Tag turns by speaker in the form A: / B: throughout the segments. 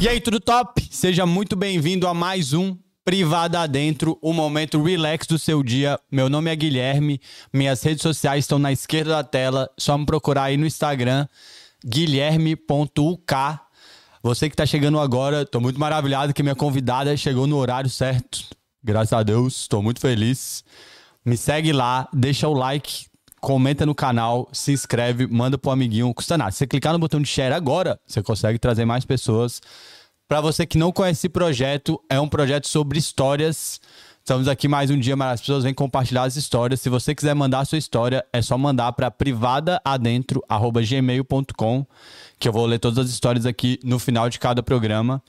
A: E aí, tudo top? Seja muito bem-vindo a mais um Privada Adentro, o momento relax do seu dia. Meu nome é Guilherme, minhas redes sociais estão na esquerda da tela, só me procurar aí no Instagram, guilherme.uk. Você que tá chegando agora, tô muito maravilhado que minha convidada chegou no horário certo. Graças a Deus, tô muito feliz. Me segue lá, deixa o like, comenta no canal, se inscreve, manda pro amiguinho, custa nada. Se você clicar no botão de share agora, você consegue trazer mais pessoas. Pra você que não conhece esse projeto, é um projeto sobre histórias. Estamos aqui mais um dia, mas as pessoas vêm compartilhar as histórias. Se você quiser mandar a sua história, é só mandar para privadaadentro@gmail.com, que eu vou ler todas as histórias aqui no final de cada programa.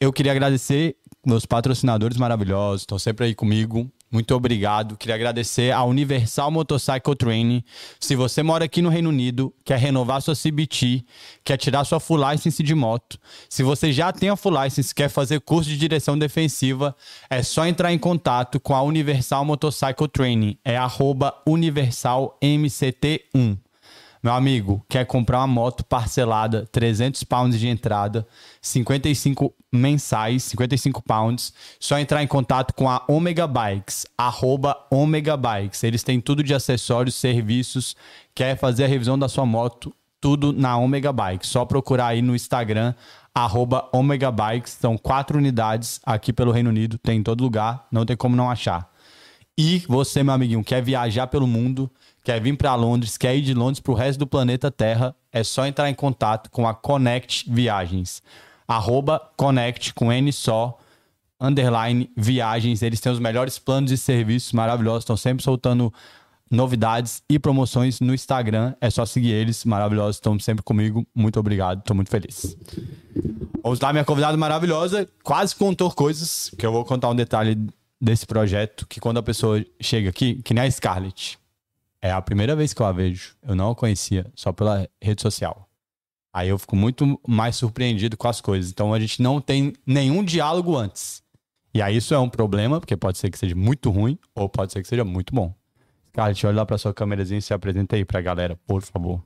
A: Eu queria agradecer meus patrocinadores maravilhosos, estão sempre aí comigo. Muito obrigado. Queria agradecer a Universal Motorcycle Training. Se você mora aqui no Reino Unido, quer renovar sua CBT, quer tirar sua full license de moto, se você já tem a full license, quer fazer curso de direção defensiva, é só entrar em contato com a Universal Motorcycle Training. É arroba universalmct1. Meu amigo, quer comprar uma moto parcelada, 300 pounds de entrada, 55 mensais, 55 pounds, só entrar em contato com a Omega Bikes, arroba Omega Bikes. Eles têm tudo de acessórios, serviços, quer fazer a revisão da sua moto, tudo na Omega Bikes. Só procurar aí no Instagram, arroba Omega Bikes. São quatro unidades aqui pelo Reino Unido, tem em todo lugar, não tem como não achar. E você, meu amiguinho, quer viajar pelo mundo, quer vir para Londres, quer ir de Londres para o resto do planeta Terra, é só entrar em contato com a Connect Viagens. Arroba Connect com N só, underline viagens. Eles têm os melhores planos e serviços maravilhosos, estão sempre soltando novidades e promoções no Instagram. É só seguir eles, maravilhosos, estão sempre comigo. Muito obrigado, estou muito feliz. Vamos lá, minha convidada maravilhosa quase contou coisas, que eu vou contar um detalhe desse projeto, que quando a pessoa chega aqui, que nem a Scarlett, é a primeira vez que eu a vejo, eu não a conhecia, só pela rede social. Aí eu fico muito mais surpreendido com as coisas. Então a gente não tem nenhum diálogo antes. E aí isso é um problema, porque pode ser que seja muito ruim ou pode ser que seja muito bom. Scarlett, olha lá pra sua câmerazinha e se apresenta aí pra galera, por favor.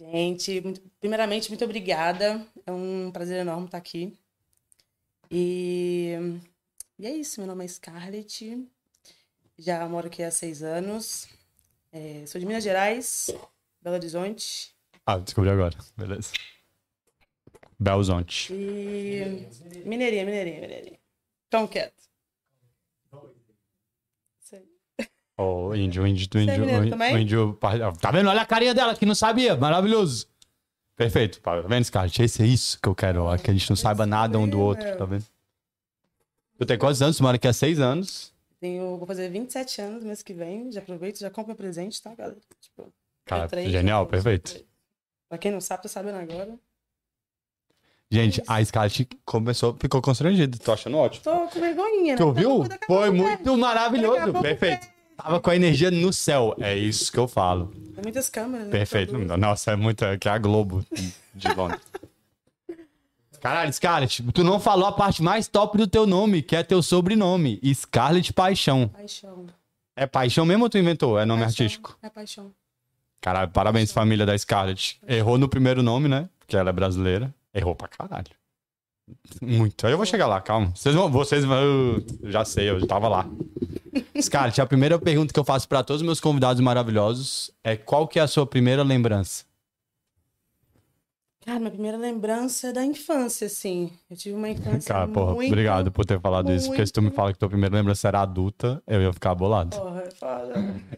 B: Gente, muito- primeiramente, muito obrigada. É um prazer enorme estar aqui. E, e é isso, meu nome é Scarlett. Já moro aqui há seis anos. É, sou de Minas Gerais, Belo Horizonte.
A: Ah, descobri agora. Beleza. Belzonte.
B: E. Mineirinha, mineirinha, mineirinha. Cão quieto. Isso aí.
A: Ô, índio, índio, do índio.
B: é mineiro
A: o
B: também?
A: o índio. par- ó, Tá vendo? Olha a carinha dela que não sabia. Maravilhoso. Perfeito. Tá vendo, Scarlett? Esse é isso que eu quero. ó, que a gente não saiba nada um do outro, tá vendo? Tu tem quantos anos? Tu mora aqui há seis anos.
B: Tenho, vou fazer 27 anos mês que vem. Já aproveito, já compro meu presente, tá, galera? Tipo,
A: Cara,
B: três,
A: genial,
B: né?
A: perfeito.
B: pra quem não sabe, tá sabendo agora.
A: Gente, a Scarlett começou, ficou constrangida. Tô achando ótimo.
B: Tô com vergonhinha, né?
A: Tu
B: Então,
A: ouviu?
B: daqui a pouco
A: Foi
B: eu pego.
A: muito
B: Daqui a
A: maravilhoso.
B: pouco
A: Perfeito. Tava com a energia no céu. É isso que eu falo.
B: Tem muitas câmeras, né?
A: Perfeito.
B: Então,
A: Nossa, é muito. É que é a Globo de Londres. Caralho, Scarlett, tu não falou a parte mais top do teu nome, que é teu sobrenome. Scarlett Paixão.
B: Paixão.
A: É paixão mesmo ou tu inventou? É nome
B: Paixão.
A: artístico?
B: É paixão.
A: Caralho, parabéns, família da Scarlett. Errou no primeiro nome, né? Porque ela é brasileira. Errou pra caralho. Muito. Aí eu vou chegar lá, calma. Vocês vão. Vocês vão. Eu já sei, eu tava lá. Scarlett, a primeira pergunta que eu faço pra todos os meus convidados maravilhosos é qual que é a sua primeira lembrança?
B: Cara, minha primeira lembrança é da infância, assim. Eu tive uma infância.
A: Cara, porra,
B: muito...
A: obrigado por ter falado isso. Porque se tu me
B: muito-
A: fala que tua primeira lembrança era adulta, eu ia ficar bolado.
B: Porra, foda.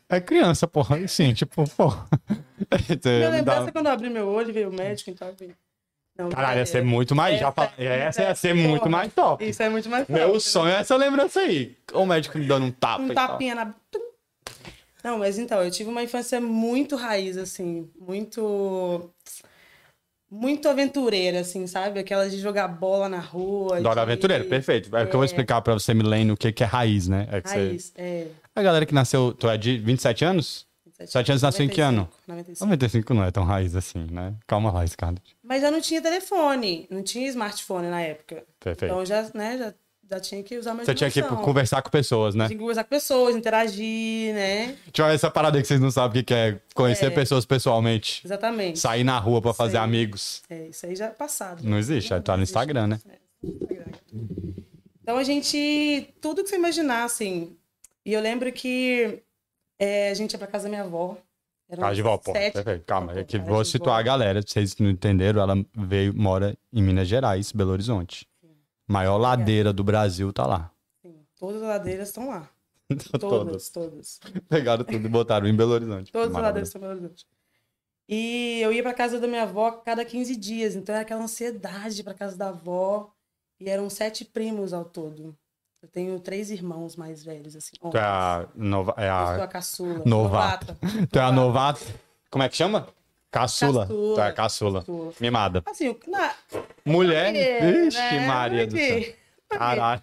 A: É criança, porra. Sim, tipo, porra. Tu ia
B: Minha
A: me dar-
B: lembrança é quando eu abri meu olho, veio o médico, então. Enfim. Não, é-
A: Caralho, ia ser
B: brincadeira.
A: muito mais. Já
B: Essa-
A: fal... Essa ia ser
B: porra,
A: muito mais top.
B: Isso é muito mais fácil.
A: Meu sonho é essa lembrança aí. O médico me dando um tapa.
B: Um
A: e tal.
B: tapinha na. Tum. Não, mas então, eu tive uma infância muito raiz, assim, muito. Muito aventureira, assim, sabe? Aquela de jogar bola na rua.
A: Dora
B: de-
A: Aventureiro, perfeito. É o que eu vou explicar pra você, Milene, o que, que é raiz, né? É que você-
B: Raiz, é.
A: A galera que nasceu. Tu é de 27 anos? 27 anos nasceu em que ano?
B: 95.
A: 95 não é tão raiz assim, né? Calma lá, Scarlett.
B: Mas já não tinha telefone, não tinha smartphone na época.
A: Perfeito.
B: Então já, né, já já tinha que usar mais
A: Você tinha que conversar com pessoas, né?
B: Tinha que conversar com pessoas, interagir, né?
A: Tinha essa parada aí que vocês não sabem o que que é conhecer
B: É.
A: pessoas pessoalmente.
B: Exatamente.
A: Sair na rua pra
B: Isso
A: fazer
B: aí.
A: amigos.
B: É, isso aí já é passado.
A: Não existe,
B: Não
A: tá no
B: existe.
A: Instagram, né?
B: Então a gente. Tudo que você imaginar, assim. E eu lembro que é, a gente ia pra casa da minha avó. Era
A: Casa de vó, pô. Perfeito. Calma, é que vou situar a
B: a
A: galera, pra vocês não entenderam, ela veio, mora em Minas Gerais, Belo Horizonte. Maior ladeira do Brasil tá lá.
B: assim. Todas as ladeiras estão lá.
A: Todas.
B: Todas, todas.
A: Pegaram tudo e botaram em Belo Horizonte.
B: Todas as
A: Maravilhoso.
B: ladeiras estão em Belo Horizonte. E eu ia pra casa da minha avó a cada 15 dias. Então era aquela ansiedade pra casa da avó. E eram sete primos ao todo. Eu tenho três irmãos mais velhos, assim.
A: Tu é
B: homens.
A: a, nova, é
B: Eu sou
A: a,
B: a caçula.
A: novata. tu é a
B: novata.
A: novata. Como é que chama? Caçula.
B: Caçula.
A: Tu é a caçula.
B: Caçula.
A: Mimada.
B: Assim, na...
A: Mulher.
B: é,
A: Ixi,
B: né?
A: Maria do
B: Porque-
A: céu. Caralho.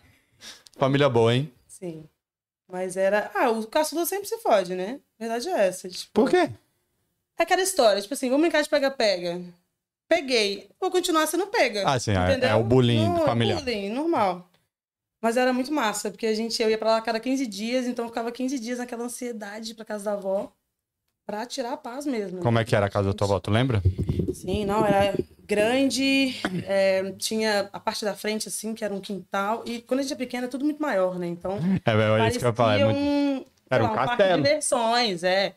A: Família boa, hein?
B: Sim. Mas era. Ah, o caçula sempre se fode, né? A verdade é essa. Tipo,
A: Por quê?
B: É aquela história, tipo assim, vamos brincar de pega-pega. Peguei. Vou continuar sendo pega.
A: Ah, sim, é-
B: entendeu?
A: é o bullying
B: Não, é
A: familiar.
B: bullying, normal. Mas era muito massa, porque a gente eu ia pra lá a cada 15 dias, então eu ficava 15 dias naquela ansiedade pra casa da avó pra tirar a paz mesmo.
A: Como é que era a casa da tua avó, tu lembra?
B: Sim, não, era grande, é, tinha a parte da frente, assim, que era um quintal. E quando a gente é pequena, é tudo muito maior, né? Então,
A: É, é isso
B: parecia
A: que eu ia falar. É muito...
B: um, sei
A: Era um
B: lá, parque de
A: castelo.
B: diversões, é.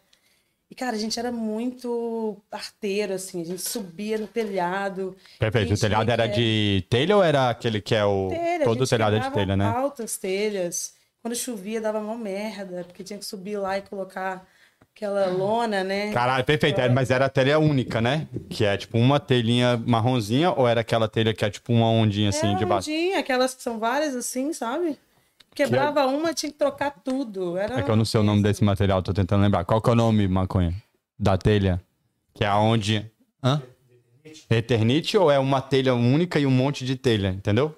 B: E, cara, a gente era muito arteiro, assim. A gente subia no telhado.
A: Perfeito. O
B: Gente,
A: telhado era
B: é-
A: de telha ou era aquele que é o.
B: Telha, a
A: Todo
B: gente
A: telhado é de
B: quebrava
A: telha, né?
B: altas telhas. Quando chovia, dava mó merda, porque tinha que subir lá e colocar aquela
A: Ah.
B: lona, né?
A: Caralho, perfeito. É, Mas era a telha única, né? Que é tipo uma telhinha marronzinha ou era aquela telha que é tipo uma ondinha assim
B: era
A: de baixo?
B: rondinha, aquelas que são várias, assim, sabe? Quebrava uma, tinha que trocar tudo. Era
A: É que eu não sei o nome desse material, tô tentando lembrar. Qual que é o nome, maconha? Da telha? Que é aonde. Hã? Eternite ou é uma telha única e um monte de telha, entendeu?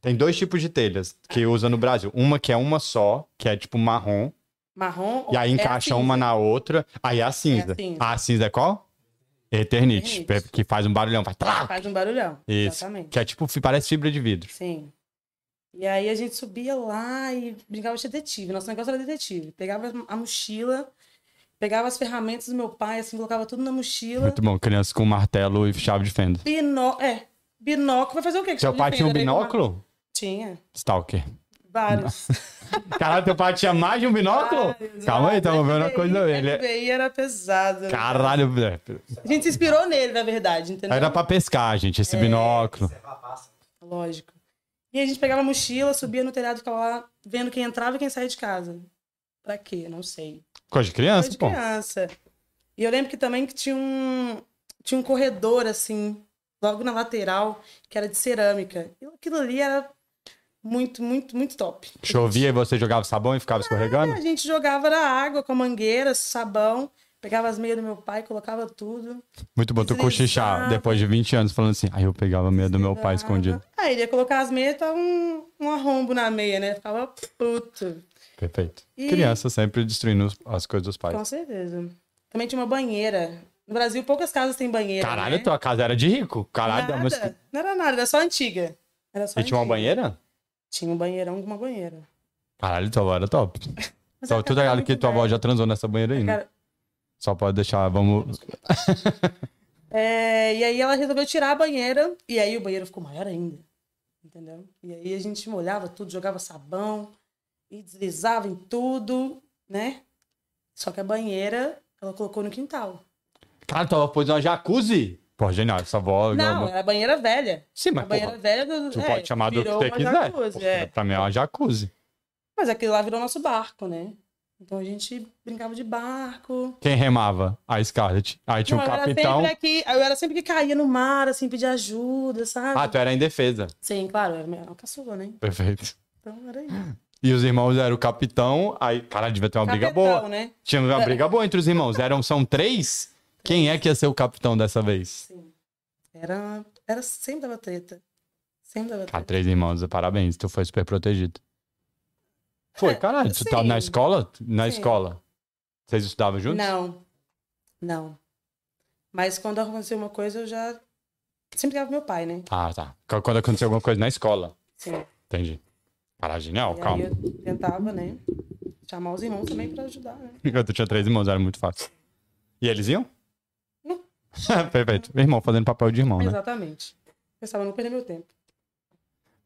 A: Tem dois tipos de telhas que usa no Brasil. Uma que é uma só, que é tipo marrom,
B: marrom.
A: e aí
B: é
A: encaixa
B: assim,
A: uma na outra, aí é a cinza.
B: É a cinza.
A: a, cinza é qual? Eternite,
B: Eternite.
A: que faz um barulhão, faz tlá!
B: Faz um barulhão.
A: Isso.
B: Exatamente.
A: Que é tipo, fi- parece fibra de vidro.
B: Sim. E aí a gente subia lá e brincava de detetive. Nosso negócio era detetive. Pegava a mochila, pegava as ferramentas do meu pai, assim, colocava tudo na mochila.
A: Muito bom, criança com martelo e chave de fenda.
B: Binó... É, binóculo. Vai fazer o quê? com
A: Seu
B: chave
A: pai
B: de
A: tinha um
B: fenda? né? Daí uma-
A: binóculo?
B: Tinha.
A: Stalker.
B: Vários.
A: Caralho, teu pai tinha mais de um binóculo?
B: Vários, é
A: Calma aí,
B: vários.
A: tava vendo uma
B: FBI,
A: coisa dele.
B: FBI era pesado. né?
A: Caralho, velho.
B: A gente se inspirou nele, na verdade, entendeu?
A: Era pra pescar, gente,
B: É,
A: esse binóculo.
B: Lógico. E a gente pegava a mochila, subia no telhado, ficava lá vendo quem entrava e quem saía de casa. Pra quê? Não sei.
A: Coisa de
B: Coisa
A: criança,
B: de
A: pô.
B: criança. E eu lembro que também que tinha um tinha um corredor assim, logo na lateral, que era de cerâmica. E aquilo ali era muito, muito, muito top.
A: Chovia e você jogava sabão e ficava escorregando?
B: A gente jogava na água com a mangueira, sabão, pegava as meias do meu pai, colocava tudo.
A: Muito bom, tu
B: Deslizava.
A: cochichar depois de 20 anos falando assim, aí eu pegava medo do meu pai escondido.
B: Aí ele ia colocar as meias, tava um, um arrombo na meia, né? Ficava puto.
A: Perfeito.
B: E-
A: Criança sempre destruindo os- as coisas dos pais.
B: Com certeza. Também tinha uma banheira. No Brasil, poucas casas têm banheira.
A: Caralho,
B: né?
A: tua casa era de rico. Caralho,
B: nada,
A: mas...
B: Não era nada, era só antiga. Era só
A: E tinha uma
B: antiga.
A: banheira?
B: Tinha um banheirão com uma banheira.
A: Caralho, tua avó era top.
B: Mas
A: Então,
B: era
A: tudo aquilo que tua avó
B: muito
A: já transou nessa banheira aí,
B: velha,
A: né?
B: cara.
A: Só pode deixar, vamos...
B: É, e aí ela resolveu tirar a banheira, e aí o banheiro ficou maior ainda. Entendeu? E aí a gente molhava tudo, jogava sabão, e deslizava em tudo, né? Só que a banheira, ela colocou no quintal.
A: Cara, tua avó pôs então uma jacuzzi. Pô, genial, essa avó...
B: Não, era a banheira velha.
A: Sim,
B: A
A: mas porra, um
B: banheira velha do.
A: tu
B: é,
A: pode chamar do que
B: virou
A: você
B: uma
A: quiser.
B: jacuzzi,
A: Pô,
B: é.
A: Pra mim é uma jacuzzi.
B: Mas aquilo lá virou nosso barco, né? Então a gente brincava de barco.
A: Quem remava? A Scarlett. Aí tinha
B: Não,
A: um
B: eu era
A: capitão.
B: sempre né? que- eu era sempre que caía no mar, assim, pedir ajuda, sabe?
A: Ah, tu era indefesa.
B: Sim, claro, eu era uma caçula, né?
A: Perfeito.
B: Então era isso.
A: E os irmãos eram o capitão. Aí, caralho, devia ter uma briga
B: Capitão,
A: boa.
B: né?
A: Tinha uma
B: É.
A: briga boa entre os irmãos. Eram, são três? Quem é que ia ser o capitão dessa vez?
B: Sim. Era, era sempre dava treta. Sempre dava
A: Cara,
B: treta.
A: três irmãos, parabéns. Tu foi super protegido. Foi, caralho. Tu tava
B: sim.
A: na escola? Na
B: Sim.
A: escola. Vocês estudavam juntos?
B: Não. Não. Mas quando aconteceu uma coisa, eu já sempre ligava pro meu pai, né?
A: Ah, tá. Quando aconteceu alguma coisa na escola.
B: Sim.
A: Entendi. Parada genial,
B: E
A: calma.
B: aí eu tentava, né? Chamar os irmãos também pra ajudar, né?
A: Eu tinha três irmãos, era muito fácil. E eles iam?
B: Não.
A: Perfeito. Irmão, fazendo papel de irmão, né?
B: Exatamente. Pensava, não perder meu tempo.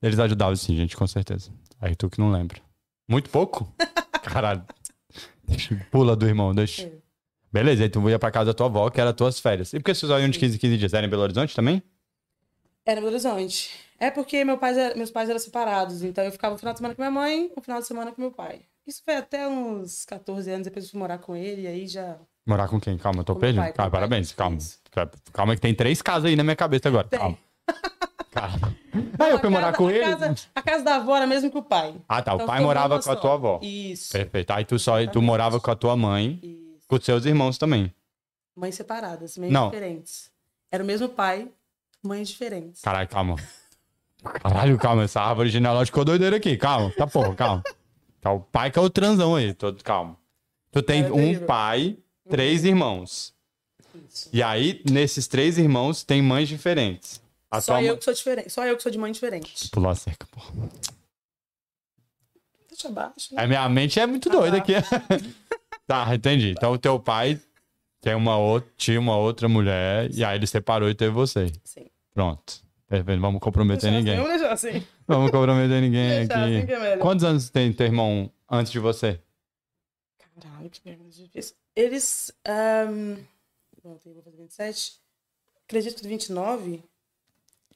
A: Eles ajudavam sim, gente, com certeza. Aí tu que não lembra. Muito pouco? Caralho. Deixa- Pula do irmão, deixa.
B: É.
A: Beleza, aí tu ia pra casa da tua avó, que era tuas férias. E por que vocês iam de 15 em 15 dias? Era em Belo Horizonte também?
B: Era Belo Horizonte. É porque meu pai, era- meus pais eram separados, então eu ficava um final de semana com minha mãe, um final de semana com meu pai. Isso foi até uns 14 anos, depois eu fui morar com ele, e aí já.
A: Morar com quem? Calma, eu tô
B: Com meu
A: perdido.
B: pai, com
A: Calma,
B: meu pai.
A: parabéns, calma. Tá,
B: Isso.
A: Calma que tem três casas aí na minha cabeça agora.
B: Tem.
A: Calma. Calma. Aí eu
B: A
A: fui morar
B: casa-
A: com
B: a
A: ele.
B: Casa, a casa da avó era mesmo que o pai.
A: Ah, tá. O
B: Então
A: pai
B: ficou
A: morava
B: uma
A: com a
B: só.
A: tua avó. É.
B: Isso.
A: Perfeito. Aí tu só tu
B: Exatamente.
A: morava com a tua mãe,
B: isso.
A: com os seus irmãos também.
B: Mães separadas, mães
A: Não.
B: diferentes. Era o mesmo pai, mães diferentes.
A: Caralho, calma. Caralho, calma. Essa árvore genealógica ficou doideira aqui. Calma, tá porra, calma. Tá o pai que é o transão aí. Tô, calma. Tu tem
B: Cara,
A: um
B: terrível.
A: pai, três irmãos.
B: Isso.
A: E aí, nesses três irmãos, tem mães diferentes. A
B: Só
A: tua
B: eu
A: mãe...
B: que sou diferente. Só eu que sou de mãe diferente.
A: Pulou a cerca, porra.
B: Deixa abaixo, né?
A: A minha mente é muito doida
B: Ah.
A: aqui. tá, entendi. Então, o teu pai tem uma outra, tinha uma outra mulher, e aí ele separou e teve você.
B: Sim.
A: Pronto. Perfeito, É. não vamos comprometer
B: Deixa
A: ninguém.
B: assim, Vamos deixar assim.
A: Não vamos comprometer ninguém
B: Deixar assim
A: aqui.
B: que é melhor.
A: Quantos anos tem teu irmão antes de você?
B: Caralho, que pergunta difícil. Eles. Um... Bom, eu vou fazer 27. Acredito que de 29.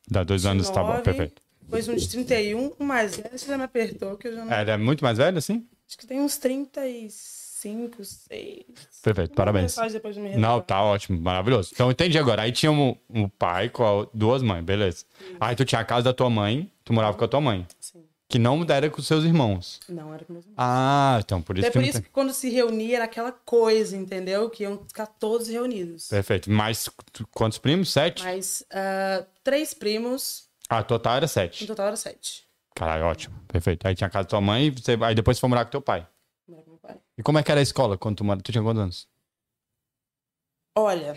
A: Dá dois anos, tá bom,
B: 29,
A: perfeito.
B: Depois um de 31, um mais velho. Você já me apertou, que eu já não.
A: Ela é muito mais velha, assim?
B: Acho que tem uns 35, 6.
A: Perfeito, parabéns.
B: Depois de me
A: Não,
B: revelar.
A: tá ótimo, maravilhoso. Então, entendi agora. Aí tinha um, um pai com a- duas mães, beleza. Aí tu tinha a casa da tua mãe, tu morava com a tua mãe,
B: Sim.
A: que não era com seus irmãos.
B: Não, era com meus irmãos.
A: Ah, então por isso
B: É
A: que
B: por
A: não
B: isso
A: tem.
B: que quando se reunia era aquela coisa, entendeu? Que iam ficar todos reunidos.
A: Perfeito. Mais tu- quantos primos? Sete?
B: Mas ah, três primos,
A: Ah, total era
B: no
A: sete.
B: total era sete.
A: Caralho, ótimo, perfeito. Aí tinha a casa da tua mãe, você... aí depois tu foi morar com teu pai.
B: Morar com meu pai.
A: E como é que era a escola quando tu morava? Tu tinha quantos anos?
B: Olha,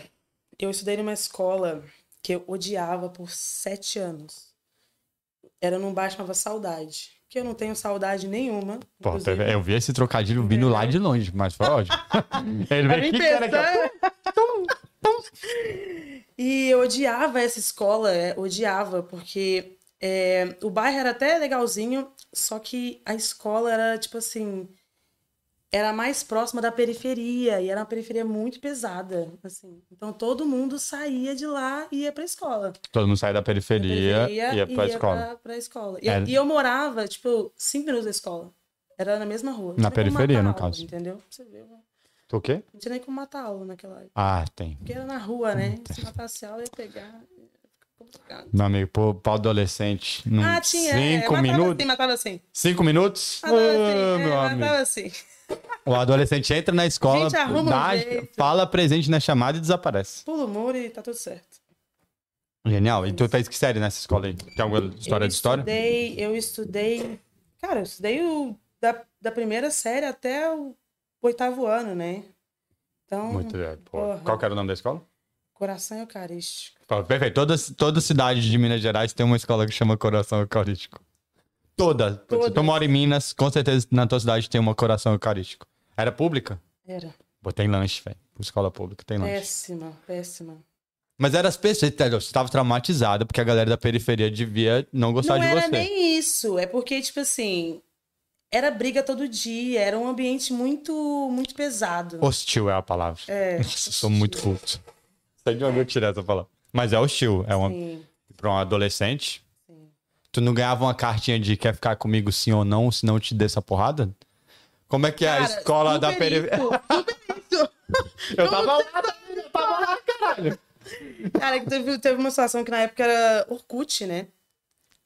B: eu estudei numa escola que eu odiava por sete anos. Era num bairro chamava Saudade. Que eu não tenho saudade nenhuma.
A: Pô,
B: inclusive.
A: eu vi esse trocadilho vindo lá de longe, mas foi ótimo. Ele
B: Pra
A: veio
B: mim
A: aqui, cara, cara.
B: pensar- E eu odiava essa escola, é, odiava, porque é, o bairro era até legalzinho, só que a escola era, tipo assim, era mais próxima da periferia, e era uma periferia muito pesada, assim. Então todo mundo saía de lá e ia pra escola.
A: Todo mundo sai da
B: Da
A: periferia, e ia pra escola.
B: Pra, pra escola. E,
A: É.
B: e eu morava, tipo, cinco minutos da escola. Era na mesma rua. Não
A: Na
B: tinha nem como
A: periferia,
B: matar
A: no
B: aula,
A: caso.
B: Entendeu? Pra Você vê, não
A: Tu o quê?
B: tinha nem como matar aula naquela época.
A: Ah, tem.
B: Porque era na rua, né?
A: Hum.
B: Se matasse aula, ia pegar. ia ficar complicado.
A: Meu amigo, pô, pra adolescente. num
B: Ah, tinha. é,
A: Hum, Cinco
B: matava
A: minutos?
B: assim, matava assim.
A: Cinco minutos?
B: Matava assim,
A: Ah,
B: é,
A: meu amigo.
B: matava assim.
A: O adolescente entra na escola,
B: Gente, arruma um
A: dá-
B: jeito.
A: fala presente na chamada e desaparece.
B: Pula o muro e tá tudo certo.
A: Genial. E tu fez que série nessa escola aí? Tem alguma história
B: eu
A: de história?
B: Estudei, eu estudei. Cara, eu estudei o, da, da primeira série até o oitavo ano, né? Então,
A: Muito é, pô.
B: Porra.
A: Qual que era o nome da escola?
B: coração eucarístico.
A: Pô, Perfeito. Toda, toda cidade de Minas Gerais tem uma escola que chama Coração Eucarístico. Toda.
B: Todas.
A: Tu mora em Minas, com certeza na tua cidade tem uma Coração Eucarístico. Era pública?
B: Era.
A: Pô, tem lanche, velho. Escola pública tem lanche.
B: Péssima, péssima.
A: Mas era as pessoas, entendeu? você tava traumatizada porque a galera da periferia devia não gostar
B: não
A: de
B: era
A: você.
B: nem isso. É porque, tipo assim, era briga todo dia, era um ambiente muito, muito pesado.
A: Hostil é a palavra.
B: É.
A: Nossa, eu sou muito culto. Sei de onde eu tirei essa palavra. Mas é hostil. É uma,
B: Sim,
A: pra um adolescente.
B: sim.
A: Tu não ganhava uma cartinha de quer ficar comigo sim ou não, se não eu te dê essa porrada? Como é que é a
B: Cara,
A: escola
B: super
A: da periferia?
B: isso, super isso.
A: Eu tava lá, eu tava lá, caralho.
B: Cara, que teve, teve uma situação que na época era Orkut, né?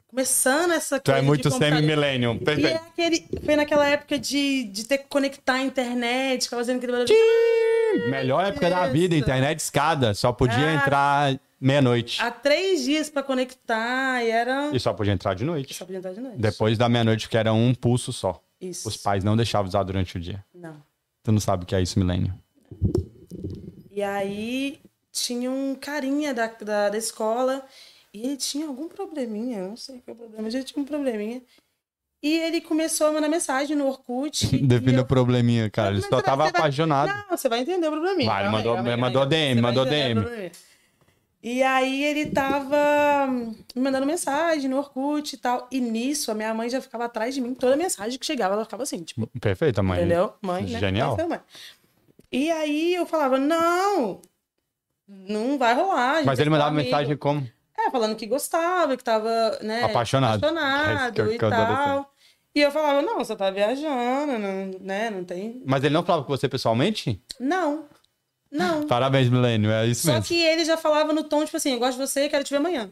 B: Começando essa
A: Tu
B: coisa
A: é
B: de
A: muito
B: computador.
A: semi-millennium.
B: E é
A: Perfeito.
B: aquele, foi naquela época de, de ter que conectar a internet, ficava fazendo aquele barulho.
A: Melhor época da vida,
B: Isso.
A: internet escada. Só podia
B: Ah.
A: entrar meia-noite.
B: Há três dias pra conectar e era.
A: E só podia entrar de noite.
B: Só podia entrar de noite.
A: Depois da meia-noite, que era um pulso só.
B: Isso.
A: Os pais não deixavam usar durante o dia.
B: Não.
A: Tu não sabe o que é isso, milênio.
B: E aí tinha um carinha da, da, da escola e ele tinha algum probleminha, eu não sei qual é o problema, mas ele tinha um probleminha. E ele começou a mandar mensagem no Orkut. e
A: Definiu
B: eu-
A: o probleminha, cara. Ele só tava
B: Você vai-
A: apaixonado.
B: Não, você vai entender o probleminha.
A: Vai, ele
B: Calma aí,
A: mandou-
B: calma aí,
A: mandou
B: calma aí.
A: DM,
B: Você vai
A: mandou
B: entender
A: DM.
B: o probleminha. E aí ele tava hum, me mandando mensagem no Orkut e tal. E nisso, a minha mãe já ficava atrás de mim. Toda mensagem que chegava, ela ficava assim, tipo,
A: Perfeito, mãe.
B: entendeu? Mãe, né?
A: Genial.
B: Essa é a mãe. E aí eu falava, não, não vai rolar. a gente
A: Mas
B: vai
A: ele
B: ser
A: mandava
B: amigo.
A: mensagem como?
B: É, falando que gostava, que tava, né?
A: Apaixonado. É isso que
B: apaixonado
A: eu-
B: e
A: que eu adoro
B: tal. E eu falava, não, você tá viajando, não, né? Não tem.
A: Mas ele não falava com você pessoalmente?
B: Não. Não.
A: Parabéns, Milênio. É isso
B: Só
A: mesmo.
B: que ele já falava no tom, tipo assim, eu gosto de você, quero te ver amanhã.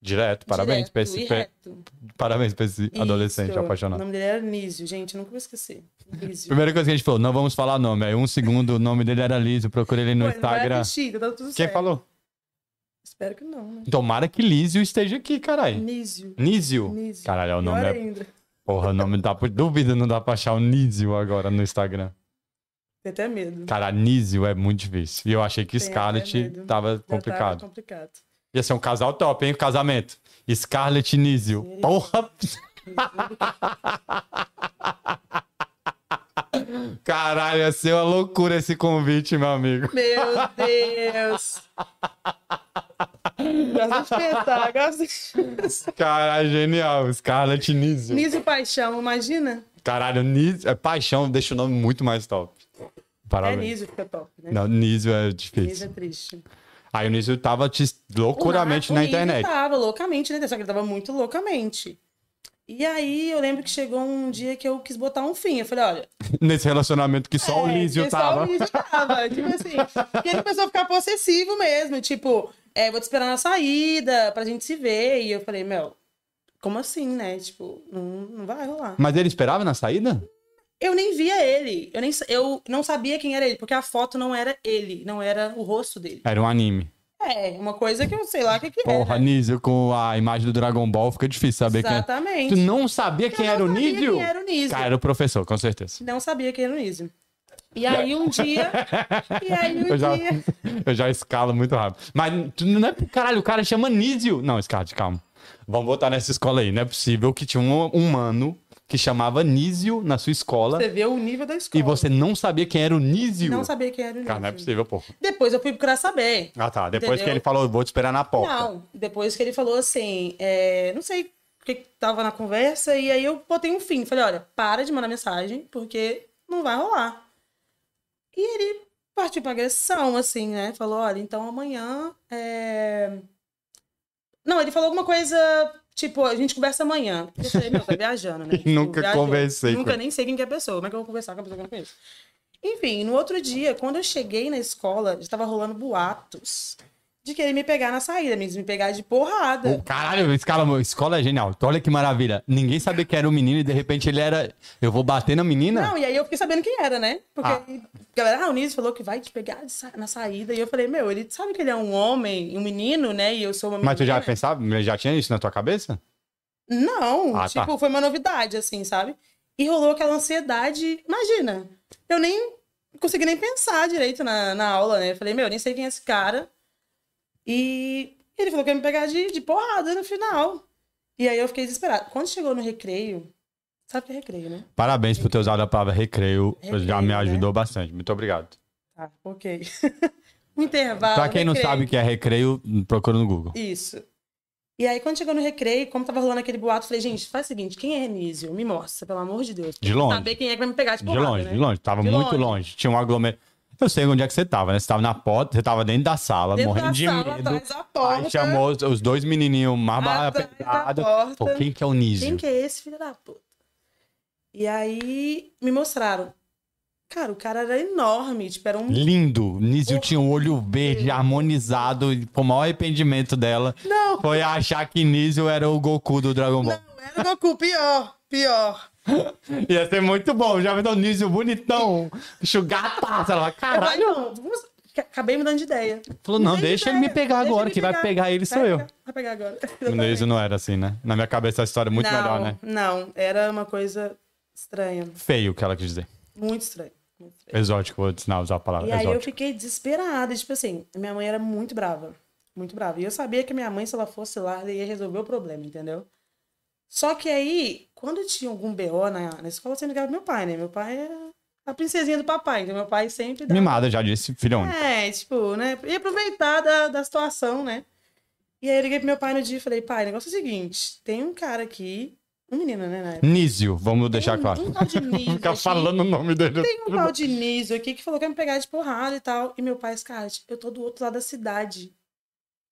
A: Direto, parabéns pra
B: Direto,
A: esse,
B: e
A: pe-
B: reto.
A: parabéns pra esse adolescente
B: Isso. O
A: apaixonado.
B: nome dele era Nísio, gente, eu nunca vou esquecer. Nísio.
A: Primeira coisa que a gente falou, não vamos falar nome. Aí um segundo, o nome dele era Liso. Procurei ele no
B: Pô, ele não vai
A: Instagram.
B: assistir, tá tudo
A: Quem
B: certo.
A: falou?
B: Espero que não, né?
A: Tomara que Lísio esteja aqui, caralho.
B: Nísio.
A: Nísio.
B: Nísio.
A: Caralho, o nome
B: Pior
A: é.
B: ainda.
A: Porra, o nome dá pra. Dúvida, não dá pra achar o Nísio agora no Instagram.
B: Tem até medo.
A: Cara, Nísio é muito difícil. E eu achei que
B: Tem até
A: Scarlett
B: medo.
A: tava
B: Já
A: complicado.
B: Tava complicado.
A: Ia ser um casal top, hein? O casamento. Scarlett e Nísio. Porra! Caralho, ia ser uma loucura esse convite, meu amigo.
B: Meu Deus! Gosto de pensar, gosto de...
A: Caralho, genial. Scarlett e Nísio.
B: Nísio Paixão, imagina?
A: Caralho, Nísio. É paixão, deixa o nome muito mais top.
B: É
A: Parabéns.
B: Nísio que fica top, né?
A: Não, Nísio é
B: Nísio
A: difícil.
B: é triste.
A: Aí o Nísio tava te- loucuramente
B: O
A: na
B: Nísio
A: internet.
B: Tava loucamente, né? Só que ele tava muito loucamente. E aí eu lembro que chegou um dia que eu quis botar um fim. Eu falei, olha,
A: Nesse relacionamento que só o
B: É,
A: Nísio
B: porque Só
A: tava.
B: o Lísio tava. tipo assim. Porque ele começou a ficar possessivo mesmo. Tipo, é, vou te esperar na saída pra gente se ver. E eu falei, meu, como assim, né? Tipo, não, não vai rolar.
A: Mas ele esperava na saída?
B: Eu nem via ele. Eu, nem, sa- eu não sabia quem era ele, porque a foto não era ele, não era o rosto dele.
A: Era um anime.
B: É, uma coisa que eu sei lá o que, é, né? que
A: Porra,
B: era.
A: Nísio, com a imagem do Dragon Ball, fica difícil saber quem é.
B: Exatamente.
A: Tu não sabia quem
B: Eu
A: era o
B: não sabia
A: Nísio?
B: Quem era o Nísio.
A: Cara, era o professor, com certeza.
B: Não sabia quem era o Nísio. E aí um dia. e aí um
A: Eu já,
B: dia.
A: eu já escalo muito rápido. Mas tu não é. Caralho, o cara chama Nísio. Não, Scarlett, calma. Vamos voltar nessa escola aí. Não é possível que tinha um humano que chamava Nísio na sua escola
B: Você vê o nível da
A: e
B: escola.
A: você não sabia quem era o Nísio.
B: Não sabia quem era o
A: Cara, não é
B: Nísio.
A: possível, porra.
B: Depois eu fui procurar saber.
A: Ah, tá. Depois que
B: Entendeu?
A: ele falou, vou te esperar na porta.
B: Não, depois que ele falou assim, é, não sei o que que tava na conversa, e aí eu botei um fim. Falei, olha, para de mandar mensagem, porque não vai rolar. E ele partiu pra agressão, assim, né? Falou, olha, então amanhã. é, Não, ele falou alguma coisa, tipo, a gente conversa amanhã. Eu falei, meu, tá viajando, né?
A: E nunca
B: Viajou.
A: conversei com
B: Nunca
A: ele.
B: nem sei quem que é a pessoa. Como é que eu vou conversar com a pessoa que eu não conheço? Enfim, no outro dia, quando eu cheguei na escola, já tava rolando boatos de querer me pegar na saída, amigos, me pegar de porrada.
A: Pô, caralho, escala, escola é genial. Olha que maravilha. Ninguém sabia que era o menino e de repente ele era. Eu vou bater na menina?
B: Não, e aí eu fiquei sabendo quem era, né? Porque
A: Ah.
B: aí a galera, ah, o Niso falou que vai te pegar de sa- na saída. E eu falei, meu, ele sabe que ele é um homem, um menino, né? E eu sou uma menina.
A: Mas tu já pensava? Já tinha isso na tua cabeça?
B: Não,
A: Ah,
B: tipo, foi uma novidade, assim, sabe? E rolou aquela ansiedade. Imagina, eu nem consegui nem pensar direito na, na aula, né? Eu falei, meu, nem sei quem é esse cara. E ele falou que ia me pegar de, de porrada no final. E aí eu fiquei desesperada. Quando chegou no recreio, sabe que é recreio, né?
A: Parabéns por ter usado a palavra recreio.
B: Recreio,
A: já me
B: né?
A: ajudou bastante. Muito obrigado.
B: Tá, ok. um intervalo.
A: pra quem não
B: recreio.
A: sabe o que é recreio, procura no Google.
B: Isso. E aí, quando chegou no recreio, como tava rolando aquele boato, eu falei, gente, faz o seguinte, quem é Renísio? Me mostra, pelo amor de Deus.
A: De longe.
B: Saber quem é que vai me pegar de
A: De
B: porrada,
A: longe,
B: né?
A: de longe. Tava
B: De
A: muito longe.
B: longe.
A: Tinha um aglomerado. Eu sei onde é que você tava, né? Você tava na porta, você tava dentro da sala,
B: Dentro
A: morrendo
B: da
A: de
B: sala,
A: medo.
B: atrás da
A: Aí
B: porta.
A: chamou os, os dois menininhos, mais barra
B: Atrás da
A: pesada.
B: porta.
A: Pô, quem que é o Nísio?
B: Quem que é esse filho da puta? E aí, me mostraram. Cara, o cara era enorme, tipo, era um...
A: Lindo. Nísio tinha um olho verde, harmonizado. E o maior arrependimento dela
B: Não,
A: foi achar que Nísio era o Goku do Dragon Ball.
B: não era o Goku, pior, pior.
A: Ia ser muito bom. Já viu o Nísio bonitão, chugataça. Ela fala,
B: Eu falei,
A: caralho.
B: não, vamos- acabei mudando de ideia.
A: Falou, não,
B: Mudei de
A: deixa ele me
B: ideia,
A: pegar
B: deixa
A: agora, que vai pegar ele sou
B: Vai
A: eu.
B: pegar- Vai pegar agora.
A: O Nísio não era assim, né? Na minha cabeça a história é muito
B: não,
A: melhor, né?
B: Não, era uma coisa estranha.
A: Feio o que ela quis dizer.
B: Muito estranha. Muito estranha.
A: Exótico, vou ensinar a usar a palavra.
B: E aí eu
A: Ah, é Exótico.
B: fiquei desesperada. Tipo assim, minha mãe era muito brava. Muito brava. E eu sabia que minha mãe, se ela fosse lá, ela ia resolver o problema, entendeu? Só que aí, quando tinha algum BO na, na escola, você ligava pro meu pai, né? Meu pai era a princesinha do papai, então meu pai sempre dava
A: Mimada, já disse, filhão.
B: é, tipo, né? E aproveitar da, da situação, né? E aí eu liguei pro meu pai no dia e falei, pai, o negócio é o seguinte, tem um cara aqui, um menino, né, na época.
A: Nísio, vamos deixar
B: Tem
A: claro.
B: Um tal de Nísio
A: Fica
B: aqui,
A: falando o nome dele.
B: Tem um tal de Nísio aqui que falou que ia me pegar de porrada e tal. E meu pai, Scarlett, eu tô do outro lado da cidade.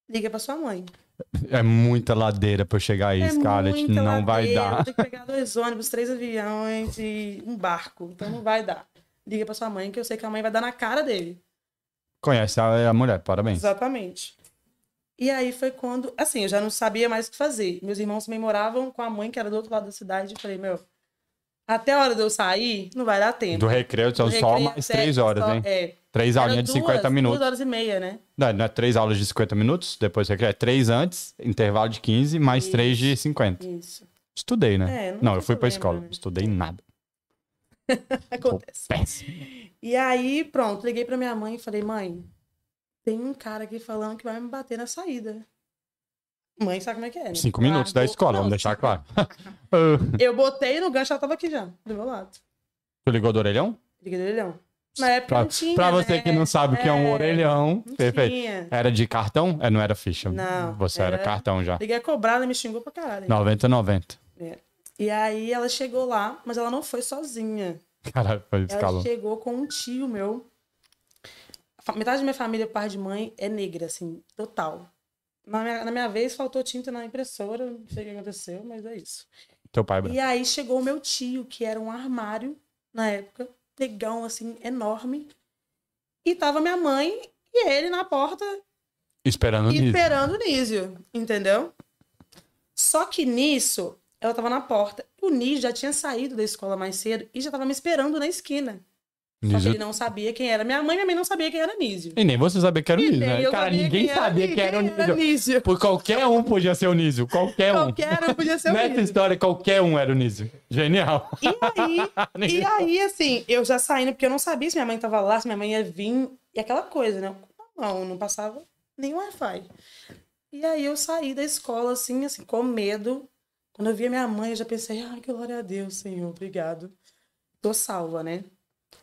B: Liga pra sua mãe.
A: É muita ladeira pra eu chegar aí,
B: É
A: Scarlett.
B: muita
A: Não vai
B: ladeira,
A: dar.
B: Vou ter que pegar dois ônibus, três aviões e um barco. Então não vai dar. Liga pra sua mãe que eu sei que a mãe vai dar na cara dele.
A: Conhece a, a mulher, parabéns.
B: Exatamente. E aí foi quando, assim, eu já não sabia mais o que fazer. Meus irmãos também moravam com a mãe, que era do outro lado da cidade. Eu falei, meu, até a hora de eu sair, não vai dar tempo.
A: Do recreio são
B: Do
A: Então, só
B: recreio
A: mais
B: até-
A: três horas,
B: só-
A: hein?
B: É.
A: Três
B: Era
A: aulinhas de
B: duas-
A: 50 minutos.
B: Duas horas e meia, né?
A: Não, não é três aulas de 50 minutos, depois recreio. é Três antes, intervalo de 15, mais
B: Isso.
A: três de 50.
B: Isso.
A: Estudei, né?
B: É,
A: não,
B: não
A: eu
B: tem
A: fui pra
B: problema,
A: escola.
B: né?
A: Estudei nada.
B: Acontece.
A: Péssimo.
B: E aí, pronto, liguei pra minha mãe e falei, mãe, tem um cara aqui falando que vai me bater na saída. Mãe, sabe como é que é? né?
A: Cinco minutos da
B: Largou-
A: escola,
B: Não,
A: vamos deixar
B: cinco-
A: claro. Ah,
B: Eu botei no gancho, ela tava aqui já, do meu lado.
A: tu ligou do orelhão?
B: Liguei do orelhão. Na época
A: Pra,
B: não tinha,
A: pra você
B: é né?
A: que não sabe o que é um
B: É,
A: orelhão,
B: Não
A: perfeito.
B: tinha.
A: Era de cartão? É, não era ficha.
B: Não,
A: Você era,
B: era-
A: cartão já.
B: Liguei a cobrar, ela me xingou pra caralho.
A: 90-90.
B: E aí ela chegou lá, mas ela não foi sozinha.
A: Caralho, foi
B: Ela
A: escalão.
B: chegou com um tio meu. A fa- Metade da minha família, par de mãe, é negra, assim, total. Na minha, na minha vez, faltou tinta na impressora, não sei o que aconteceu, mas é isso.
A: Teu pai, Bruno.
B: E aí chegou o meu tio, que era um armário na época, negão, assim, enorme. E tava minha mãe e ele na porta
A: Esperando nisso.
B: esperando o Nísio, entendeu? Só que nisso, ela tava na porta. O Nísio já tinha saído da escola mais cedo e já tava me esperando na esquina. Só que
A: Nisso.
B: ele não sabia né? quem era minha mãe, minha mãe não sabia quem era Nísio.
A: E nem você sabia que era o
B: E
A: Nísio,
B: nem
A: né?
B: eu
A: Cara,
B: sabia
A: ninguém
B: quem era
A: sabia que era o
B: Nísio,
A: Nísio. Por qualquer um podia ser o Nísio. Qualquer um.
B: Qualquer um podia ser o
A: Nessa
B: Nísio.
A: história, qualquer um era o Nísio. Genial.
B: E aí,
A: Ninguém-
B: e aí, assim, eu já saindo, porque eu não sabia se minha mãe tava lá, se minha mãe ia vir. E aquela coisa, né? Não, não passava nem Wi-Fi. E aí eu saí da escola, assim, assim, com medo. Quando eu vi a minha mãe, eu já pensei, ai, que glória a Deus, Senhor, obrigado. Tô salva, né?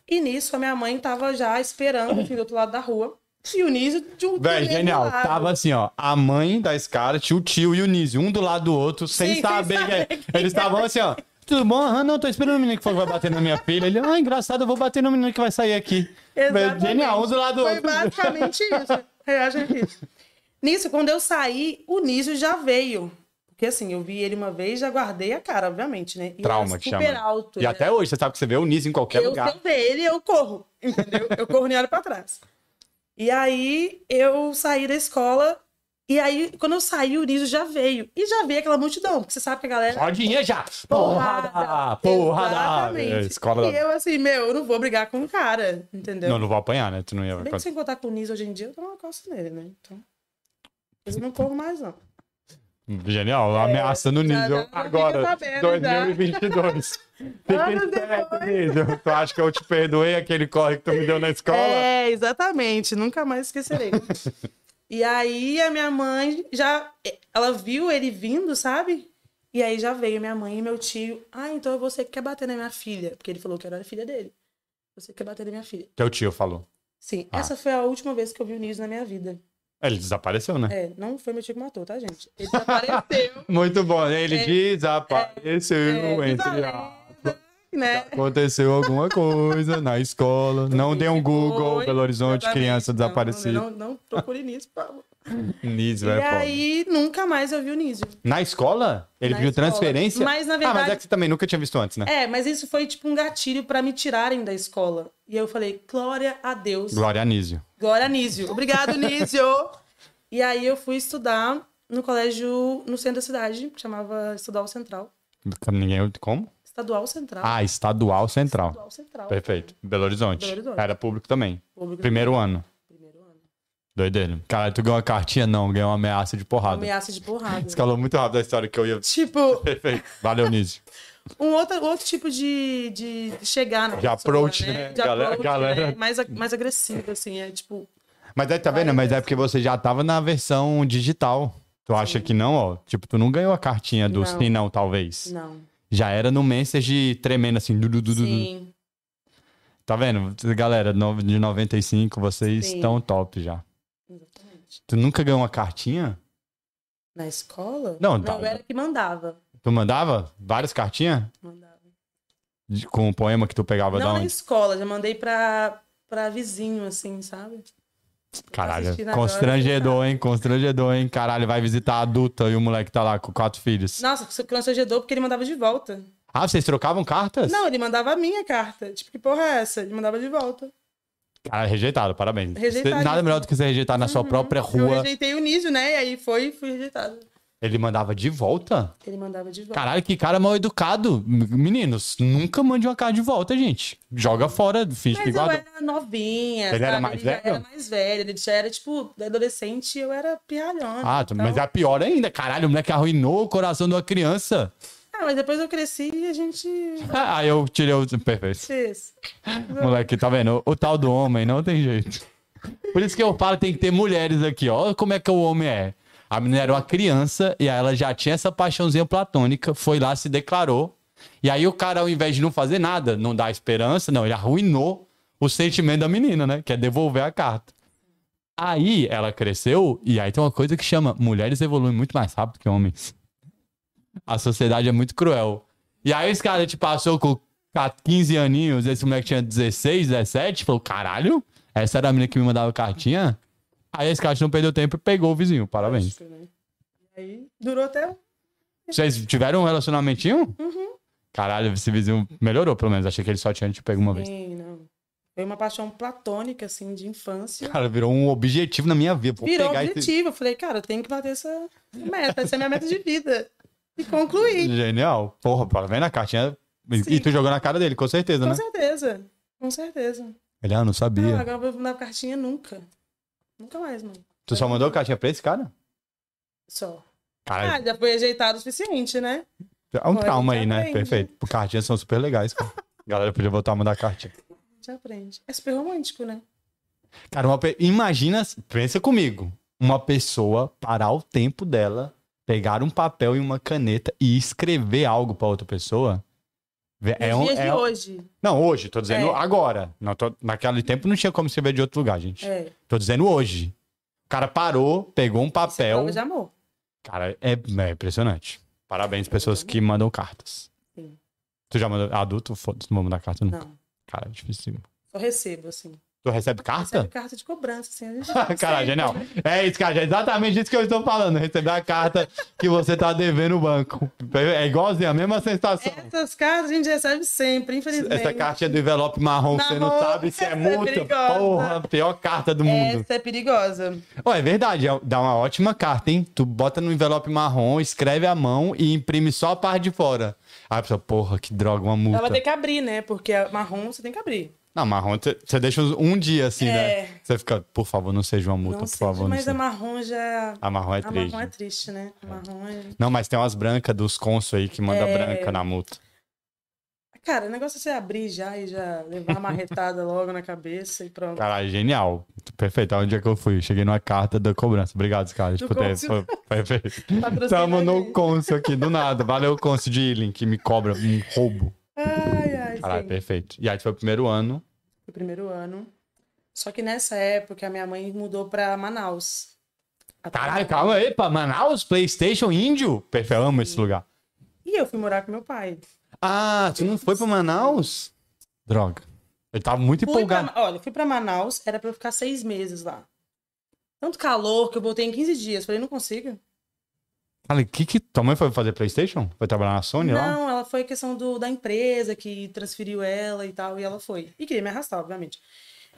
B: E nisso, a minha mãe tava já esperando, assim, do outro lado da rua. E o Nísio de um
A: Véi,
B: do
A: genial.
B: lado.
A: Tava assim, ó. A mãe da Scarlett, o tio e o Nísio, um do lado do outro, sem
B: Sim, sem
A: saber.
B: saber
A: quem é. Eles estavam assim, ó. Tudo bom? Ah, não, tô esperando o menino que falou que vai bater na minha filha. Ele, ah, engraçado, eu vou bater no menino que vai sair aqui.
B: Exatamente.
A: Genial, um do lado do
B: Foi
A: outro.
B: basicamente isso. Eu acho que é isso. Nisso, quando eu saí, o Nísio já veio. Porque assim, eu vi ele uma vez, já guardei a cara, obviamente, né? E
A: Trauma
B: era
A: que
B: super
A: chama.
B: alto.
A: E
B: né?
A: até hoje, você sabe que você vê o Nísio em qualquer
B: eu
A: lugar.
B: se eu ver ele, eu corro, entendeu? Eu corro nem olho pra trás. E aí, eu saí da escola, e aí, quando eu saí, o Nísio já veio. E já veio aquela multidão, porque você sabe que a galera... é
A: Rodinha já! Porrada! Porrada! É,
B: Exatamente.
A: Escola
B: E
A: da...
B: eu assim, meu, eu não vou brigar com o cara, entendeu?
A: Não, não vou apanhar, né? Tu não ia...
B: Se bem que se encontrar com o Niso hoje em dia, eu dou uma costa nele, né? Então. Eu não corro mais, não.
A: Genial,
B: É.
A: ameaçando o
B: já-
A: Nísio
B: já fica
A: agora,
B: sabendo, né? já.
A: 2022. Fica
B: Anos
A: esperto, Nísio. Tu acha que eu te perdoei aquele corre que tu me deu na escola?
B: É, exatamente. Nunca mais esquecerei. e aí a minha mãe já. Ela viu ele vindo, sabe? E aí já veio minha mãe e meu tio. Ah, então é você que quer bater na minha filha. Porque ele falou que era a filha dele. Você que quer bater na minha filha.
A: Teu é tio falou.
B: Sim,
A: Ah.
B: essa foi a última vez que eu vi o Niso na minha vida.
A: Ele desapareceu, né?
B: É, não foi meu tio que matou, tá, gente? Ele desapareceu.
A: Muito bom, né? Ele desapareceu entre
B: é,
A: a...
B: desapareceu, né?
A: Aconteceu alguma coisa na escola. Não dê um Google,
B: Foi,
A: Belo Horizonte,
B: exatamente.
A: criança
B: Não,
A: desaparecida.
B: Não, não, não procure nisso, por favor.
A: Nísio
B: e
A: é foda.
B: aí, nunca mais eu vi o Nísio.
A: Na escola? Ele
B: Na
A: pediu
B: escola.
A: transferência?
B: Mas, na
A: Ah, mas
B: verdade-
A: é que você também nunca tinha visto antes, né?
B: É, mas isso foi tipo um gatilho pra me tirarem da escola. E eu falei, glória a Deus.
A: Glória Anísio.
B: Glória a Nísio. Obrigado, Nísio. e aí eu fui estudar no colégio no centro da cidade, que chamava Estadual Central.
A: Ninguém... Como?
B: Estadual Central.
A: Ah, estadual central.
B: Estadual Central.
A: Perfeito. Belo Horizonte.
B: Belo Horizonte.
A: Era público também.
B: Público-
A: Primeiro ano.
B: Primeiro ano.
A: Doideira. Cara, tu ganhou uma cartinha? Não, ganhou uma ameaça de porrada.
B: Ameaça de porrada.
A: Escalou muito rápido a história que eu ia.
B: Tipo,
A: Perfeito. Valeu, Nísio.
B: um outro, outro tipo de, de de chegar na
A: De approach, né?
B: De
A: Galera-
B: approach,
A: galera-
B: né? Mais, ag- mais agressivo, assim. É tipo,
A: Mas é, tá vendo? Mas é porque você já tava na versão digital. Tu acha que não, ó? Tipo, tu não ganhou a cartinha do
B: Não.
A: sim, não, talvez.
B: Não.
A: Já era no message tremendo assim. du- du- du- du- du.
B: Sim.
A: Tá vendo? Galera, no- de 95, vocês
B: Sim.
A: estão top já.
B: Exatamente.
A: Tu nunca ganhou uma cartinha?
B: Na escola?
A: Não, tá.
B: não eu era que mandava.
A: Tu mandava várias cartinhas
B: mandava.
A: De- com o poema que tu pegava da
B: Não na
A: onde?
B: escola, já mandei pra, pra vizinho, assim, sabe?
A: Caralho,
B: assistindo agora,
A: constrangedor, hein? Constrangedor, hein? Caralho, vai visitar a adulta e o moleque tá lá com quatro filhos.
B: Nossa, você constrangedor porque ele mandava de volta.
A: Ah, vocês trocavam cartas?
B: Não, ele mandava a minha carta. Tipo, que porra é essa? Ele mandava de volta.
A: Cara, rejeitado, parabéns.
B: Rejeitadíssimo.
A: Nada melhor do que você rejeitar na sua própria
B: Uhum. Eu
A: rua.
B: rejeitei o Nísio, né? E aí foi, fui rejeitado.
A: Ele mandava de volta?
B: Ele mandava de volta.
A: Caralho, que cara mal educado. M- Meninos, nunca mande uma carta de volta, gente. Joga fora, finge que
B: Mas é. eu
A: guarda.
B: era novinha,
A: Ele era
B: sabe?
A: mais
B: já
A: velho?
B: era mais velho, ele já era, tipo, adolescente, eu era pirralhona.
A: Ah, tu-
B: então...
A: mas é pior ainda. Caralho, o moleque arruinou o coração de uma criança. Ah,
B: Ah, mas depois eu cresci e a gente...
A: Aí eu tirei o. Perfeito.
B: fez.
A: Moleque, tá vendo? O tal do homem não tem jeito. Por isso que eu falo, tem que ter mulheres aqui, ó. Como é que o homem é? A menina era uma criança e aí ela já tinha essa paixãozinha platônica, foi lá, se declarou. E aí o cara, ao invés de não fazer nada, não dar esperança, não, ele arruinou o sentimento da menina, né? Que é devolver a carta. Aí ela cresceu e aí tem uma coisa que chama: mulheres evoluem muito mais rápido que homens. A sociedade é muito cruel. E aí esse cara te passou com 15 aninhos, esse moleque tinha 16, 17, falou, caralho, essa era a menina que me mandava cartinha? Aí esse cara não perdeu tempo e pegou o vizinho, parabéns.
B: né? Aí durou até...
A: Vocês tiveram um relacionamentinho? Uhum. Caralho, esse vizinho melhorou pelo menos, achei que ele só tinha te pego uma vez.
B: Sim, não. Foi uma paixão platônica, assim, de infância.
A: Cara, virou um objetivo na minha vida. Vou
B: Virou
A: pegar esse-
B: objetivo. Eu falei, cara, eu tenho que bater essa meta, essa é a minha meta de vida. E concluí,
A: Genial. Porra, parabéns na cartinha. E-
B: Sim.
A: E tu jogou na cara dele, com certeza,
B: com
A: né?
B: certeza. Com certeza.
A: Ele, ah, não sabia.
B: Ah, agora eu vou mandar cartinha nunca. Nunca mais, mano.
A: tu só mandou cartinha pra esse cara?
B: Só.
A: Cara,
B: Ah, já foi ajeitado o suficiente, né?
A: é um
B: pode,
A: trauma aí, né?
B: aprende.
A: Perfeito. Cartinhas são super legais, cara. Galera, podia voltar a mandar cartinha.
B: Já aprende. É super romântico, né?
A: Cara, uma pe- imagina, pensa comigo, uma pessoa parar o tempo dela, pegar um papel e uma caneta e escrever algo pra outra pessoa. Vê- É
B: Nos
A: um,
B: dias
A: é
B: de
A: um-
B: hoje.
A: Não, hoje, tô dizendo
B: É.
A: agora. Não, tô- naquele tempo não tinha como escrever de outro lugar, gente.
B: É.
A: Tô dizendo hoje. O cara parou, pegou um
B: Isso é
A: papel.
B: prova de amor.
A: Cara, é, é impressionante. Parabéns, pessoas que mandam cartas.
B: Sim.
A: Tu já mandou adulto? Foda-se, não vou mandar carta nunca.
B: Não.
A: Cara, é difícil.
B: Só recebo, assim.
A: Tu recebe carta?
B: Recebe carta de cobrança, assim. A gente
A: Cara,
B: Sempre.
A: genial. É isso, cara. É exatamente isso que eu estou falando. Receber a carta que você tá devendo o banco. É igualzinho, a mesma sensação.
B: Essas cartas a gente recebe sempre, infelizmente.
A: Essa cartinha do envelope marrom, que você não
B: Marrom,
A: sabe se é
B: essa é
A: multa.
B: perigosa.
A: Porra, a pior carta do mundo.
B: Essa é perigosa.
A: Ó, é verdade, é- dá uma ótima carta, hein? Tu bota no envelope marrom, escreve a mão e imprime só a parte de fora. Aí a pessoa, porra, que droga, uma
B: Ela vai
A: multa.
B: ter que abrir, né? Porque a marrom você tem que abrir.
A: Não, marrom, você deixa uns- um dia assim,
B: É.
A: né? Você fica, por favor, não seja uma multa,
B: não
A: por
B: sei,
A: favor. não
B: mas
A: seja.
B: a marrom já.
A: A marrom é
B: a
A: triste.
B: marrom é triste, né? A marrom é.
A: Não, mas tem umas brancas dos consul aí que manda branca na multa.
B: Cara, o negócio é você abrir já e já levar uma marretada logo na cabeça e pronto.
A: Caralho, genial. Perfeito. Onde é que eu fui? Cheguei numa carta da cobrança. Obrigado, Scarlett,
B: Do
A: por ter.
B: cônsul.
A: foi- Perfeito.
B: Patrocina
A: Tamo
B: a
A: no
B: gente.
A: cônsul aqui, do nada. Valeu, cônsul de Ealing, que me cobra um roubo.
B: Ai, ai,
A: Caralho,
B: sim.
A: perfeito. E aí, tu foi o primeiro ano.
B: Foi o primeiro ano. Só que nessa época a minha mãe mudou pra Manaus. A
A: Caralho,
B: trabalhar.
A: calma aí, pá. Manaus, PlayStation, Índio. Perfeito, eu amo esse lugar.
B: E eu fui morar com meu pai.
A: Ah, tu não foi pra Manaus? Droga. Eu tava muito
B: Fui
A: empolgado.
B: pra- olha, fui pra Manaus, era pra eu ficar seis meses lá. Tanto calor que eu voltei em 15 dias. Falei, não consigo.
A: Cara, o que que. Tua mãe foi fazer PlayStation? Foi trabalhar na Sony lá?
B: Não, ela foi questão do, da empresa que transferiu ela e tal, e ela foi. E queria me arrastar, obviamente.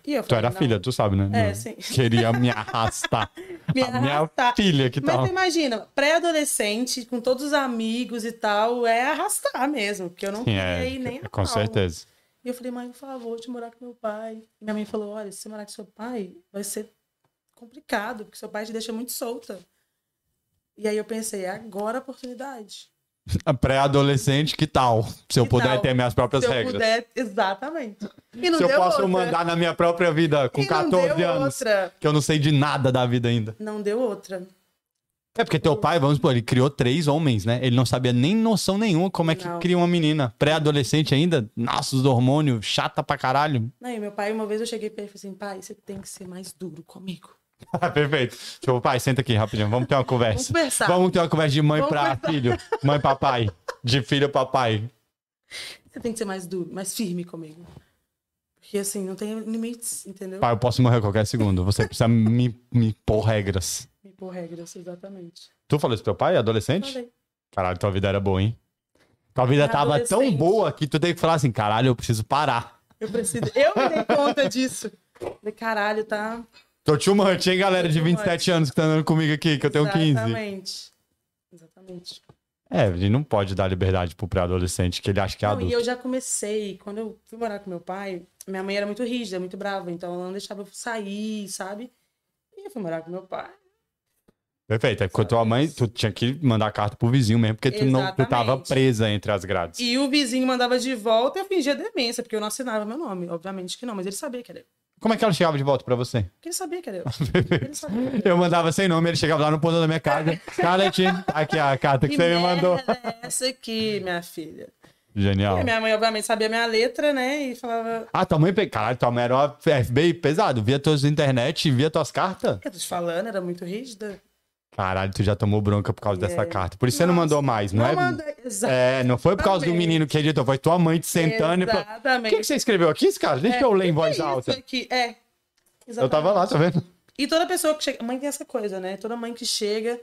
B: E eu
A: Tu era
B: não,
A: filha, tu sabe, né?
B: É,
A: Não.
B: sim.
A: Queria me arrastar.
B: Me
A: a minha é
B: arrastar.
A: filha então. que
B: Mas
A: tava.
B: você imagina, pré-adolescente, com todos os amigos e tal, é arrastar mesmo, porque eu não
A: Sim,
B: queria
A: é,
B: ir nem a
A: com
B: pau.
A: certeza.
B: E eu falei, mãe, por favor, de morar com meu pai. E minha mãe falou, olha, se você morar com seu pai, vai ser complicado, porque seu pai te deixa muito solta. E aí eu pensei, é agora a oportunidade.
A: Pré-adolescente, que tal? Se eu
B: Que
A: puder
B: tal?
A: ter minhas próprias
B: Se eu
A: regras.
B: puder, exatamente. E não
A: Se eu
B: deu
A: posso
B: outra.
A: mandar na minha própria vida com
B: E não
A: 14
B: deu
A: anos,
B: outra.
A: que eu não sei de nada da vida ainda.
B: Não deu outra.
A: É porque teu pai, vamos supor, ele criou três homens, né? Ele não sabia nem noção nenhuma como é que
B: Não.
A: cria uma menina. Pré-adolescente ainda, nossa, os hormônios, chata pra caralho.
B: Não, e meu pai, uma vez eu cheguei pra ele e falei assim, pai, você tem que ser mais duro comigo.
A: Perfeito. Tipo, pai, senta aqui rapidinho, vamos ter uma
B: Vamos
A: conversa.
B: conversar.
A: Vamos ter uma conversa de mãe
B: Vamos
A: pra
B: conversar.
A: filho, mãe pra pai, de filho pra pai.
B: Você tem que ser mais duro, mais firme comigo. Porque assim, não tem limites, entendeu?
A: Pai, eu posso morrer a qualquer segundo, você precisa me, me pôr regras.
B: Me pôr regras, exatamente.
A: Tu falou isso pro teu pai, adolescente?
B: Falei.
A: Caralho, tua vida era boa, hein? Tua vida
B: Era
A: tava tão
B: adolescente.
A: boa que tu tem que falar assim, caralho, eu preciso parar.
B: Eu preciso. Eu me dei conta disso. Falei, caralho, tá.
A: Tô too much, hein, galera de
B: Too much.
A: 27 anos que tá andando comigo aqui, que eu tenho 15.
B: Exatamente. Exatamente.
A: É, a gente não pode dar liberdade pro pré-adolescente que ele acha que é
B: Não, e
A: adulto.
B: eu já comecei, quando eu fui morar com meu pai, minha mãe era muito rígida, muito brava, então ela não deixava eu sair, sabe? E eu fui morar com meu pai.
A: Perfeito, é porque tua mãe, tu tinha que mandar carta pro vizinho mesmo, porque tu, não, tu tava
B: Exatamente.
A: presa entre as grades.
B: E o vizinho mandava de volta e eu fingia demência, porque eu não assinava meu nome. Obviamente que não, mas ele sabia que era eu.
A: Como é que ela chegava de volta pra você?
B: Porque ele sabia que era eu. Ele sabia. que era
A: Eu mandava sem nome, ele chegava lá no portão da minha casa. Scarlett, aqui a carta
B: eu.
A: que você me mandou. Tá.
B: merda é essa aqui, minha filha.
A: Genial.
B: E minha mãe, obviamente, sabia minha letra, né? E falava,
A: Ah, tua mãe. pe- Caralho, tua mãe era uma FBI pesado. Via tuas internet, via tuas cartas.
B: eu tô te falando, era muito rígida.
A: Caralho, tu já tomou bronca por causa
B: É.
A: dessa carta. Por isso você não
B: Nossa,
A: mandou mais, não,
B: Não
A: é?
B: manda. Exato.
A: É, não foi por causa do
B: Exatamente.
A: menino que editou, foi tua mãe te sentando e falou. O
B: Exatamente.
A: que, que você escreveu aqui, esse cara? Deixa
B: É,
A: eu ler em
B: que que
A: voz
B: é isso
A: alta.
B: Aqui? É.
A: Eu tava lá, tá vendo?
B: E toda pessoa que chega. Mãe tem essa coisa, né? Toda mãe que chega.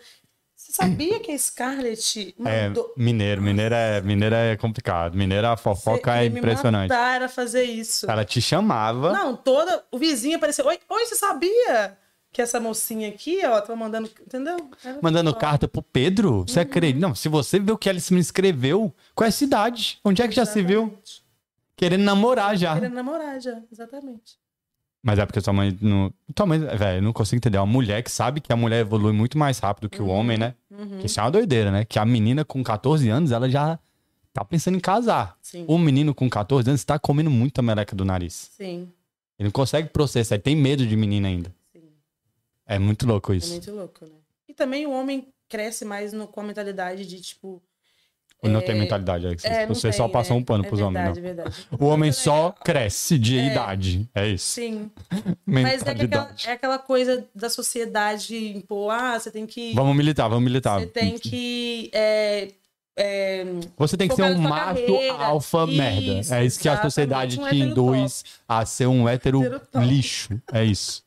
B: Você sabia que a Scarlett
A: É,
B: mandou.
A: mineiro, mineiro é, mineiro é complicado. Mineiro, a fofoca é
B: Ia me
A: impressionante. Tá
B: matar era fazer isso.
A: Ela te chamava.
B: Não, toda. O vizinho apareceu. Oi, oi, você sabia que essa mocinha aqui, ó, tava mandando. Entendeu? Era
A: Mandando
B: foda.
A: carta pro Pedro?
B: Uhum.
A: Você acredita? Não, se você vê o que ela se me escreveu, qual é a cidade? Onde é que já se viu? Ah.
B: Exatamente.
A: Querendo namorar já.
B: Querendo namorar já, exatamente.
A: Mas é porque sua mãe não. Tua mãe, velho, eu não consigo entender. É Uma mulher que sabe que a mulher evolui muito mais rápido que o homem, né?
B: Uhum.
A: Que isso é uma doideira, né? Que a menina com 14 anos, ela já tá pensando em casar.
B: Sim.
A: O menino com 14 anos tá comendo muita meleca do nariz.
B: Sim,
A: Ele não consegue processar, ele tem medo de menina ainda.
B: sim.
A: É muito louco
B: É
A: isso.
B: muito louco, né? E também o homem cresce mais no- com a mentalidade de, tipo.
A: Não tem mentalidade, Alex.
B: é, não
A: Você só
B: tem,
A: passa
B: né?
A: um pano
B: é
A: pros
B: verdade,
A: homens,
B: É verdade.
A: não. O homem só cresce de idade. É isso.
B: Sim. assim, Mas é, que aquela,
A: Mentalidade.
B: é aquela coisa da sociedade impor, ah, você tem que.
A: Vamos militar, vamos militar.
B: você tem que. é, é,
A: Você tem que ser
B: Focar
A: um
B: na sua
A: macho
B: carreira.
A: alfa
B: Isso,
A: merda. É isso que a
B: exatamente,
A: sociedade
B: um
A: te
B: hétero
A: induz a ser um hétero
B: Hétero top.
A: lixo. É isso.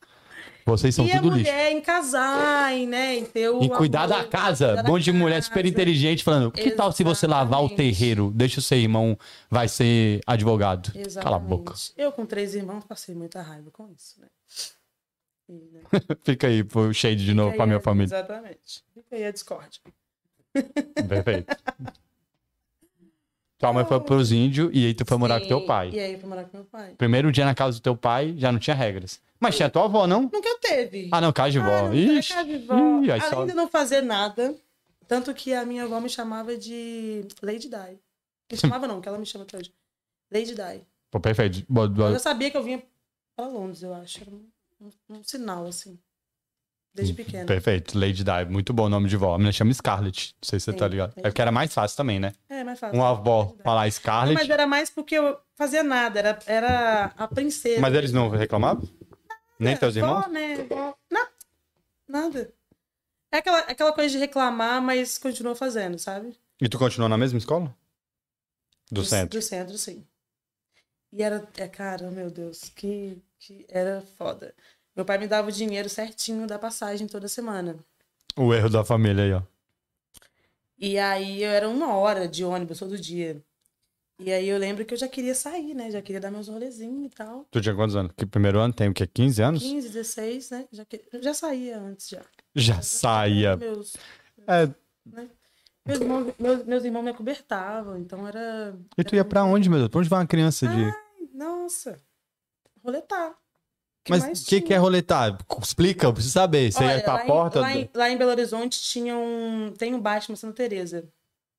A: Vocês são
B: e a
A: tudo lixo.
B: mulher em casar, em, né? Em ter o.
A: Em cuidar
B: amor,
A: da casa,
B: cuidar da
A: monte de mulher super
B: casa.
A: inteligente falando: que tal se você lavar o
B: Exatamente.
A: terreiro? Deixa o seu irmão, vai ser advogado.
B: Exatamente.
A: Cala a boca.
B: Eu, com três irmãos, passei muita raiva com isso, né? E, né,
A: Fica aí pro shade de novo
B: fica
A: pra
B: aí
A: minha
B: a-
A: família.
B: Exatamente. Fica aí a discórdia.
A: Perfeito. Tua mãe foi pros índios e aí tu foi morar com teu
B: E-
A: pai.
B: E aí eu fui morar com meu pai.
A: Primeiro dia na casa do teu pai já não tinha regras. Mas tinha tua avó, não?
B: Nunca teve.
A: Ah, não, casa de
B: Ah,
A: vó.
B: não,
A: Ixi.
B: pra cá de vó.
A: Ih, aí
B: Além
A: só-
B: de não fazer nada, tanto que a minha avó me chamava de Lady Di. Me chamava não, que ela me chama até hoje. Lady Di.
A: Pô, perfeito. Boa, boa.
B: Ela sabia que eu vinha pra Londres, eu acho. Era um, um- um sinal, assim.
A: Hum,
B: Desde pequena.
A: Perfeito. Lady Di, muito bom nome de vó. A menina chama Scarlett. Não sei se você
B: Sim,
A: tá ligado. É
B: Lady
A: porque era mais fácil também, né?
B: É, mais fácil.
A: Uma avó
B: Lady Di.
A: falar
B: Não, mas
A: Scarlett,
B: era mais porque eu fazia nada, era, era a princesa.
A: mas eles não reclamavam? Nem teus
B: Vó,
A: irmãos?
B: né? Vó. Não, nada. É aquela, aquela coisa de reclamar, mas continua fazendo, sabe?
A: E tu continuou na mesma escola? Do centro.
B: Do centro, sim. E era, é, cara, meu Deus, que, que era foda. Meu pai me dava o dinheiro certinho da passagem toda semana.
A: O erro da família aí, ó.
B: E aí eu era uma hora de ônibus todo dia. E aí eu lembro que eu já queria sair, né? Já queria dar meus rolezinhos e tal.
A: Tu tinha quantos anos? Que primeiro ano tem o quê? 15 anos?
B: 15, 16, né? Já, que... eu já saía antes já.
A: Já saía.
B: Meus, né?
A: É,
B: meus, irmãos, meus, meus irmãos me acobertavam, então era.
A: e tu ia pra onde, meu Deus? Pra onde vai uma criança de.
B: Ah, Nossa! Roletar.
A: mas
B: mais
A: o que,
B: tinha?
A: que é roletar? Explica, eu preciso saber. Você ia
B: Olha,
A: pra
B: lá em-
A: porta.
B: lá, em, lá em Belo Horizonte tinha um. Tem um Batman Santa Teresa.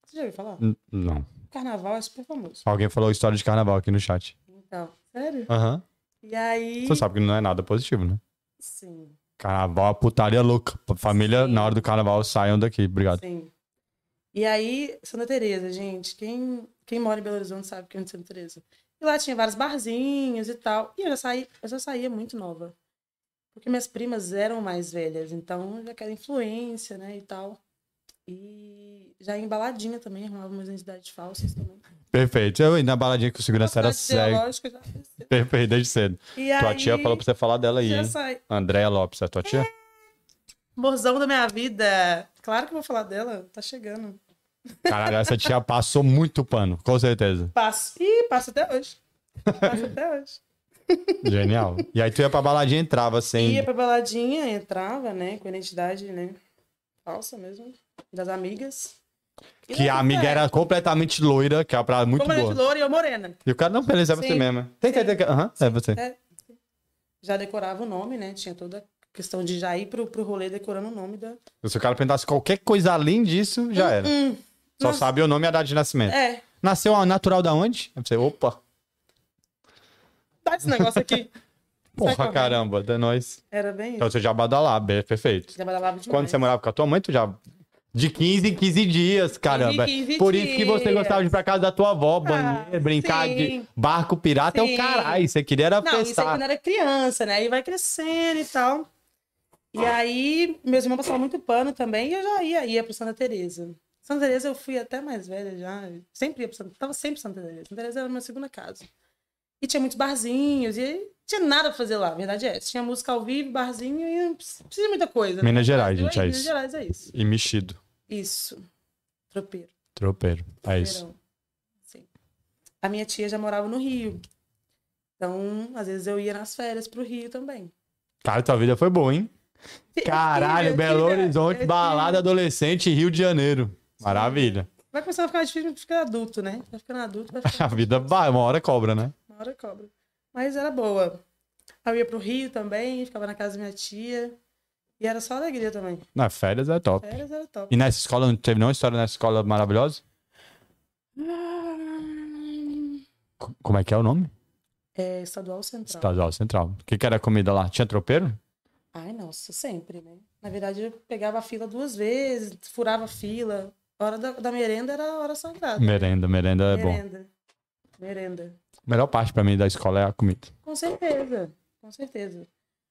B: Você já ouviu falar?
A: N- Não.
B: Carnaval é super famoso.
A: Alguém falou história de carnaval aqui no chat.
B: Então, sério?
A: Aham.
B: E aí.
A: Você sabe que não é nada positivo, né?
B: Sim.
A: Carnaval, putaria louca. Família,
B: Sim.
A: na hora do carnaval, saiam daqui. Obrigado.
B: Sim. E aí, Santa Teresa, gente, quem, quem mora em Belo Horizonte sabe que é onde Santa Teresa. E lá tinha vários barzinhos e tal. E eu já saí, eu já saía muito nova. Porque minhas primas eram mais velhas, então já aquela influência, né, e tal. E já em baladinha também, arrumava umas identidades falsas também.
A: Perfeito. Eu, na baladinha que o segurança era
B: Faculdade
A: cego.
B: teológica, já fiz.
A: Perfeito, desde cedo.
B: E
A: Tua
B: aí,
A: tia falou pra você falar dela aí,
B: já
A: hein?
B: saí.
A: Andréa Lopes, é tua tia?
B: Morzão da minha vida. Claro que eu vou falar dela, tá chegando.
A: Caralho, essa tia passou muito pano, com certeza.
B: Passo. Ih, passo até hoje. Passo até hoje.
A: Genial. E aí tu ia pra baladinha e entrava assim, sem.
B: Ia pra baladinha, entrava, né? Com a identidade, né? Falsa mesmo. Das amigas. E
A: Que
B: lá,
A: a amiga
B: é,
A: era completamente loira, que é uma parada muito
B: Como era
A: boa.
B: de loura e eu morena.
A: E o cara, não, beleza, é você
B: Sim.
A: mesmo. Tem que, tem que. Aham, é você.
B: É. Já decorava o nome, né? Tinha toda a questão de já ir pro, pro rolê decorando o nome da.
A: Se o cara perguntasse qualquer coisa além disso, já era.
B: É. Hum,
A: Só
B: nossa.
A: sabe o nome e a data de nascimento.
B: É,
A: Nasceu a natural da onde? Aí você, opa,
B: dá tá esse negócio aqui.
A: porra,
B: correndo.
A: caramba, da nós.
B: Era bem
A: Então
B: isso.
A: você já badalava, bem, perfeito.
B: Já badalava demais.
A: Quando você morava com a tua mãe, tu já. De 15 em 15 dias, caramba.
B: 15
A: Por isso que você
B: dias. Ah,
A: gostava de ir pra casa da tua avó, banheiro, brincar
B: sim.
A: de barco pirata é o
B: Sim.
A: caralho. Você queria era
B: Não, isso é aí
A: festar.
B: quando era criança, né? Aí vai crescendo e tal. E aí, meus irmãos passavam muito pano também, e eu já ia, ia pro Santa Teresa. Santa Teresa eu fui até mais velha já, sempre ia pro Santa, tava sempre em Santa Teresa. Santa Teresa era a minha segunda casa. E tinha muitos barzinhos, e tinha nada pra fazer lá, a verdade é essa. Tinha música ao vivo, barzinho, e não precisa de muita coisa. né?
A: Minas Gerais,
B: Brasil
A: gente, é
B: Minas
A: isso.
B: Gerais é isso.
A: E mexido.
B: Isso. Tropeiro.
A: Tropeiro. É isso.
B: Verão. Sim. A minha tia já morava no Rio. Então, às vezes eu ia nas férias pro Rio também.
A: Cara, tua vida foi boa, hein?
B: Eu
A: Caralho,
B: tive, eu
A: Belo
B: tive, eu
A: Horizonte,
B: tive.
A: balada adolescente, Rio de Janeiro. Maravilha.
B: Vai começando a ficar difícil quando fica adulto, né? Vai ficando adulto, vai
A: A
B: ficar
A: vida vai, uma hora cobra, né?
B: uma hora cobra. Mas era boa. Aí eu ia pro Rio também, ficava na casa da minha tia. E era só alegria também.
A: Na férias é top.
B: Férias era top.
A: E nessa escola, não teve nenhuma história nessa escola maravilhosa? Co- Como é que é o nome?
B: É, estadual central.
A: Estadual Central. O que, que era a comida lá? Tinha tropeiro?
B: Ai, nossa, sempre, né? Na verdade, eu pegava a fila duas vezes, furava a fila. A hora da, da merenda era a hora sagrada.
A: Merenda, merenda é bom.
B: merenda. Merenda.
A: Melhor parte pra mim da escola é a comida.
B: Com certeza. Com certeza.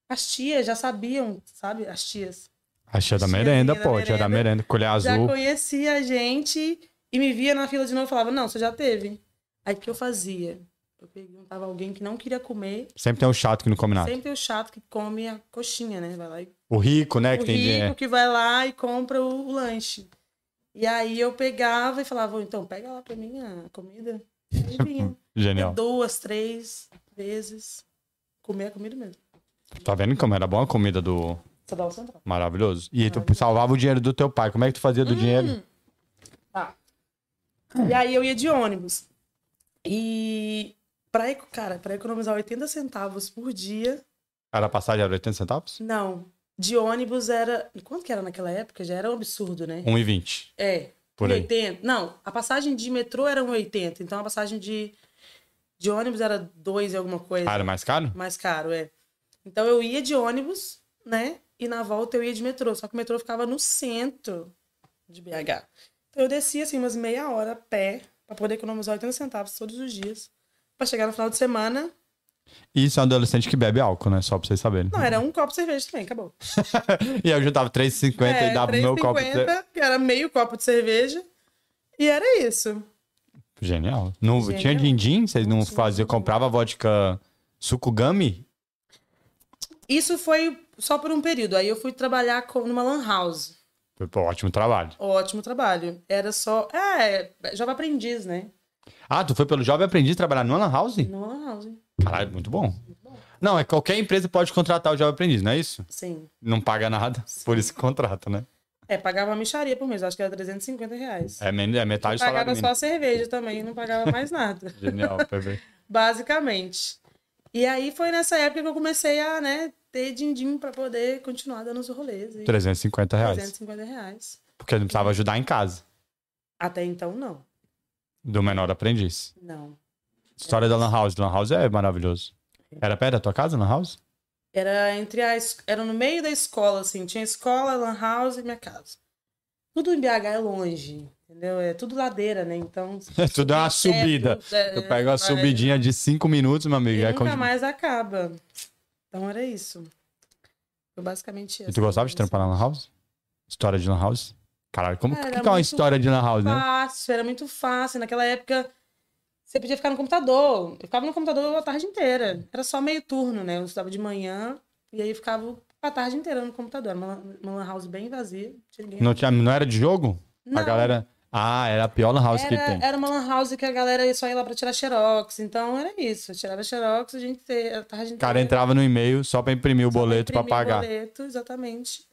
B: As tias já sabiam, sabe? As tias.
A: Achei da
B: Tinha
A: merenda,
B: comida,
A: pô, tinha da
B: merenda.
A: merenda. Colher
B: já
A: azul.
B: conhecia a gente e me via na fila de novo e falava, não, você já teve. Aí o que eu fazia? Eu perguntava a alguém que não queria comer.
A: Sempre tem um chato que não come nada.
B: Sempre tem o chato que come a coxinha, né? Vai lá e
A: O rico, né?
B: o
A: Que tem dinheiro.
B: rico que vai lá e compra o, o lanche. E aí eu pegava e falava, "Ô, então pega lá pra mim a comida. Aí vinha.
A: Genial.
B: Duas, três vezes. Comer a comida mesmo.
A: Tá vendo como era boa a comida do,
B: Só dá o central.
A: Maravilhoso. E aí tu
B: Maravilhoso. Hum.
A: salvava o dinheiro do teu pai. Como é que tu fazia do dinheiro? Hum.
B: E aí eu ia de ônibus. E pra, eco- cara, pra economizar 80 centavos por dia,
A: Era passagem era 80 centavos?
B: Não. De ônibus era. Quanto que era naquela época? Já era um absurdo, né?
A: 1,20.
B: É.
A: Por aí.
B: 80. Não, a passagem de metrô era 1,80. Então a passagem de, de ônibus era 2 e alguma coisa.
A: Ah, era mais caro?
B: Mais caro, é. Então eu ia de ônibus, né? E na volta eu ia de metrô. Só que o metrô ficava no centro de BH. Então eu descia assim umas meia hora a pé pra poder economizar 80 centavos todos os dias. Pra chegar no final de semana.
A: E Isso é um adolescente que bebe álcool, né? Só pra vocês saberem.
B: Não, era um copo de cerveja também, acabou.
A: E aí eu juntava 3,50
B: É,
A: e dava o meu copo. De...
B: 3,50, que era meio copo de cerveja. E era isso.
A: Genial. Não,
B: Genial.
A: Tinha din-din? Vocês não
B: Não tinha
A: faziam?
B: din-din.
A: Comprava vodka sucugami?
B: Isso foi só por um período. Aí eu fui trabalhar com, numa lan house.
A: Pô, ótimo trabalho.
B: Ótimo trabalho. Era só... É, jovem aprendiz, né?
A: Ah, tu foi pelo Jovem Aprendiz trabalhar no Lan House?
B: Numa lan house.
A: Caralho, muito bom. Não, é qualquer empresa pode contratar o Jovem Aprendiz, não é isso?
B: Sim.
A: Não paga nada, por isso que contrata, né?
B: É, pagava a micharia por mês. Acho que era 350 reais.
A: É, men- é metade do salário
B: pagava só
A: mínimo.
B: a cerveja também. Não pagava mais nada.
A: Genial, perfeito.
B: basicamente. E aí foi nessa época que eu comecei a, né, ter din-din pra poder continuar dando os rolês. E
A: 350 reais.
B: 350 reais.
A: Porque não precisava ajudar em casa.
B: Até então, não.
A: Do menor aprendiz.
B: Não.
A: História da Lan House. Lan House é maravilhoso. Era perto da tua casa, Lan House?
B: Era entre a es- era no meio da escola, assim, tinha escola, lan house e minha casa. Tudo em BH é longe, entendeu? É tudo ladeira, né? Então.
A: Tudo é uma subida. Eu pego uma subidinha de cinco minutos, meu amigo.
B: E
A: É
B: é, nunca
A: como-
B: mais acaba. Então era isso. Foi
A: E
B: basicamente isso.
A: tu gostava de trampar na Lan House? História de Lan House? Caralho, como
B: Cara,
A: que,
B: era
A: que é uma
B: muito
A: história de Lan House, né?
B: fácil, era muito fácil. Naquela época, você podia ficar no computador. Eu ficava no computador a tarde inteira. Era só meio turno, né? Eu estudava de manhã e aí ficava a tarde inteira no computador. Era uma, uma lan house bem vazia. Não tinha ninguém.
A: Não, tinha, não era de jogo? A
B: Não,
A: galera. Ah, era a pior Lan House que
B: era,
A: tem.
B: era uma lan house que a galera só ia lá pra tirar xerox. Então era isso. Eu tirava xerox, a gente te- a tarde inteira.
A: O cara entrava no e-mail só pra imprimir o
B: só
A: boleto pra
B: imprimir o
A: pagar.
B: boleto, exatamente.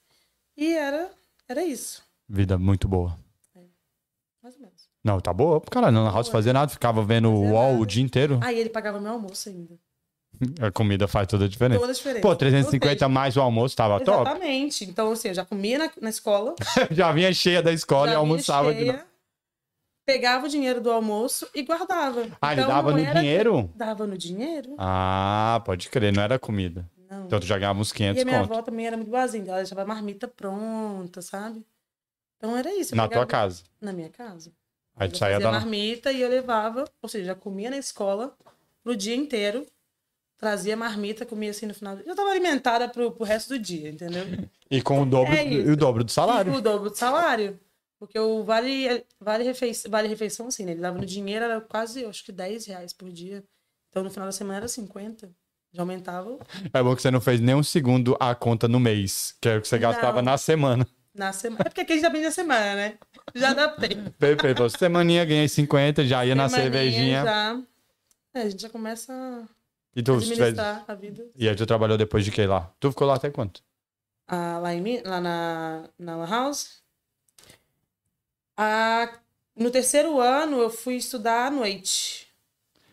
B: E era, era isso.
A: Vida muito boa.
B: Mais ou menos.
A: Não, tá boa, cara. Não, na house fazia nada, ficava vendo o
B: Fazia
A: UOL
B: nada.
A: o dia inteiro.
B: Aí ele pagava meu almoço ainda.
A: A comida faz toda a diferença.
B: Toda a diferença.
A: É. Pô,
B: Ou
A: 350 mais o almoço tava
B: seja,
A: é top.
B: Exatamente. Então, assim, eu já comia na, na escola.
A: Já vinha cheia da escola
B: já
A: e
B: vinha
A: almoçava de
B: cheia,
A: novo.
B: Pegava o dinheiro do almoço e guardava.
A: Ah, ele
B: Então,
A: dava
B: não
A: no
B: era-
A: dinheiro?
B: Dava no dinheiro?
A: Ah, pode crer, não era comida.
B: Não.
A: Então tu já ganhava uns
B: e
A: 500
B: a minha
A: conto
B: avó também era muito boazinha. Ela deixava a marmita pronta, sabe? Então era isso. eu
A: na tua
B: pegava-
A: casa.
B: Na minha casa.
A: Aí
B: eu
A: tu saía
B: fazia
A: da.
B: marmita e eu levava, ou seja, já comia na escola pro dia inteiro. Trazia marmita, comia assim no final. do- Eu tava alimentada pro, pro resto do dia, entendeu?
A: E com o dobro,
B: É isso.
A: e o dobro do salário.
B: O dobro do salário. Porque o vale, vale, refeição, vale refeição, assim, né? Ele dava no dinheiro, era quase, eu acho que 10 reais por dia. Então no final da semana era 50. Já aumentava
A: É bom que você não fez nem um segundo a conta no mês, que era o que você gastava
B: Não.
A: na semana.
B: na semana. É porque aqui a gente aprende na semana, né? Já adaptei.
A: Perfeito. Você Semaninha, ganhei 50, já ia na
B: Semaninha
A: cervejinha.
B: Já... É, a gente já começa a
A: E tu, se tivesse-
B: administrar a vida.
A: E aí tu trabalhou depois de que lá? Tu ficou lá até quanto?
B: Ah, lá, em, Mi- lá na, na Lan House. Ah, no terceiro ano eu fui estudar à noite.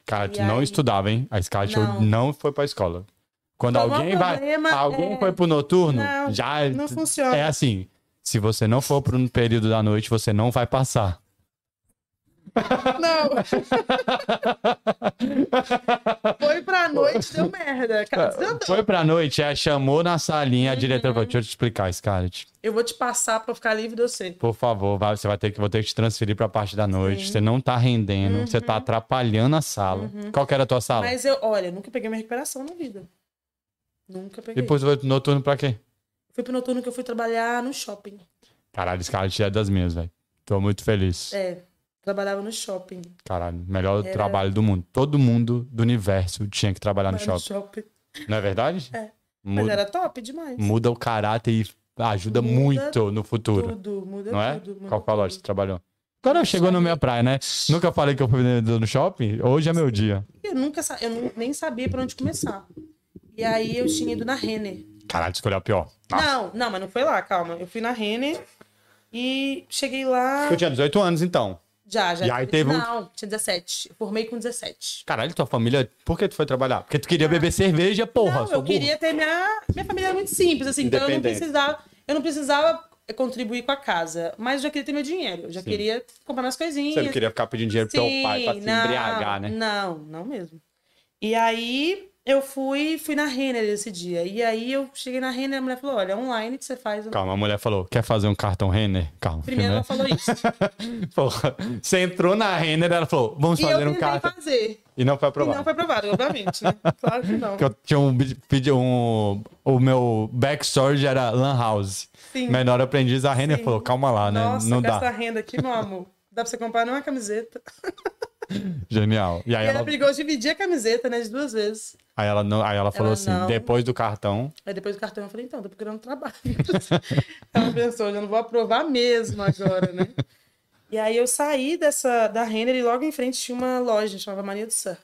A: Cara,
B: E
A: tu não
B: aí?
A: estudava, hein? A Scarlett
B: Não.
A: não. foi pra escola. Quando
B: Então, o
A: alguém
B: maior
A: vai.
B: problema
A: Alguém
B: é-
A: foi pro noturno,
B: Não,
A: já.
B: Não funciona.
A: É assim. Se você não for pro período da noite, você não vai passar.
B: Não. Foi pra noite, deu merda. Cara, desandou.
A: Foi pra noite, é, chamou na salinha, a
B: Uhum.
A: diretora falou: Deixa eu te explicar, Scarlett.
B: Eu vou te passar pra ficar livre de você.
A: Por favor, vai- você vai ter que, vou ter que te transferir pra parte da noite. Você não tá rendendo, você tá atrapalhando a sala. Qual que era a tua sala?
B: Uhum. Mas eu, olha, nunca peguei minha recuperação na vida. Nunca
A: E
B: peguei.
A: depois foi pro noturno pra quê?
B: Fui pro noturno que eu fui trabalhar no shopping.
A: Caralho, Scarlett é das minhas, velho. Tô muito feliz.
B: É, trabalhava no shopping.
A: Caralho, melhor
B: Era-
A: trabalho do mundo. Todo mundo do universo tinha que trabalhar Ah, no
B: Mas no
A: shopping.
B: shopping.
A: Não é verdade?
B: É. Mas
A: Muda,
B: era top demais.
A: muda o caráter e ajuda
B: Muda
A: muito no futuro.
B: Tudo, muda
A: não é?
B: tudo. muda
A: Qual foi a loja que
B: tudo.
A: você trabalhou? Agora chegou na minha praia, né? Nunca falei que eu fui vendedor no shopping. Hoje é meu dia.
B: Eu nunca sa- eu nu- nem sabia pra onde começar. E aí eu tinha ido na Renner.
A: Caralho, escolheu a pior. Nossa.
B: Não, não, mas não foi lá, calma. Eu fui na Renner e cheguei lá.
A: Eu tinha 18 anos, então.
B: Já, já.
A: E aí teve um-
B: Não, tinha 17. Eu formei com 17.
A: Caralho, tua família... Por que tu foi trabalhar? Porque tu queria beber cerveja, porra.
B: Ah. não,
A: seu
B: eu
A: burro.
B: queria ter minha. Minha família era muito simples, assim, então eu não
A: Independente.
B: precisava. Eu não precisava contribuir com a casa, mas eu já queria ter meu dinheiro. Eu já queria comprar minhas coisinhas.
A: Você não queria ficar pedindo dinheiro pro teu pai pra se
B: não,
A: embriagar, né?
B: Não, não mesmo. E aí eu fui, fui na Renner esse dia. E aí eu cheguei na Renner e a mulher falou: olha, é online que você faz.
A: Calma, a mulher falou, quer fazer um cartão Renner? Calma. né?
B: Primeiro ela falou isso.
A: Porra, você entrou na Renner, ela falou, vamos
B: e eu
A: fazer
B: tentei
A: um cartão.
B: fazer.
A: E não foi
B: E não
A: aprovado.
B: foi aprovado, obviamente, né? Claro que não.
A: Porque eu tinha um bi- vídeo, um... O meu backstory era Lan House.
B: Sim.
A: Menor aprendiz, a Renner falou, calma lá, né?
B: Nossa,
A: não
B: com
A: dá.
B: essa renda aqui, meu amor. Dá pra você comprar numa camiseta.
A: Genial. E aí
B: E ela
A: ela,
B: brigou de dividir a camiseta, né? De duas vezes.
A: aí ela, não- aí ela falou
B: Ela
A: assim,
B: não.
A: depois do cartão...
B: Aí depois do cartão eu falei, então, tô procurando trabalho. ela pensou, eu não vou aprovar mesmo agora, né? E aí eu saí dessa, da Renner e logo em frente tinha uma loja, chamava Mania do Surf.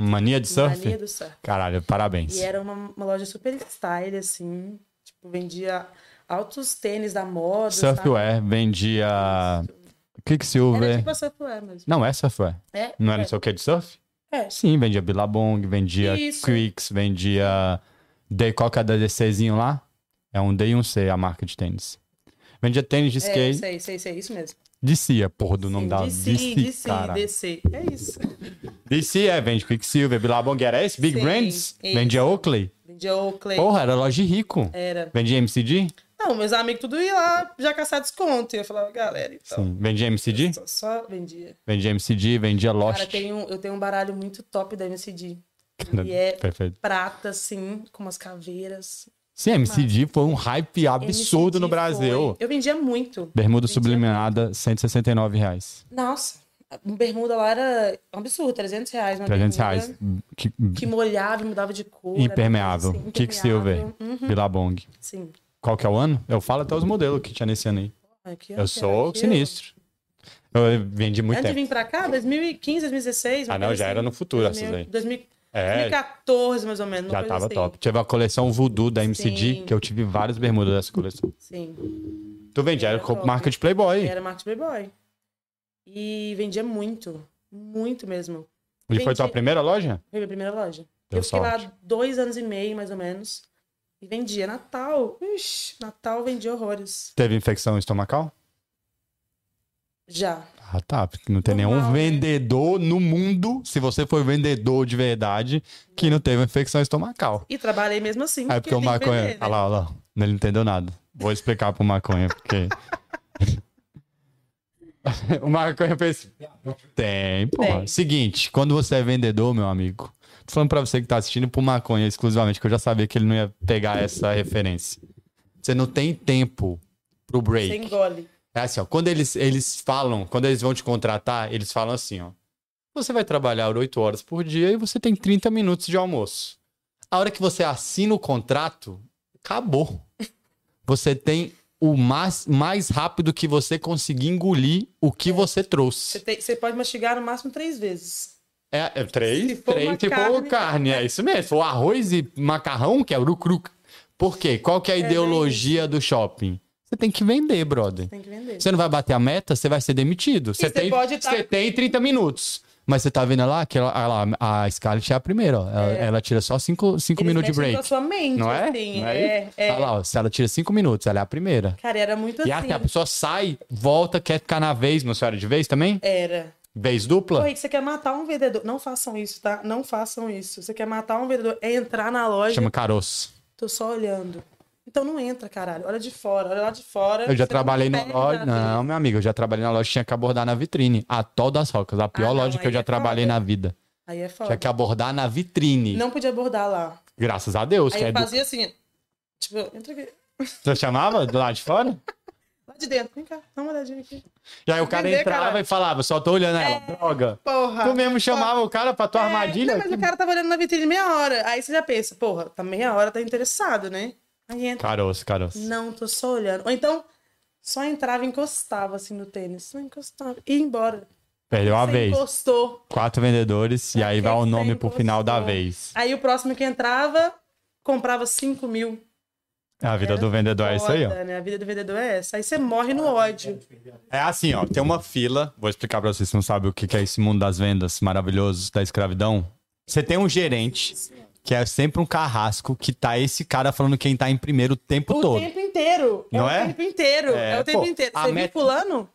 A: Mania de surf?
B: Mania do Surf.
A: Caralho, parabéns.
B: E era uma, uma loja super style, assim. Tipo, vendia altos tênis da moda,
A: Surfwear vendia...
B: sabe?
A: Quicksilver...
B: Era tipo a Surfwear mesmo.
A: Não, é surfwear.
B: É,
A: né? Não era
B: é.
A: não sei o que de surf?
B: É.
A: Sim, vendia Billabong, vendia
B: Isso.
A: Quicks, vendia Day Coca da DCzinho lá. É um D e um C a marca de tênis. Vendia tênis de
B: É,
A: skate.
B: sei, sei, sei, isso mesmo.
A: DC é porra do nome da
B: DC,
A: DC,
B: DC,
A: cara.
B: DC. É isso.
A: DC é, vende Quicksilver, Billabong, era esse? Big
B: Sim,
A: Brands?
B: isso.
A: Vendia Oakley.
B: Joe Clay.
A: Porra, era loja de rico.
B: Era.
A: Vendia MCD?
B: Não, meus amigos tudo ia lá já caçar desconto. E eu falava, galera, então.
A: Sim. Vendia MCD?
B: Só, só vendia.
A: Vendia MCD, vendia Lost.
B: Cara, tem um- eu tenho um baralho muito top da MCD. E é
A: Perfeito.
B: prata, sim, com umas caveiras.
A: Sim, MCD foi um hype absurdo
B: MCD
A: no Brasil.
B: foi- Eu vendia muito.
A: Bermuda
B: Vendia
A: subliminada, R$ 169 reais.
B: Nossa, uma bermuda lá era um absurdo, 300 reais. Uma
A: 300
B: bermuda
A: reais. Que-
B: Que molhava e mudava de cor. era
A: Impermeável.
B: assim,
A: Kicksilver.
B: impermeável. Uhum,
A: Billabong.
B: sim.
A: Qual que é o ano? Eu falo até os modelos que tinha nesse ano aí.
B: Aqui, ó,
A: Eu
B: aqui,
A: sou
B: ó, aqui, ó.
A: sinistro. Eu vendi muito
B: Antes de
A: tempo.
B: vir pra cá, 2015, 2016. uma
A: Ah, não,
B: coisa
A: já era
B: assim.
A: no futuro essas
B: 2000,
A: aí.
B: 2000,
A: É,
B: 2014, mais ou menos. uma
A: já
B: coisa
A: tava
B: assim.
A: top. Tive a coleção Voodoo da MCD,
B: Sim.
A: que eu tive várias bermudas dessa coleção.
B: Sim.
A: Tu vendia, era
B: Era top.
A: marca de Playboy.
B: Era Martin Playboy. E vendia muito. Muito mesmo.
A: E foi
B: vendi.
A: tua primeira loja?
B: Foi minha primeira loja.
A: Deu
B: eu fiquei
A: sorte.
B: lá dois anos e meio, mais ou menos. E vendia. Natal. Ixi, Natal vendia horrores.
A: Teve infecção estomacal?
B: Já.
A: Ah, tá. Porque não tem nenhum
B: Normal, né?
A: vendedor no mundo, se você for vendedor de verdade, que não teve infecção estomacal.
B: E trabalhei mesmo assim.
A: É porque o
B: tem que
A: maconha.
B: vender, né?
A: Olha lá, olha lá. Ele não entendeu nada. Vou explicar pro maconha, porque. o maconha pensa. Tem, porra.
B: Tem.
A: Seguinte, quando você é vendedor, meu amigo. Tô falando pra você que tá assistindo pro maconha exclusivamente, que eu já sabia que ele não ia pegar essa referência. Você não tem tempo pro break.
B: Você engole.
A: É assim, ó. Quando eles, eles falam, quando eles vão te contratar, eles falam assim, ó. Você vai trabalhar 8 horas por dia e você tem 30 minutos de almoço. A hora que você assina o contrato, acabou. Você tem o mais, mais rápido que você conseguir engolir o
B: É.
A: que você
B: Você,
A: trouxe.
B: tem- você pode mastigar no máximo três vezes.
A: É, é três,
B: Se for
A: três,
B: uma
A: tipo carne,
B: carne- né?
A: é isso mesmo. Se for arroz e macarrão, que é urucruc. Por quê? Qual que é a ideologia do shopping? Você tem que vender, brother.
B: Tem que vender.
A: Você não vai bater a meta, você vai ser demitido. Você
B: você
A: tem,
B: pode tá-
A: você tem 30 minutos. Mas você tá vendo lá que ela, ela- a Scarlett é a primeira, ó. Ela, ela tira só 5
B: Eles
A: minutos de
B: mexem com a
A: break.
B: sua mente,
A: Não é?
B: assim.
A: Não
B: é,
A: isso?
B: é.
A: Olha lá, ó, se ela tira 5 minutos, ela é a primeira.
B: Cara, era muito
A: E assim, a
B: assim.
A: pessoa sai, volta, quer ficar na vez, não senhora de vez também?
B: Era.
A: Vez dupla?
B: Pô, aí que você quer matar um vendedor. Não façam isso, tá? Não façam isso. Você quer matar um vendedor, é entrar na loja.
A: Chama caroço.
B: Tô só olhando. Então não entra, caralho. Olha de fora, olha lá de fora.
A: Eu já
B: Você
A: trabalhei
B: não
A: na
B: perde
A: loja.
B: nada.
A: Não, meu amigo, eu já trabalhei na loja, tinha que abordar na vitrine. A Tol das Rocas, a pior
B: não,
A: loja que eu
B: aí
A: já
B: é
A: trabalhei
B: foda.
A: na vida.
B: Aí é
A: Tinha
B: foda.
A: que abordar na vitrine.
B: Não podia abordar lá.
A: Graças a Deus.
B: Aí
A: que é
B: eu
A: do-
B: fazia assim, tipo, entra aqui.
A: Você chamava do lado de fora?
B: Lá de dentro, vem cá, dá uma olhadinha aqui.
A: E aí o cara
B: Entender,
A: entrava
B: caralho.
A: e falava, só tô olhando ela, droga.
B: Porra.
A: Tu mesmo chamava o cara pra tua armadilha?
B: Ah, É, não, mas
A: Que-
B: o cara tava olhando na vitrine meia hora. Aí você já pensa, porra, tá meia hora, tá interessado, né? Aí entra.
A: Caroço, caroço.
B: Não, tô só olhando. Ou então, só entrava e encostava assim no tênis. Só encostava. E ia embora.
A: Perdeu uma
B: Você
A: vez.
B: encostou.
A: Quatro vendedores e aí vai o
B: Você
A: nome pro
B: encostou.
A: final da vez.
B: Aí o próximo que entrava, comprava 5 mil.
A: A vida do vendedor é isso aí, ó.
B: Foda, né? A vida do vendedor é essa. Aí você morre no ódio.
A: É assim, ó, tem uma fila. Vou explicar pra vocês que não sabem o que que é esse mundo das vendas maravilhoso da escravidão. Você tem um gerente, que é sempre um carrasco, que tá esse cara falando quem tá em primeiro o tempo
B: O
A: todo.
B: tempo inteiro.
A: Não
B: o
A: é?
B: tempo inteiro.
A: É,
B: É, o tempo
A: pô,
B: inteiro.
A: a
B: Você viu
A: meta-
B: fulano?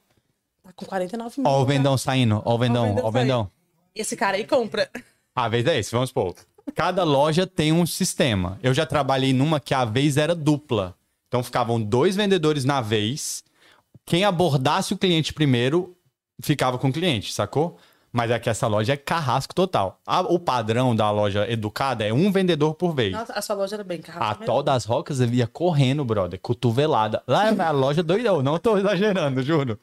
B: Tá com 49 mil.
A: Ó, o
B: cara.
A: vendão saindo, ó, o vendão, ó, o
B: vendão
A: vendão.
B: Esse cara aí compra.
A: A vez é esse, vamos supor. Cada loja tem um sistema. Eu já trabalhei numa que a vez era dupla. Então ficavam dois vendedores na vez. Quem abordasse o cliente primeiro ficava com o cliente, sacou? Mas é que essa loja é carrasco total. A- o padrão da loja educada é um vendedor por vez.
B: Nossa, a sua loja era bem carrasco.
A: A
B: mesmo.
A: Tol das Rocas eu via correndo, brother, cotovelada. Lá na loja doidão, não tô exagerando, juro.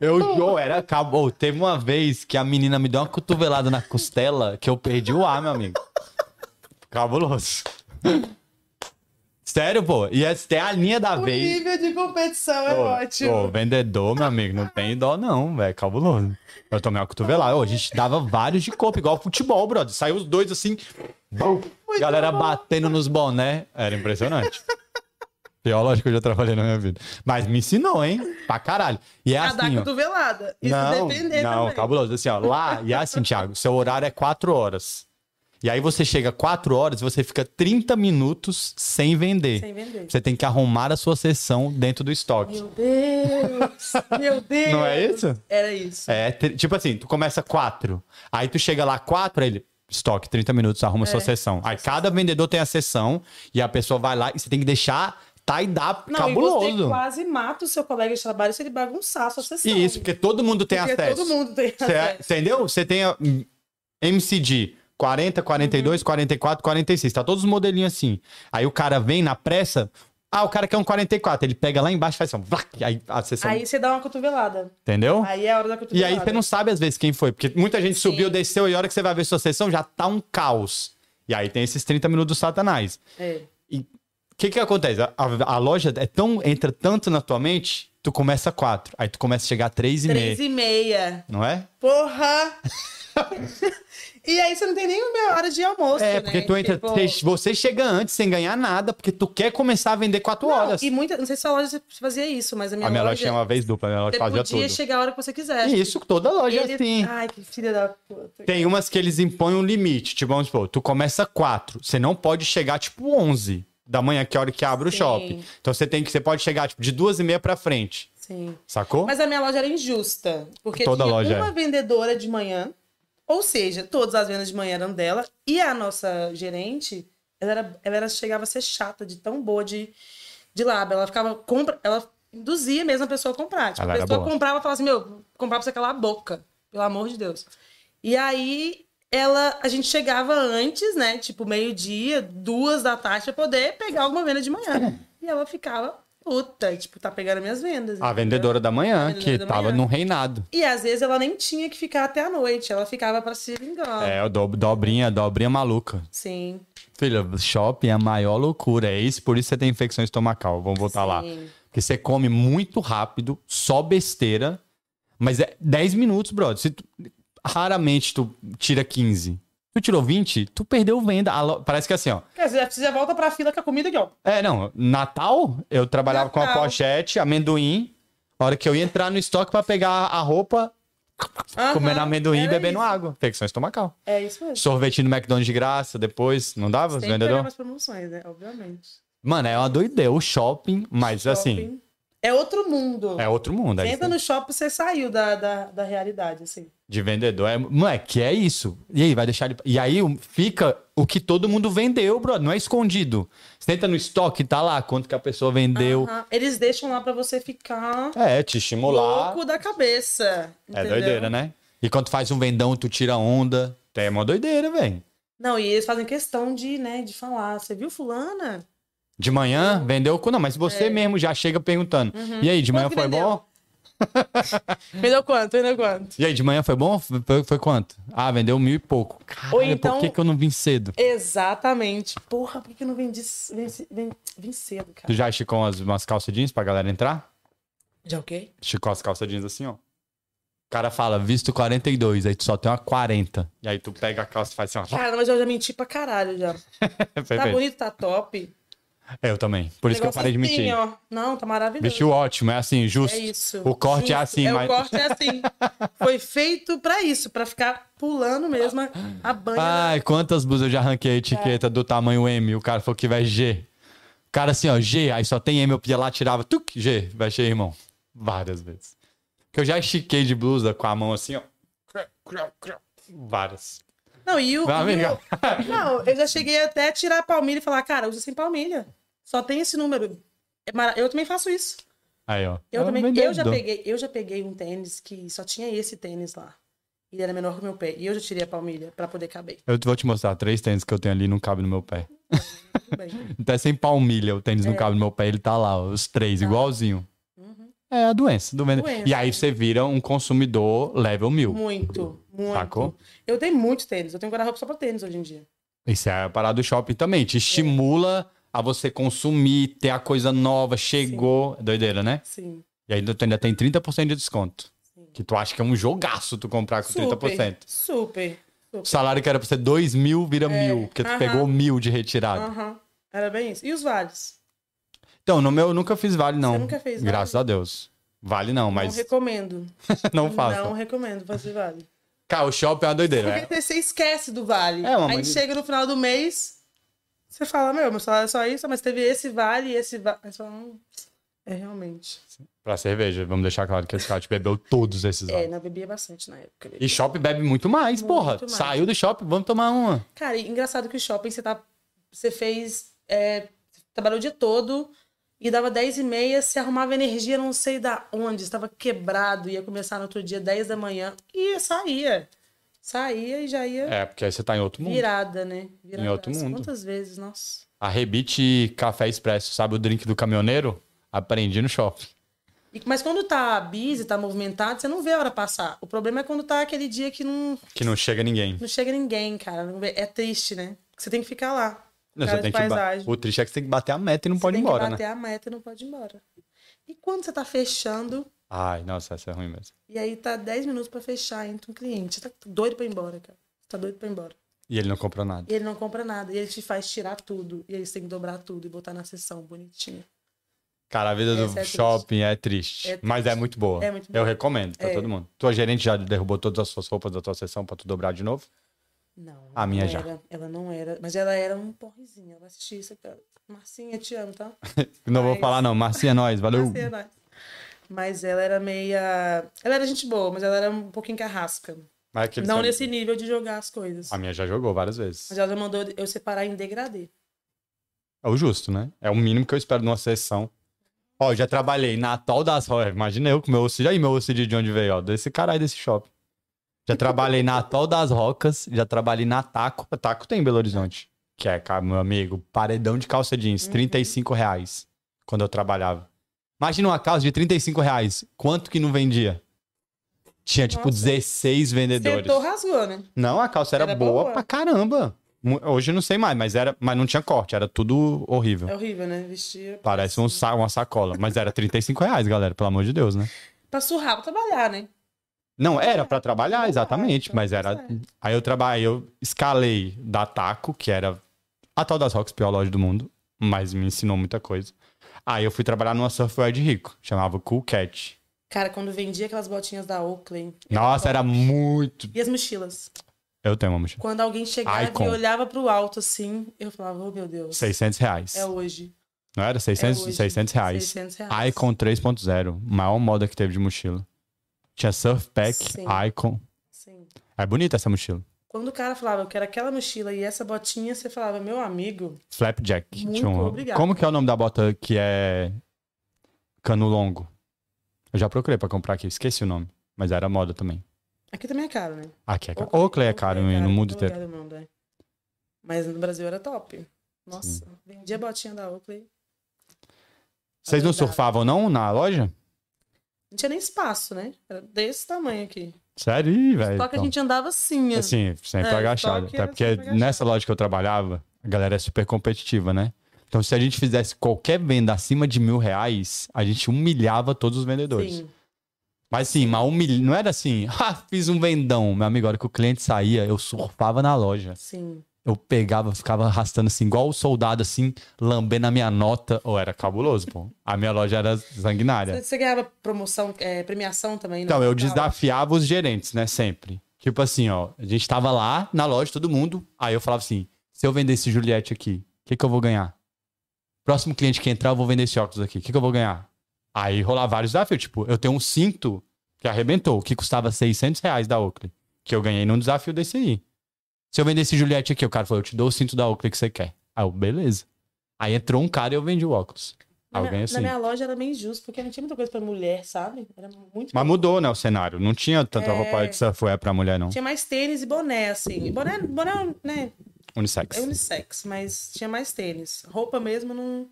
A: Eu, eu era, acabou. Teve uma vez que a menina me deu uma cotovelada na costela que eu perdi o ar, meu amigo. Cabuloso. Sério, pô. E essa tem a linha da
B: O
A: vez.
B: nível de competição é
A: Ô,
B: ótimo.
A: ô, vendedor, meu amigo, não tem dó não, velho, cabuloso. Eu tomei uma cotovelada. Ô, a gente dava vários de copo, igual futebol, brother. Saiu os dois assim, bum, galera batendo nos boné. Era impressionante. Pior lógico que eu já trabalhei na minha vida. Mas me ensinou, hein? Pra caralho. E é
B: a dar
A: assim, ó.
B: cotovelada. Isso
A: Não,
B: depender
A: não,
B: também.
A: cabuloso. Assim, ó, lá, e é assim, Thiago, seu horário é 4 horas. E aí você chega 4 horas e você fica 30 minutos sem vender.
B: Sem vender.
A: Você tem que arrumar a sua sessão dentro do estoque.
B: Meu Deus! Meu Deus!
A: Não é isso?
B: Era isso.
A: É, te- tipo assim, tu começa quatro. Aí tu chega lá quatro, aí ele. estoque, 30 minutos, arruma
B: É.
A: sua sessão. Aí cada vendedor tem a sessão e a pessoa vai lá e você tem que deixar tie-up
B: Não, e você
A: cabuloso.
B: quase mata o seu colega de trabalho se ele bagunçar a sua sessão.
A: E isso, porque todo mundo tem
B: Porque
A: acesso.
B: todo mundo tem
A: Cê-
B: acesso.
A: entendeu? Você é tem a hum, MCD 40,
B: Uhum.
A: 42, 44, 46. Tá todos os modelinhos assim. Aí o cara vem na pressa. Ah, o cara quer um 44. Ele pega lá embaixo e faz assim. vlac, Aí a sessão.
B: Aí você dá uma cotovelada.
A: entendeu?
B: Aí é a hora da
A: e
B: cotovelada.
A: aí você não sabe às vezes quem foi. Porque muita gente subiu, desceu e a hora que você vai ver sua sessão já tá um caos. E aí tem esses 30 minutos do satanás.
B: É.
A: E o que que acontece? A, a- a loja é tão, entra tanto na tua mente, tu começa quatro. Aí tu começa a chegar a três e
B: Três
A: meia.
B: e meia.
A: Não é?
B: Porra! e aí você não tem nem uma hora de almoço,
A: É,
B: né?
A: porque tu entra.
B: Tipo,
A: cê- Você chega antes sem ganhar nada, porque tu quer começar a vender quatro
B: não,
A: horas.
B: E muita, não sei se a loja fazia isso, mas a minha,
A: a minha loja tinha uma vez dupla, a minha
B: Você
A: loja fazia
B: podia
A: tudo.
B: chegar a hora que você quisesse.
A: E isso toda loja é
B: Ele-
A: assim.
B: Ai, que filha da puta.
A: Tem umas que eles impõem um limite. Tipo, vamos supor, tu começa quatro. Você não pode chegar, tipo, 11 da manhã, que é a hora que abre o
B: Sim.
A: shopping. Então você tem que. Você pode chegar, tipo, de duas e meia pra frente.
B: Sim.
A: Sacou?
B: Mas a minha loja era injusta. Porque
A: Toda
B: tinha
A: loja
B: uma
A: é.
B: vendedora de manhã, ou seja, todas as vendas de manhã eram dela, e a nossa gerente, ela, era, ela era- chegava a ser chata de tão boa de, de lábio. Ela ficava. Compra, ela induzia mesmo a pessoa a comprar. Tipo,
A: Ela
B: a
A: era
B: pessoa
A: boa.
B: comprava e falava assim: meu, vou comprar pra você calar a boca. Pelo amor de Deus. E aí. Ela, a gente chegava antes, né? Tipo, meio-dia, duas da tarde, pra poder pegar alguma venda de manhã. E ela ficava puta, tipo, tá pegando minhas
A: A
B: vendas. entendeu?
A: vendedora da manhã,
B: vendedora
A: que
B: da
A: tava
B: manhã.
A: num reinado.
B: E às vezes ela nem tinha que ficar até a noite, ela ficava pra se vingar.
A: É, o do, dobrinha, dobrinha maluca.
B: Sim.
A: Filha, shopping é a maior loucura. É isso, por isso você tem infecção estomacal. Vamos voltar lá.
B: Sim.
A: Porque você come muito rápido, só besteira. Mas é 10 minutos, brother. Se tu- raramente tu tira 15. Tu tirou 20, tu perdeu venda. A lo- Parece que assim, ó.
B: Quer dizer, você já volta pra fila com a comida aqui, ó.
A: É, não. Natal, eu trabalhava com a
B: Natal.
A: pochete, amendoim. A hora que eu ia entrar no estoque pra pegar a roupa,
B: Aham,
A: comendo amendoim e
B: era
A: bebendo
B: isso.
A: água. Infecção estomacal.
B: É isso mesmo.
A: Sorvete no McDonald's de graça, depois. Não dava, os
B: Tem que pegar
A: vendedor?
B: umas promoções, né? Obviamente.
A: Mano, é uma doideira. O shopping, mas assim,
B: Shopping. É outro mundo.
A: é outro mundo. aí
B: Entra
A: você-
B: no shopping, você saiu da, da, da realidade, assim.
A: De vendedor. É, moleque, é isso. E aí, vai deixar ele. E aí o- fica o que todo mundo vendeu, bro. Não é escondido. Você entra no estoque, tá lá quanto que a pessoa vendeu.
B: Aham. Eles deixam lá pra você ficar
A: É, te estimular.
B: louco da cabeça.
A: é
B: entendeu?
A: doideira, né? E quando tu faz um vendão, tu tira onda. É uma doideira, velho.
B: Não, e eles fazem questão de, né, de falar. Você viu fulana?
A: De manhã, vendeu o cu. Não, mas você mesmo já chega perguntando. E aí, de manhã
B: É. Uhum. Quanto que
A: foi
B: vendeu?
A: bom?
B: Vendeu quanto? Vendeu quanto?
A: E aí, de manhã foi bom? Foi, foi quanto? Ah, vendeu mil e pouco. Caralho,
B: Ou então-
A: por que, que eu não vim cedo?
B: Exatamente. Porra, por que que eu não vendi, venci- ven- vim cedo,
A: Tu
B: cara?
A: já esticou umas, umas calça jeans pra galera entrar?
B: Já o quê?
A: esticou as calças jeans assim, ó. O cara fala, visto 42, aí tu só tem uma 40. E aí tu pega a calça e faz assim, ó.
B: Cara, mas eu já menti pra caralho já. Tá
A: Perfeito.
B: bonito, tá top.
A: eu também. Por isso que eu parei de
B: Negócio
A: mentir.
B: assim, ó. Não, tá maravilhoso.
A: Vestiu ótimo, é assim, justo.
B: É isso.
A: O corte é
B: Justo.
A: assim,
B: é,
A: mas.
B: O corte é assim. Foi feito pra isso, pra ficar pulando mesmo a- a banha.
A: Ai, quantas blusas eu já arranquei a etiqueta
B: É.
A: do tamanho M. O cara falou que vai G. O cara assim, ó, G, aí só tem M, eu ia lá, tirava, tuc, G, vai G, irmão. Várias vezes. Que eu já estiquei de blusa com a mão assim, ó. Crá, crá, crá. Várias.
B: Não, e o.
A: Vai,
B: e
A: amiga.
B: o- Não, eu já cheguei até a tirar a palmilha e falar, cara, usa sem palmilha. Só tem esse número. É mara- Eu também faço isso.
A: Aí, ó.
B: Eu
A: É um
B: também, eu já
A: vendedor.
B: peguei, eu já peguei um tênis que só tinha esse tênis lá. Ele era menor que o meu pé. E eu já tirei a palmilha pra poder caber.
A: Eu vou te mostrar três tênis que eu tenho ali não cabe no meu pé.
B: Tudo bem.
A: Até sem palmilha o
B: É.
A: tênis não cabe no meu pé, ele tá lá, ó, os três, igualzinho. É a doença, do vende-
B: Uhum. Doença. Uhum.
A: E aí você vira um consumidor level mil.
B: Muito, muito.
A: Sacou?
B: Eu tenho muitos tênis. Eu tenho guarda-roupa só pra tênis hoje em dia.
A: Isso é a parada do shopping também. Te estimula a você consumir, ter a coisa nova, chegou. Doideira, né?
B: Sim.
A: E ainda tu ainda tem 30% de desconto. Que tu acha que é um jogaço tu comprar com
B: Super,
A: 30%.
B: super.
A: O salário que era pra ser 2 mil vira mil, porque tu
B: É. Aham.
A: pegou mil de retirada.
B: Aham. Era bem isso. E os vales?
A: Então, no meu eu nunca fiz vale, não.
B: Você nunca fez vale?
A: Graças a Deus. Vale não,
B: Não
A: mas é
B: recomendo.
A: não faço.
B: Não recomendo fazer vale.
A: Cara, o shopping é uma doideira. né?
B: Porque você esquece do vale.
A: É uma
B: Aí
A: mania.
B: chega no final do mês, você fala, meu, meu salário é só isso, mas teve esse vale e esse vale. Aí você fala, hum, É realmente.
A: Pra cerveja, vamos deixar claro que esse cara te bebeu todos esses
B: É,
A: anos.
B: não bebia bastante na época.
A: E shopping bebe muito mais,
B: Muito
A: porra.
B: mais.
A: Saiu do shopping, vamos tomar uma.
B: Cara, e engraçado que o shopping você tá. Você fez. é, trabalhou o dia todo e dava 10 e meia, você arrumava energia não sei da onde, estava quebrado, ia começar no outro dia 10 da manhã e saía. Saía e já ia
A: É, porque aí você tá em outro mundo.
B: virada, né? Virada.
A: outro mundo.
B: Quantas vezes, nossa.
A: A Rebite Café Expresso, sabe o drink do caminhoneiro? Aprendi no shopping.
B: E- mas quando tá busy, tá movimentado, você não vê a hora passar. O problema é quando tá aquele dia que não,
A: Que não chega ninguém.
B: não chega ninguém, cara. Não vê- É triste, né? Porque Você tem que ficar lá.
A: Não,
B: Cara
A: você
B: de
A: tem que ba-
B: paisagem.
A: O triste é que você tem que bater a meta e não
B: Você
A: pode ir
B: tem
A: embora, né?
B: que bater a meta e não pode ir embora. E quando você tá fechando,
A: Ai, nossa, essa é ruim mesmo.
B: e aí tá 10 minutos pra fechar, entra um cliente. Você tá doido pra ir embora, cara. Você tá doido pra ir embora.
A: E ele não comprou nada.
B: E ele não compra nada. E ele te faz tirar tudo. E aí você tem que dobrar tudo e botar na sessão bonitinho.
A: Cara, a vida do
B: Essa é triste.
A: shopping é triste,
B: É triste.
A: Mas é muito boa.
B: É muito
A: Eu
B: boa.
A: recomendo pra
B: É.
A: todo mundo. Tua gerente já derrubou todas as suas roupas da tua sessão pra tu dobrar de novo?
B: Não.
A: A minha
B: não
A: já.
B: era. Ela não era. Mas ela era um porrezinho. Ela assistia isso, cara. Marcinha, te amo, tá?
A: Não vou
B: Mas-
A: falar, não. Marcia, é nóis. Valeu.
B: Marcinha, nós. Mas ela era meia. Ela era gente boa, mas ela era um pouquinho carrasca.
A: Mas aquele
B: não
A: seu-
B: nesse nível de jogar as coisas.
A: A minha já jogou várias vezes.
B: Mas ela já mandou eu separar em degradê.
A: É o justo, né? É o mínimo que eu espero numa sessão. Ó, já trabalhei na Atol das Roias. Imagina eu com meu OCD. Aí meu OCD de onde veio, ó. Desse caralho desse shopping. Já trabalhei na Atol das Rocas. Já trabalhei na Taco. A Taco tem em Belo Horizonte. Que é, cara, meu amigo, paredão de calça jeans. R$ 35 reais. Quando eu trabalhava. Imagina uma calça de 35 reais. Quanto que não vendia? Tinha, tipo,
B: Nossa.
A: 16 vendedores.
B: Sentou, rasgou, né?
A: Não, a calça era,
B: Era
A: boa,
B: boa.
A: pra caramba. Mu- Hoje eu não sei mais, mas era, mas não tinha corte, era tudo horrível.
B: É horrível, né? Vestia.
A: Parece um sa- uma sacola, mas era 35 reais, galera, pelo amor de Deus, né?
B: Pra surrar, pra trabalhar, né?
A: Não, era pra trabalhar,
B: Trabalhar,
A: exatamente,
B: então
A: mas
B: tá
A: era...
B: certo.
A: Aí eu trabalhei, eu escalei da Taco, que era a tal das rocks pior loja do mundo, mas me ensinou muita coisa. Aí eu fui trabalhar numa surfwear de rico, chamava Cool Cat.
B: Cara, quando vendia aquelas botinhas da Oakley.
A: Nossa, era muito...
B: E as mochilas.
A: Eu tenho uma mochila.
B: Quando alguém chegava
A: Icon.
B: e olhava pro alto assim, eu falava, oh meu Deus.
A: 600 reais.
B: É hoje.
A: Não era? 600,
B: é hoje.
A: 600 reais.
B: 600 reais.
A: Icon 3.0, maior moda que teve de mochila. Tinha Surf Pack,
B: Sim.
A: Icon.
B: Sim.
A: É bonita essa mochila.
B: Quando o cara falava, eu quero aquela mochila e essa botinha, você falava, meu amigo,
A: Flapjack.
B: Muito
A: Tinha um-
B: obrigado.
A: Como que é o nome da bota que é cano longo? Eu já procurei pra comprar aqui, esqueci o nome, mas era moda também.
B: aqui também é caro, né?
A: Aqui é caro. Oakley é caro
B: Oakley
A: no
B: em
A: mundo
B: todo
A: inteiro.
B: lugar do mundo, é. Mas no Brasil era top. Nossa, vendia a botinha da Oakley.
A: Vocês não
B: Obrigado.
A: surfavam não na loja?
B: Não tinha nem espaço, né? Era desse tamanho aqui.
A: Sério, Ih,
B: Só
A: velho.
B: que a
A: então.
B: gente andava assim, assim.
A: Assim, sempre
B: É,
A: agachado.
B: estoque
A: Até
B: era
A: porque
B: sempre agachado.
A: nessa loja que eu trabalhava, a galera é super competitiva, né? Então, se a gente fizesse qualquer venda acima de mil reais, a gente humilhava todos os vendedores.
B: Sim.
A: Mas sim, mas humil... não era assim, ah, fiz um vendão. Meu amigo, a hora que o cliente saía, eu surfava na loja.
B: Sim.
A: Eu pegava, ficava arrastando assim, igual o soldado, assim, lambendo a minha nota. Ou era cabuloso, pô. A minha loja era sanguinária.
B: Você, você ganhava promoção, é, premiação também?
A: É. Então, eu desafiava os gerentes, né? Sempre. Tipo assim, ó, a gente tava lá na loja, todo mundo. Aí eu falava assim: se eu vender esse Juliette aqui, o que, que eu vou ganhar? Próximo cliente que entrar, eu vou vender esse óculos aqui. O que, que eu vou ganhar? Aí rolar vários desafios. Tipo, eu tenho um cinto que arrebentou, que custava 600 reais da Oakley, que eu ganhei num desafio desse aí. Se eu vender esse Juliette aqui, o cara falou: eu te dou o cinto da Oakley que você quer. Aí eu, beleza. Aí entrou um cara e eu vendi o óculos. Aí
B: Na,
A: eu ganhei
B: minha-
A: o
B: na
A: cinto.
B: minha loja era meio injusto, porque não tinha muita coisa pra mulher, sabe? Era muito.
A: Mas mudou, né, o cenário. Não tinha tanta
B: É.
A: roupa de surfwear pra mulher, não.
B: Tinha mais tênis e boné, assim. E Boné, boné né,
A: Unissex.
B: é unissex, mas tinha mais tênis. Roupa mesmo não,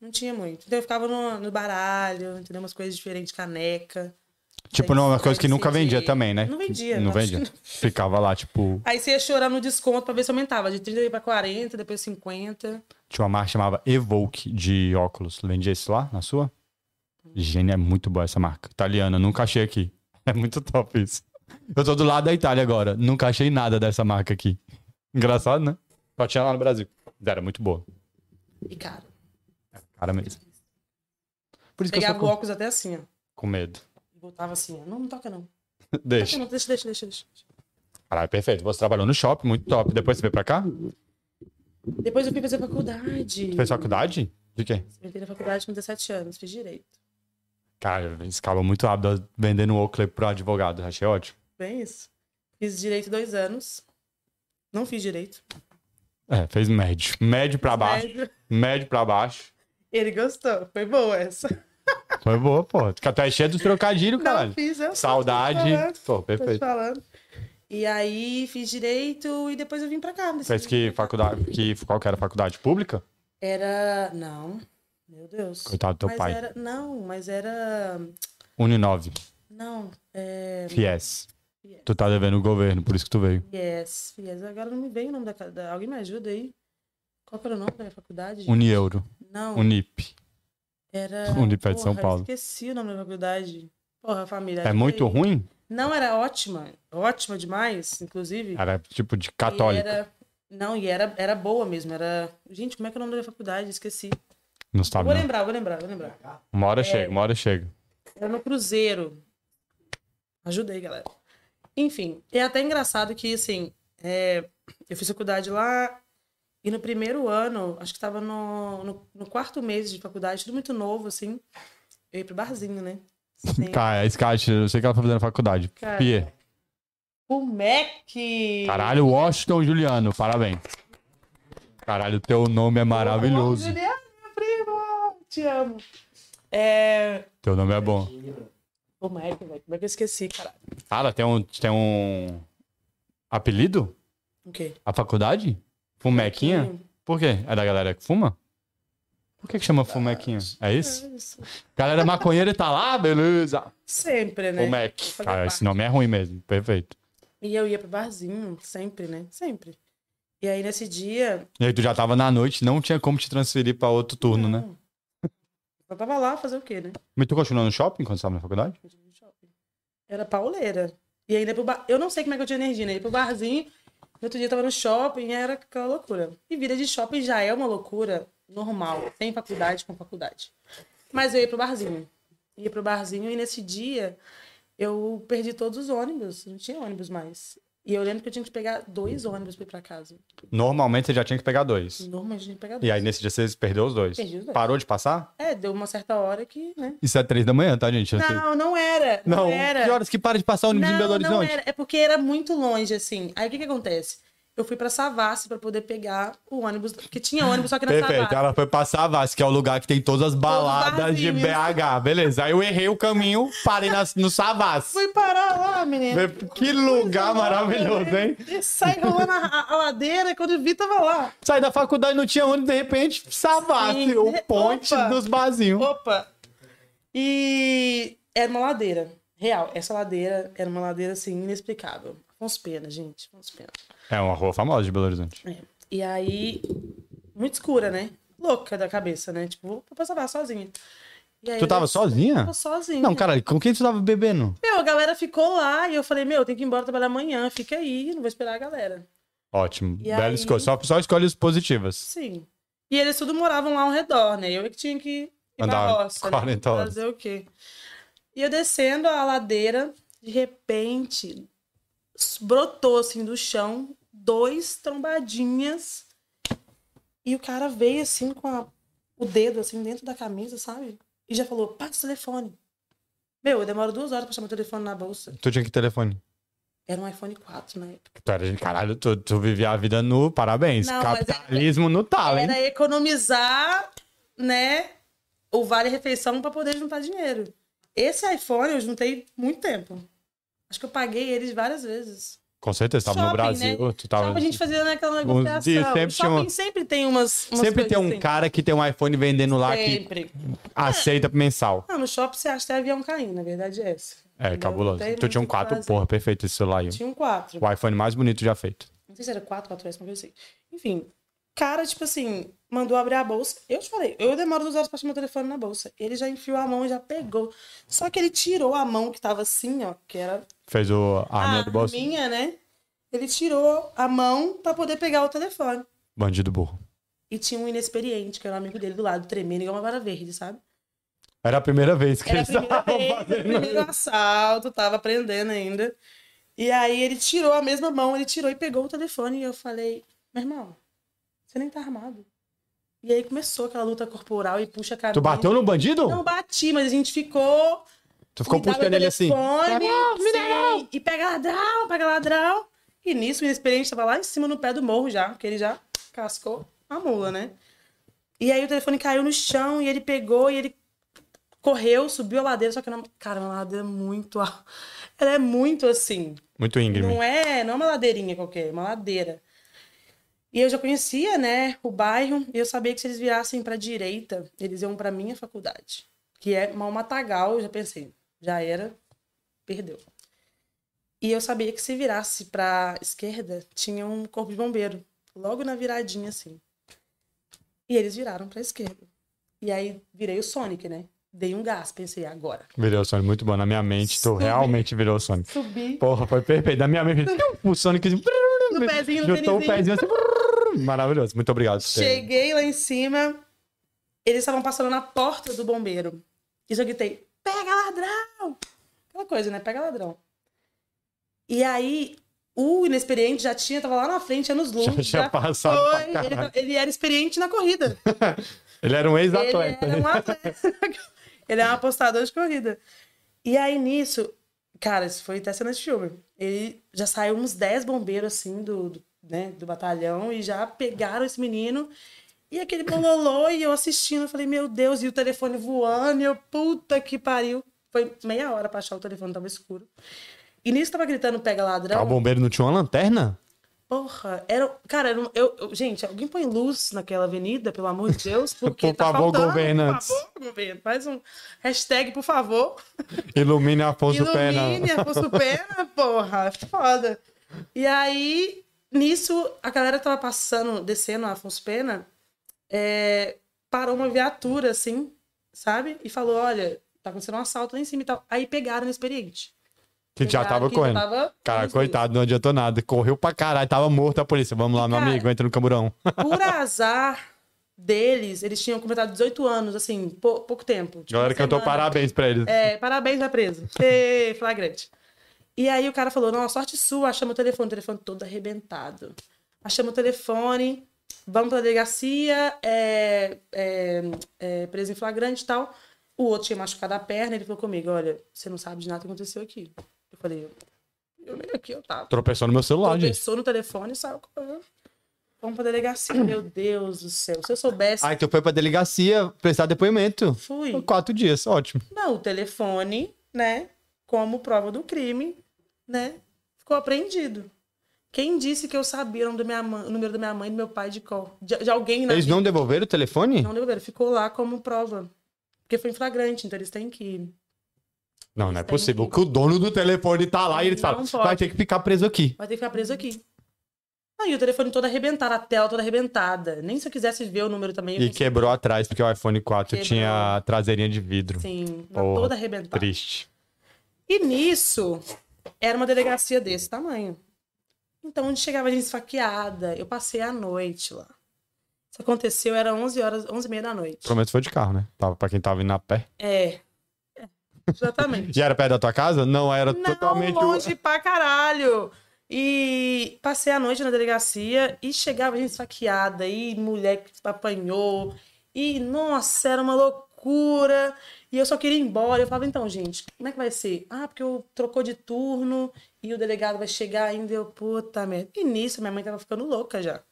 B: não tinha muito. Então eu ficava no, no baralho, entendeu? Umas coisas diferentes, caneca.
A: Tipo, não, é uma
B: Tem-
A: coisa que
B: tem
A: nunca
B: CD.
A: vendia também, né?
B: Não vendia.
A: Não
B: nossa.
A: vendia. Ficava lá, tipo,
B: Aí você ia chorar no desconto pra ver se aumentava. De 30 pra 40, depois 50.
A: tinha uma marca que chamava Evoke de óculos. Vendia esse lá, na sua? Gênia, é muito boa essa marca. Italiana, nunca achei aqui. É muito top isso. Eu tô do lado da Itália agora. Nunca achei nada dessa marca aqui. Engraçado, né? Só tinha lá no Brasil. Mas Era muito boa.
B: E caro.
A: Cara mesmo. Por isso que eu sou
B: Pegava o
A: com,
B: óculos até assim, ó.
A: com medo.
B: E botava assim, ó. Não, não toca não. Toca
A: Deixa.
B: não, deixa, deixa, deixa, deixa.
A: Caralho, perfeito. Você trabalhou no shopping, muito top. Depois você veio pra cá?
B: Depois eu fui fazer faculdade.
A: Fez faculdade? De quem?
B: Eu entrei na faculdade com 17 anos, fiz direito.
A: Cara, escalou muito rápido vendendo o Oakley pro advogado. Achei ótimo.
B: Bem isso. Fiz direito dois anos. Não fiz direito.
A: É, fez médio. Médio pra Tá baixo.
B: Médio.
A: Médio pra baixo.
B: Ele gostou. Foi boa essa.
A: Foi boa, pô. Fica até cheio dos trocadilhos,
B: Não
A: caralho.
B: fiz, eu
A: Saudade.
B: Tô te falando,
A: Pô,
B: tô te
A: perfeito.
B: falando. E aí fiz direito e depois eu vim pra cá.
A: Fez que faculdade. Que, qual que era a faculdade? Pública?
B: Era. Não. Meu Deus.
A: Coitado do teu
B: mas é.
A: pai.
B: Era... Não, mas era.
A: Uninove.
B: Não. É...
A: Fies. Tu tá devendo o governo, por isso que tu veio.
B: Yes, yes. Agora não me vem o nome da, ca- da. Alguém me ajuda aí? Qual que era o nome da faculdade? gente?
A: Unieuro.
B: Não.
A: Unip.
B: Era.
A: Unipé Um de São
B: Porra,
A: Paulo.
B: Esqueci o nome da faculdade. Porra, família.
A: É
B: ajuda
A: muito
B: aí.
A: ruim?
B: Não, era ótima. Ótima demais, inclusive.
A: Era tipo de
B: E
A: católico.
B: Era... Não, e era, era boa mesmo. Era. Gente, como é que é o nome da faculdade? Esqueci.
A: Não sabe,
B: vou
A: não.
B: lembrar, vou lembrar, vou lembrar.
A: Uma hora chega,
B: É.
A: uma hora chega.
B: Era no Cruzeiro. Ajuda aí, galera. Enfim, é até engraçado que, assim, é, eu fiz faculdade lá e no primeiro ano, acho que tava no, no, no quarto mês de faculdade, tudo muito novo, assim. Eu ia pro barzinho, né? Sem
A: Cara, esse cara, eu sei que ela tá fazendo faculdade.
B: Cara.
A: Pie.
B: O Mac!
A: Caralho, Washington Juliano, parabéns. Caralho, teu nome é maravilhoso.
B: Juliana, é, primo! Te amo. É.
A: Teu nome é bom.
B: O Mac, velho. Como é que eu esqueci, caralho?
A: Ah, ela tem um, tem um apelido?
B: O quê? Hum,
A: A faculdade? Fumequinha? Por quê? É da galera que fuma? Por que, que chama fumequinha? É isso?
B: Isso.
A: Galera maconheira tá lá, beleza.
B: Sempre, né?
A: Fumec. Cara, esse nome é ruim mesmo. Perfeito.
B: E eu ia pro barzinho, sempre, né? Sempre. E aí nesse dia.
A: E aí tu já tava na noite, não tinha como te transferir pra outro turno, né?
B: não. hum, Eu tava lá fazer o quê, né?
A: Mas tu continuou no shopping quando estava na faculdade?
B: Era pauleira. E ainda pro bar. Eu não sei como é que eu tinha energia, né? Ia pro barzinho. No outro dia eu tava no shopping, era aquela loucura. E vida de shopping já é uma loucura normal, sem faculdade, com faculdade. Mas eu ia pro barzinho. Ia pro barzinho e nesse dia eu perdi todos os ônibus, não tinha ônibus mais. E eu lembro que eu tinha que pegar dois ônibus pra ir pra casa.
A: Normalmente você já tinha que pegar dois.
B: Normalmente tinha que pegar dois.
A: E aí nesse dia você perdeu os dois.
B: Perdi os dois.
A: Parou de passar?
B: É, deu uma certa hora que, né?
A: Isso é três da manhã, tá, gente? Eu sei.
B: Não, não era. Não, era.
A: Que horas que para de passar o ônibus em Belo
B: Não, não
A: Horizonte?
B: era. É porque era muito longe, assim. Aí o que que acontece? Eu fui pra Savassi pra poder pegar o ônibus, que tinha ônibus só que na
A: Perfeito,
B: Savassi.
A: ela foi pra Savassi, que é o lugar que tem todas as baladas de
B: barzinhos.
A: BH. Beleza, aí eu errei o caminho, parei nas- no Savassi.
B: Fui parar lá, menina.
A: Que lugar maravilhoso, hein?
B: E sai rolando a, a ladeira, quando eu vi, tava lá.
A: Saí da faculdade, não tinha ônibus, de repente, Savassi,
B: Sim.
A: o ponte
B: Opa.
A: dos barzinhos.
B: Opa! E era uma ladeira. Real, essa ladeira era uma ladeira, assim, inexplicável. Afonso Pena, gente. Afonso Pena.
A: É uma rua famosa de Belo Horizonte.
B: É. E aí, muito escura, né? Louca da cabeça, né? Tipo, vou pra Savassi sozinha. E aí
A: Tu
B: eu
A: tava
B: desci-
A: sozinha?
B: Tava sozinha.
A: É. Não, caralho, com quem tu tava bebendo?
B: Meu, a galera ficou lá e eu falei, meu, eu tenho que ir embora trabalhar amanhã, fica aí, não vou esperar a galera.
A: Ótimo.
B: E
A: Bela
B: aí?
A: escolha. Só, só escolhe as positivas.
B: Sim. E eles tudo moravam lá ao redor, né? Eu é que tinha que ir
A: Andar
B: pra roça.
A: 40
B: né?
A: horas.
B: Fazer o quê? E eu descendo a ladeira, de repente, s- brotou assim do chão dois trombadinhas. E o cara veio assim com a- o dedo assim dentro da camisa, sabe? E já falou, passa o telefone. Meu, eu demoro duas horas pra chamar o telefone na bolsa.
A: Tu tinha que telefone.
B: Era um iPhone 4 na época.
A: Tu era, caralho, tu, tu vivia a vida nu, parabéns.
B: Não, mas é-
A: Capitalismo no talo, hein?
B: era economizar, né, o vale refeição para poder juntar dinheiro. Esse iPhone eu juntei muito tempo. Acho que eu paguei eles várias vezes.
A: Com certeza, tava no
B: Shopping,
A: Brasil.
B: né?
A: Tu tava...
B: Só pra gente fazer né, aquela
A: Bom
B: negociação.
A: dia, sempre
B: o
A: tinha
B: shopping
A: uma-
B: sempre tem umas, umas
A: Sempre
B: coisas
A: tem um
B: assim. Ah.
A: cara que tem um iPhone vendendo lá que
B: Sempre.
A: aceita mensal.
B: Não, no shopping você acha até avião caindo, na verdade é essa.
A: É,
B: Entendeu?
A: cabuloso.
B: Não tem
A: Tu tinha um
B: muito o que
A: 4,
B: fazer.
A: porra, perfeito esse celular aí.
B: Tinha um 4.
A: O iPhone mais bonito já feito.
B: Não sei se era 4, 4 S, uma coisa assim. Enfim, cara, tipo assim, mandou abrir a bolsa. Eu te falei, eu demoro duas horas pra achar meu telefone na bolsa. Ele já enfiou a mão e já pegou. Só que ele tirou a mão que tava assim, ó, que era
A: Fez o a arminha do
B: a
A: bolso.
B: Ah, minha, né? Ele tirou a mão pra poder pegar o telefone.
A: Bandido burro.
B: E tinha um inexperiente, que era um amigo dele do lado, tremendo igual uma vara verde, sabe?
A: Era a primeira vez que
B: Era a
A: eles estavam
B: primeira vez, era o
A: fazendo
B: primeiro assalto, tava aprendendo ainda. E aí ele tirou a mesma mão, ele tirou e pegou o telefone. E eu falei, meu irmão, você nem tá armado. E aí começou aquela luta corporal e puxa a
C: Tu
B: cabeça.
C: bateu no bandido?
B: Não bati, mas a gente ficou.
C: tu ficou
B: me dava
C: puxando ele assim.
B: telefone,
C: Mineirão,
B: sim, E pega ladrão, pega ladrão. E nisso, o inexperiente tava lá em cima no pé do morro já, porque ele já cascou a mula, né? E aí o telefone caiu no chão e ele pegou e ele correu, subiu a ladeira, só que não. Cara, uma ladeira é muito. al- Ela é muito assim.
A: Muito íngreme.
B: Não é, não é uma ladeirinha qualquer, é uma ladeira. E eu já conhecia, né, o bairro, e eu sabia que se eles virassem para direita, eles iam para minha faculdade, que é mal matagal, eu já pensei, já era, perdeu. E eu sabia que se virasse para esquerda, tinha um corpo de bombeiro, logo na viradinha assim. E eles viraram para esquerda. E aí virei o Sonic, né? Dei um gás, pensei agora.
A: Virou o Sonic, muito bom. Na minha mente, tu
B: Super.
A: realmente virou o Sonic.
B: Subi
A: Porra, foi perfeito. Na minha mente, o Sonic assim,
B: no pezinho, no
A: juntou o pezinho
B: tênisinho.
A: assim. Maravilhoso. Muito obrigado. por ter-
B: Cheguei lá em cima, eles estavam passando na porta do bombeiro. E eu gritei, pega ladrão! Aquela coisa, né? Pega ladrão. E aí, o inexperiente já tinha, tava lá na frente, anos luz.
A: Já tinha
B: já
A: passado
B: foi,
A: pra
B: ele,
A: caralho.
B: ele era experiente na corrida.
A: Ele era um
B: Ele
A: ex-atleta.
B: era um atleta. ele era um apostador de corrida. E aí, nisso, cara, isso foi até cena de filme. Ele já saiu uns 10 bombeiros, assim, do, do, né, do batalhão e já pegaram esse menino. E aquele bololô, e eu assistindo, eu falei, meu Deus, e o telefone voando, e eu, puta que pariu. Foi meia hora pra achar o telefone, tava escuro. E nisso tava gritando, pega ladrão.
A: Ah, O bombeiro não tinha uma lanterna?
B: Porra, era. Cara, era um- eu, eu- Gente, alguém põe luz naquela avenida, pelo amor de Deus, porque.
A: Por
B: tá
A: favor,
B: faltando,
A: governantes.
B: Por favor, governo. Faz um hashtag, por favor.
A: Ilumine Afonso Pena.
B: Ilumine, Afonso Pena, porra. Foda. E aí, nisso, a galera tava passando, descendo a Afonso Pena, é, parou uma viatura, assim, sabe? E falou: olha, tá acontecendo um assalto lá em cima e tal. Aí pegaram o experiente.
A: Que já
B: Pegaram
A: tava
B: que já
A: correndo.
B: tava-
A: Cara, coitado, não adiantou nada. Correu pra caralho, tava morto a polícia. Vamos lá, meu
B: Cara-
A: amigo, entra no camburão.
B: por azar deles, eles tinham completado 18 anos, assim, pou- pouco tempo. Tipo,
A: Galera,
B: uma
A: cantou
B: semana.
A: parabéns pra eles.
B: É, parabéns, vai preso. Ê, flagrante. E aí o cara falou, não, sorte sua, achamos o telefone, o telefone todo arrebentado. Achamos o telefone, vamos pra delegacia, é, é, é, preso em flagrante e tal. O outro tinha machucado a perna, ele falou comigo, olha, você não sabe de nada que aconteceu aqui. Eu falei, eu- eu nem aqui eu tava
A: Tropeçou no meu celular, gente.
B: tropeçou no telefone e saiu correndo. Vamos pra delegacia. Meu Deus do céu. Se eu soubesse,
A: Aí tu Ah, então foi pra delegacia prestar depoimento.
B: fui.
A: Quatro dias, ótimo.
B: Não, o telefone, né? Como prova do crime, né? Ficou apreendido. Quem disse que eu sabia o nome da minha mãe- o número da minha mãe e do meu pai de cor? De, de alguém na
A: Eles não devolveram o telefone?
B: Não devolveram. Ficou lá como prova. Porque foi em flagrante, então eles têm que.
A: Não, não é
B: Eles têm
A: possível.
B: que-
A: Que o dono do telefone tá lá e eles
B: Não
A: falam:
B: pode.
A: vai ter que ficar preso aqui.
B: Vai ter que ficar preso aqui. Aí o telefone todo arrebentado, a tela toda arrebentada. Nem se eu quisesse ver o número também. eu
A: E quebrou atrás, porque o iPhone 4
B: Quebrou.
A: tinha a traseirinha de vidro.
B: Sim, tá.
A: Porra,
B: assim, toda arrebentada.
A: Triste.
B: E nisso, era uma delegacia desse tamanho. Então, onde chegava gente esfaqueada, eu passei a noite lá. Isso aconteceu, era 11 horas, 11 e meia da noite.
A: Pelo menos foi de carro, né? Tava pra quem tava indo a pé.
B: É. É, Exatamente.
A: Já era perto da tua casa? Não, era
B: Não,
A: totalmente. o-
B: longe pra caralho. E passei a noite na delegacia e chegava gente saqueada, e mulher que apanhou. E, nossa, era uma loucura. E eu só queria ir embora. Eu falava, então, gente, como é que vai ser? Ah, porque eu trocou de turno e o delegado vai chegar ainda. Eu, puta merda. E nisso, minha mãe tava ficando louca já.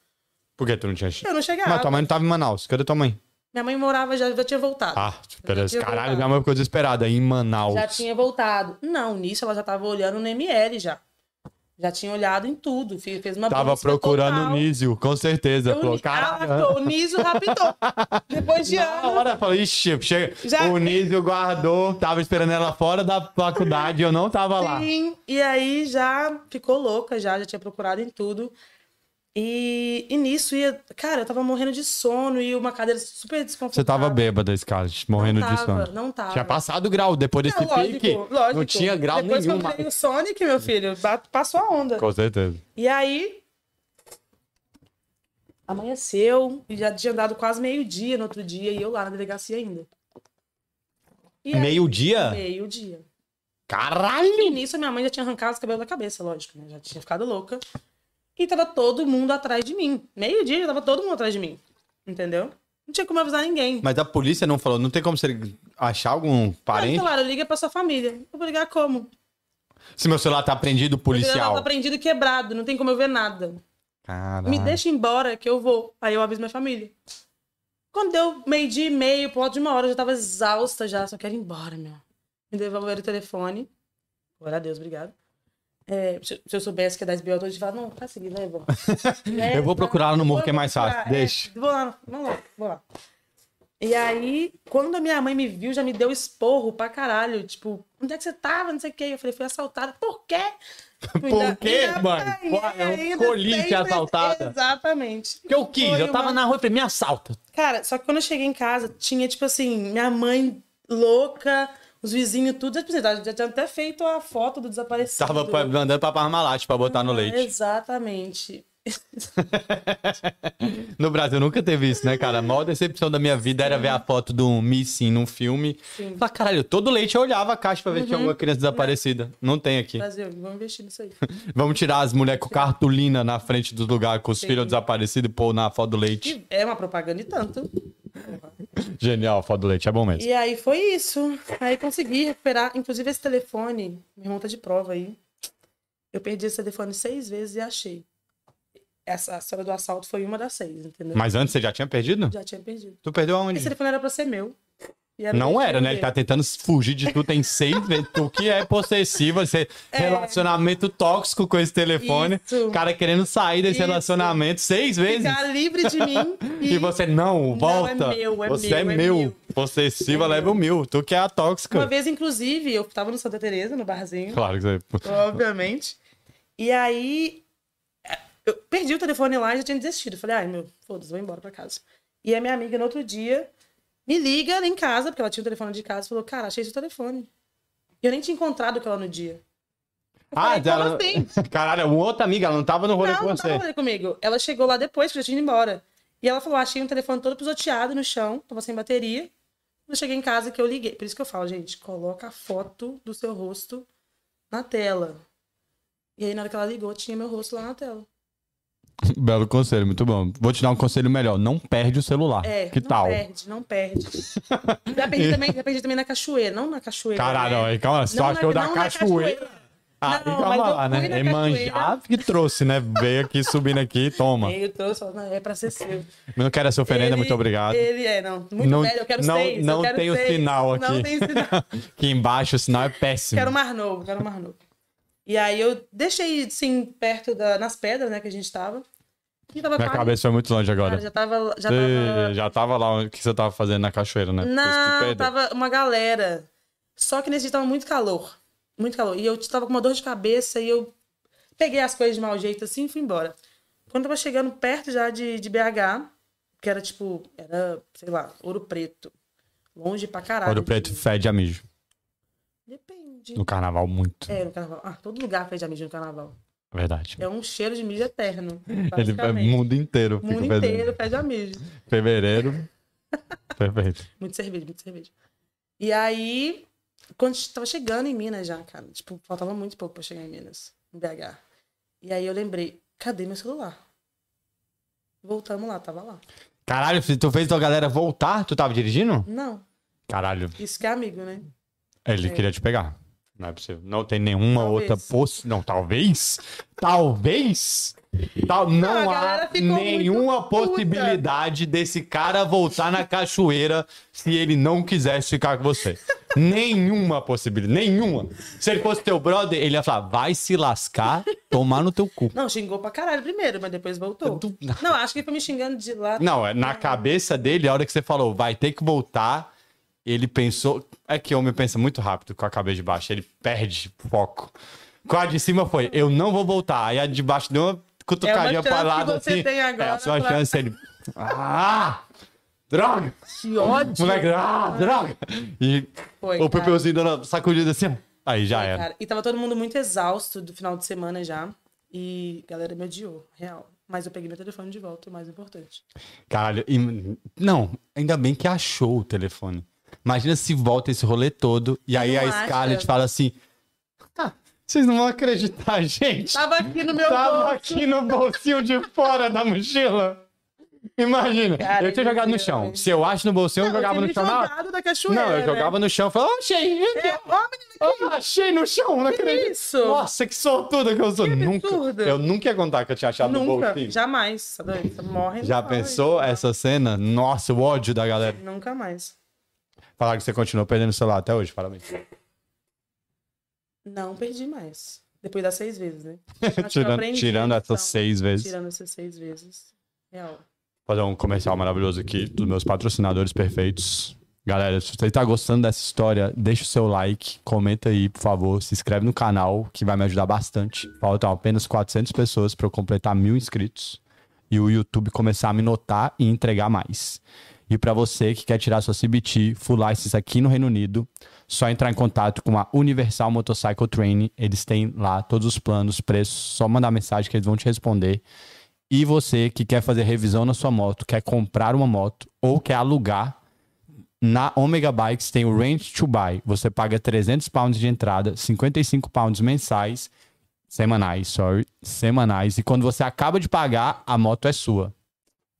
A: Por que tu não tinha.
B: Eu não chegava.
A: Mas tua mãe não tava em Manaus. Cadê tua mãe?
B: Minha mãe morava, já, já tinha voltado.
A: Ah, beleza.
B: tinha
A: Caralho,
B: voltado.
A: minha mãe ficou desesperada. Em Manaus.
B: Já tinha voltado. Não, nisso ela já tava olhando no ML já. Já tinha olhado em tudo. Fe- Fez uma
A: Tava
B: busca
A: procurando
B: total.
A: o Nísio, com certeza.
B: Eu-
A: Falou,
B: Ah,
A: caralho.
B: o Niso raptou. Depois de
A: Na
B: anos.
A: hora, falou, ixi, chega.
B: Já-
A: O Nísio guardou, tava esperando ela fora da faculdade, eu não tava lá.
B: Sim, e aí já ficou louca, já, já tinha procurado em tudo. E, e nisso ia. Cara, eu tava morrendo de sono e uma cadeira super
A: Você
B: desconfortável.
A: tava bêbada, Scarlett, morrendo
B: não
A: de
B: tava,
A: sono.
B: Não tava.
A: Tinha passado o grau depois desse
B: Não, lógico,
A: pique.
B: lógico.
A: Não tinha grau
B: Depois
A: nenhum
B: que eu
A: mais.
B: entrei no Sonic, meu filho, bat- passou a onda.
A: Com certeza.
B: E aí. Amanheceu, e já tinha dado quase meio-dia no outro dia, e eu lá na delegacia ainda. E aí-
A: Meio-dia?
B: Meio-dia. E
A: Caralho!
B: nisso, minha mãe já tinha arrancado os cabelos da cabeça, lógico, né? Já tinha ficado louca. E tava todo mundo atrás de mim. Meio-dia já tava todo mundo atrás de mim. Entendeu? Não tinha como avisar ninguém.
A: Mas a polícia não falou, não tem como você achar algum
B: Mas,
A: parente?
B: claro, liga pra sua família. Eu vou ligar como?
A: Se meu celular tá prendido,
B: Policial.
A: policial.
B: Tá prendido e quebrado, não tem como eu ver nada.
A: Caralho.
B: Me deixa embora que eu vou. Aí eu aviso minha família. Quando deu meio dia e meio, por volta de uma hora, eu já tava exausta já, só quero ir embora, meu. Me devolveram o telefone. Glória a Deus, obrigado. É, se, se eu soubesse que é 10 BO, eu tinha falado, não, tá seguindo, leva.
A: Eu vou procurar lá no morro que é mais fácil.
B: tá? procurar, é,
A: Deixa.
B: vou lá, vamos lá, vou lá. E aí, quando a minha mãe me viu, já me deu esporro pra caralho. Tipo, onde é que você tava? Não sei o quê. Eu falei, fui assaltada. Por quê?
A: Por quê, mãe?
B: apanhei
A: Pô, eu
B: ainda,
A: escolhi ser
B: sempre-
A: assaltada.
B: Exatamente.
A: Que eu quis,
B: Foi
A: eu tava
B: uma-
A: na rua e falei, me assalta.
B: Cara, só que quando eu cheguei em casa, tinha, tipo assim, minha mãe louca, os vizinhos, tudo. Tipo assim, Já, já tinha até feito a foto do desaparecido.
A: Tava pra- mandando pra Parmalat pra botar no
B: Uhum,
A: leite.
B: Exatamente.
A: No Brasil nunca teve isso, né, cara? A maior decepção da minha vida era ver a foto do Missing num filme.
B: Sim. Uhum.
A: Falar, caralho, todo leite eu olhava a caixa pra ver se tinha alguma criança desaparecida. Não tem aqui.
B: Brasil, vamos investir nisso aí.
A: Vamos tirar as mulheres com cartolina na frente dos lugares com os filhos desaparecidos e pôr na foto do leite.
B: E É uma propaganda e tanto.
A: Genial, a foto do leite, é bom mesmo.
B: E aí foi isso. Aí consegui recuperar, inclusive esse telefone, meu irmão tá de prova aí. Eu perdi esse telefone seis vezes e achei. Essa a história do assalto foi uma das seis, entendeu?
A: Mas antes você já tinha perdido?
B: Já tinha perdido.
A: Tu perdeu aonde?
B: Esse é telefone era pra ser meu. E
A: Não
B: pra
A: era, né? Ele
B: vender.
A: tá tentando fugir de tu, tem seis vezes. Tu que é possessiva, você... relacionamento tóxico com esse telefone.
B: É. Isso.
A: O cara querendo sair desse
B: Isso.
A: relacionamento seis vezes.
B: Ficar livre de mim. E,
A: E você, não, volta.
B: é meu, é
A: você
B: meu,
A: é
B: é
A: meu.
B: meu.
A: Possessiva,
B: É
A: leva o mil. Tu que é a tóxica.
B: Uma vez, inclusive, eu tava no Santa Teresa, no barzinho.
A: Claro que você...
B: Obviamente. E aí, eu perdi o telefone lá e já tinha desistido. Falei, ai, meu, foda-se, vou embora pra casa. E a minha amiga, no outro dia, me liga lá em casa, porque ela tinha o telefone de casa, falou, cara, achei seu telefone. E eu nem tinha encontrado com ela no dia.
A: Ah,
B: falei, como
A: ela...
B: assim?
A: Caralho, é uma outra amiga, ela não tava no rolê
B: não,
A: com
B: não
A: você.
B: tava falando comigo. Ela chegou lá depois, que eu já tinha ido embora. E ela falou, achei um telefone todo pisoteado no chão, tava sem bateria. Quando eu cheguei em casa que eu liguei. Por isso que eu falo, gente, coloca a foto do seu rosto na tela. E aí, na hora que ela ligou, tinha meu rosto lá na tela.
A: Belo conselho, muito bom. Vou te dar um conselho melhor. Não perde o celular.
B: É,
A: que
B: não
A: tal?
B: perde, não perde. Já perdi, também, já perdi também na cachoeira, não na cachoeira.
A: Caralho,
B: né?
A: aí, calma, é você
B: Não
A: achou
B: na-
A: da
B: não na
A: cachoeira. Ah,
B: Não,
A: calma
B: mas eu
A: lá,
B: fui
A: né?
B: na
A: Emanjá que trouxe, né? Veio aqui subindo aqui, toma.
B: Eu tô só, não, é pra ser seu.
A: Não quero essa oferenda,
B: Ele-
A: muito obrigado.
B: Ele é, não. Muito
A: Não-
B: velho, eu quero
A: não-
B: seis.
A: não
B: eu quero
A: tem o
B: seis.
A: sinal aqui.
B: Não tem sinal.
A: Aqui embaixo o sinal é péssimo.
B: Quero um mar novo, quero um mar novo. E aí eu deixei, assim, perto da, nas pedras, né, que a gente tava. E tava
A: Minha
B: quase-
A: cabeça foi muito longe agora.
B: cara, já tava. Já
A: Você
B: tava...
A: já tava lá o que você tava fazendo na cachoeira, né? Por isso que
B: Não,
A: perdeu.
B: tava uma galera. Só que nesse dia tava muito calor. Muito calor. E eu tava com uma dor de cabeça e eu peguei as coisas de mau jeito assim e fui embora. Quando eu tava chegando perto já de, de BH, que era tipo, era, sei lá, ouro preto. Longe pra caralho.
A: Ouro Preto fede a mijo.
B: Depende.
A: No carnaval, muito. É,
B: É, no carnaval. Ah, todo lugar fez de amigo no carnaval.
A: verdade.
B: É um cheiro de mídia eterno.
A: Ele é
B: basicamente.
A: mundo inteiro.
B: O mundo
A: fica fedendo.
B: inteiro fez de amigo.
A: Fevereiro. Perfeito.
B: Muito cerveja, muito cerveja. E aí, quando eu tava chegando em Minas já, cara, tipo, faltava muito pouco pra eu chegar em Minas, em BH. E aí eu lembrei, cadê meu celular? Voltamos lá, tava lá.
A: Caralho, tu fez tua galera voltar? Tu tava dirigindo?
B: Não,
A: Caralho,
B: isso que é amigo, né?
A: ele
B: É.
A: queria te pegar. Não é possível. Não tem nenhuma
B: Talvez.
A: outra poss... Não, talvez. Talvez. Tal... Não,
B: a
A: há
B: galera ficou muito
A: nenhuma
B: puta.
A: possibilidade desse cara voltar na cachoeira se ele não quisesse ficar com você. nenhuma possibilidade. Nenhuma. Se ele fosse teu brother, ele ia falar: vai se lascar, tomar no teu cu.
B: Não, xingou pra caralho primeiro, mas depois voltou.
A: Do-
B: Não, acho que ele foi me xingando de lá.
A: Não, é na cabeça dele, a hora que você falou, vai ter que voltar, ele pensou. É que homem pensa muito rápido com a cabeça de baixo, ele perde foco. Com a de cima foi, eu não vou voltar. Aí a de baixo deu uma cutucadinha
B: É chance
A: pra lá.
B: que você
A: assim,
B: tem agora
A: é a sua
B: pra-
A: chance, ele. Ah! Droga!
B: Que ódio.
A: Moleque, ah, droga! E
B: Foi,
A: o
B: cara.
A: Pepeuzinho dando uma sacudida assim, ó. aí já
B: Foi,
A: era.
B: cara. E tava todo mundo muito exausto do final de semana já. E a galera me odiou, real. Mas eu peguei meu telefone de volta, o mais importante.
A: Caralho, e- não, ainda bem que achou o telefone. Imagina se volta esse rolê todo e aí
B: não
A: a
B: acha.
A: Scarlett fala assim: "Ah, vocês não vão acreditar, gente.
B: Tava aqui Tá no meu
A: Tava
B: bolso.
A: aqui no bolsinho de fora da mochila. Imagina,
B: Cara,
A: eu tinha jogado no
B: entendeu,
A: chão.
B: né?
A: Se eu acho no bolsinho, eu jogava no chão. na hora.
B: jogado da cachoeira.
A: Não, eu jogava no chão. Eu falava, "Oh, achei,
B: É, ó, menino,
A: eu achei no chão, não acredito.
B: isso?
A: Nossa, que sortuda que eu sou. nunca,
B: absurdo.
A: eu nunca ia contar que eu tinha achado no
B: nunca,
A: bolsinho. Já,
B: jamais. Você morre. não fala
A: pensou
B: isso.
A: essa cena? Nossa, o ódio da galera.
B: Nunca mais.
A: Falar que você continuou perdendo o celular até hoje, parabéns.
B: Não perdi mais. Depois das seis vezes, né? Acho que eu
A: tirando
B: aprendi,
A: tirando
B: então.
A: essas seis vezes.
B: Tirando essas seis vezes. Real.
A: fazer um comercial maravilhoso aqui dos meus patrocinadores perfeitos. Galera, se você tá gostando dessa história, deixa o seu like, comenta aí, por favor, se inscreve no canal, que vai me ajudar bastante. Faltam apenas 400 pessoas para eu completar mil inscritos e o YouTube começar a me notar e entregar mais. E para você que quer tirar sua CBT full license aqui no Reino Unido, só entrar em contato com a Universal Motorcycle Training. Eles têm lá todos os planos, preços, só mandar mensagem que eles vão te responder. E você que quer fazer revisão na sua moto, quer comprar uma moto ou quer alugar, na Omega Bikes tem o Range to Buy. Você paga 300 pounds de entrada, 55 pounds mensais, semanais, sorry, semanais. E quando você acaba de pagar, a moto é sua.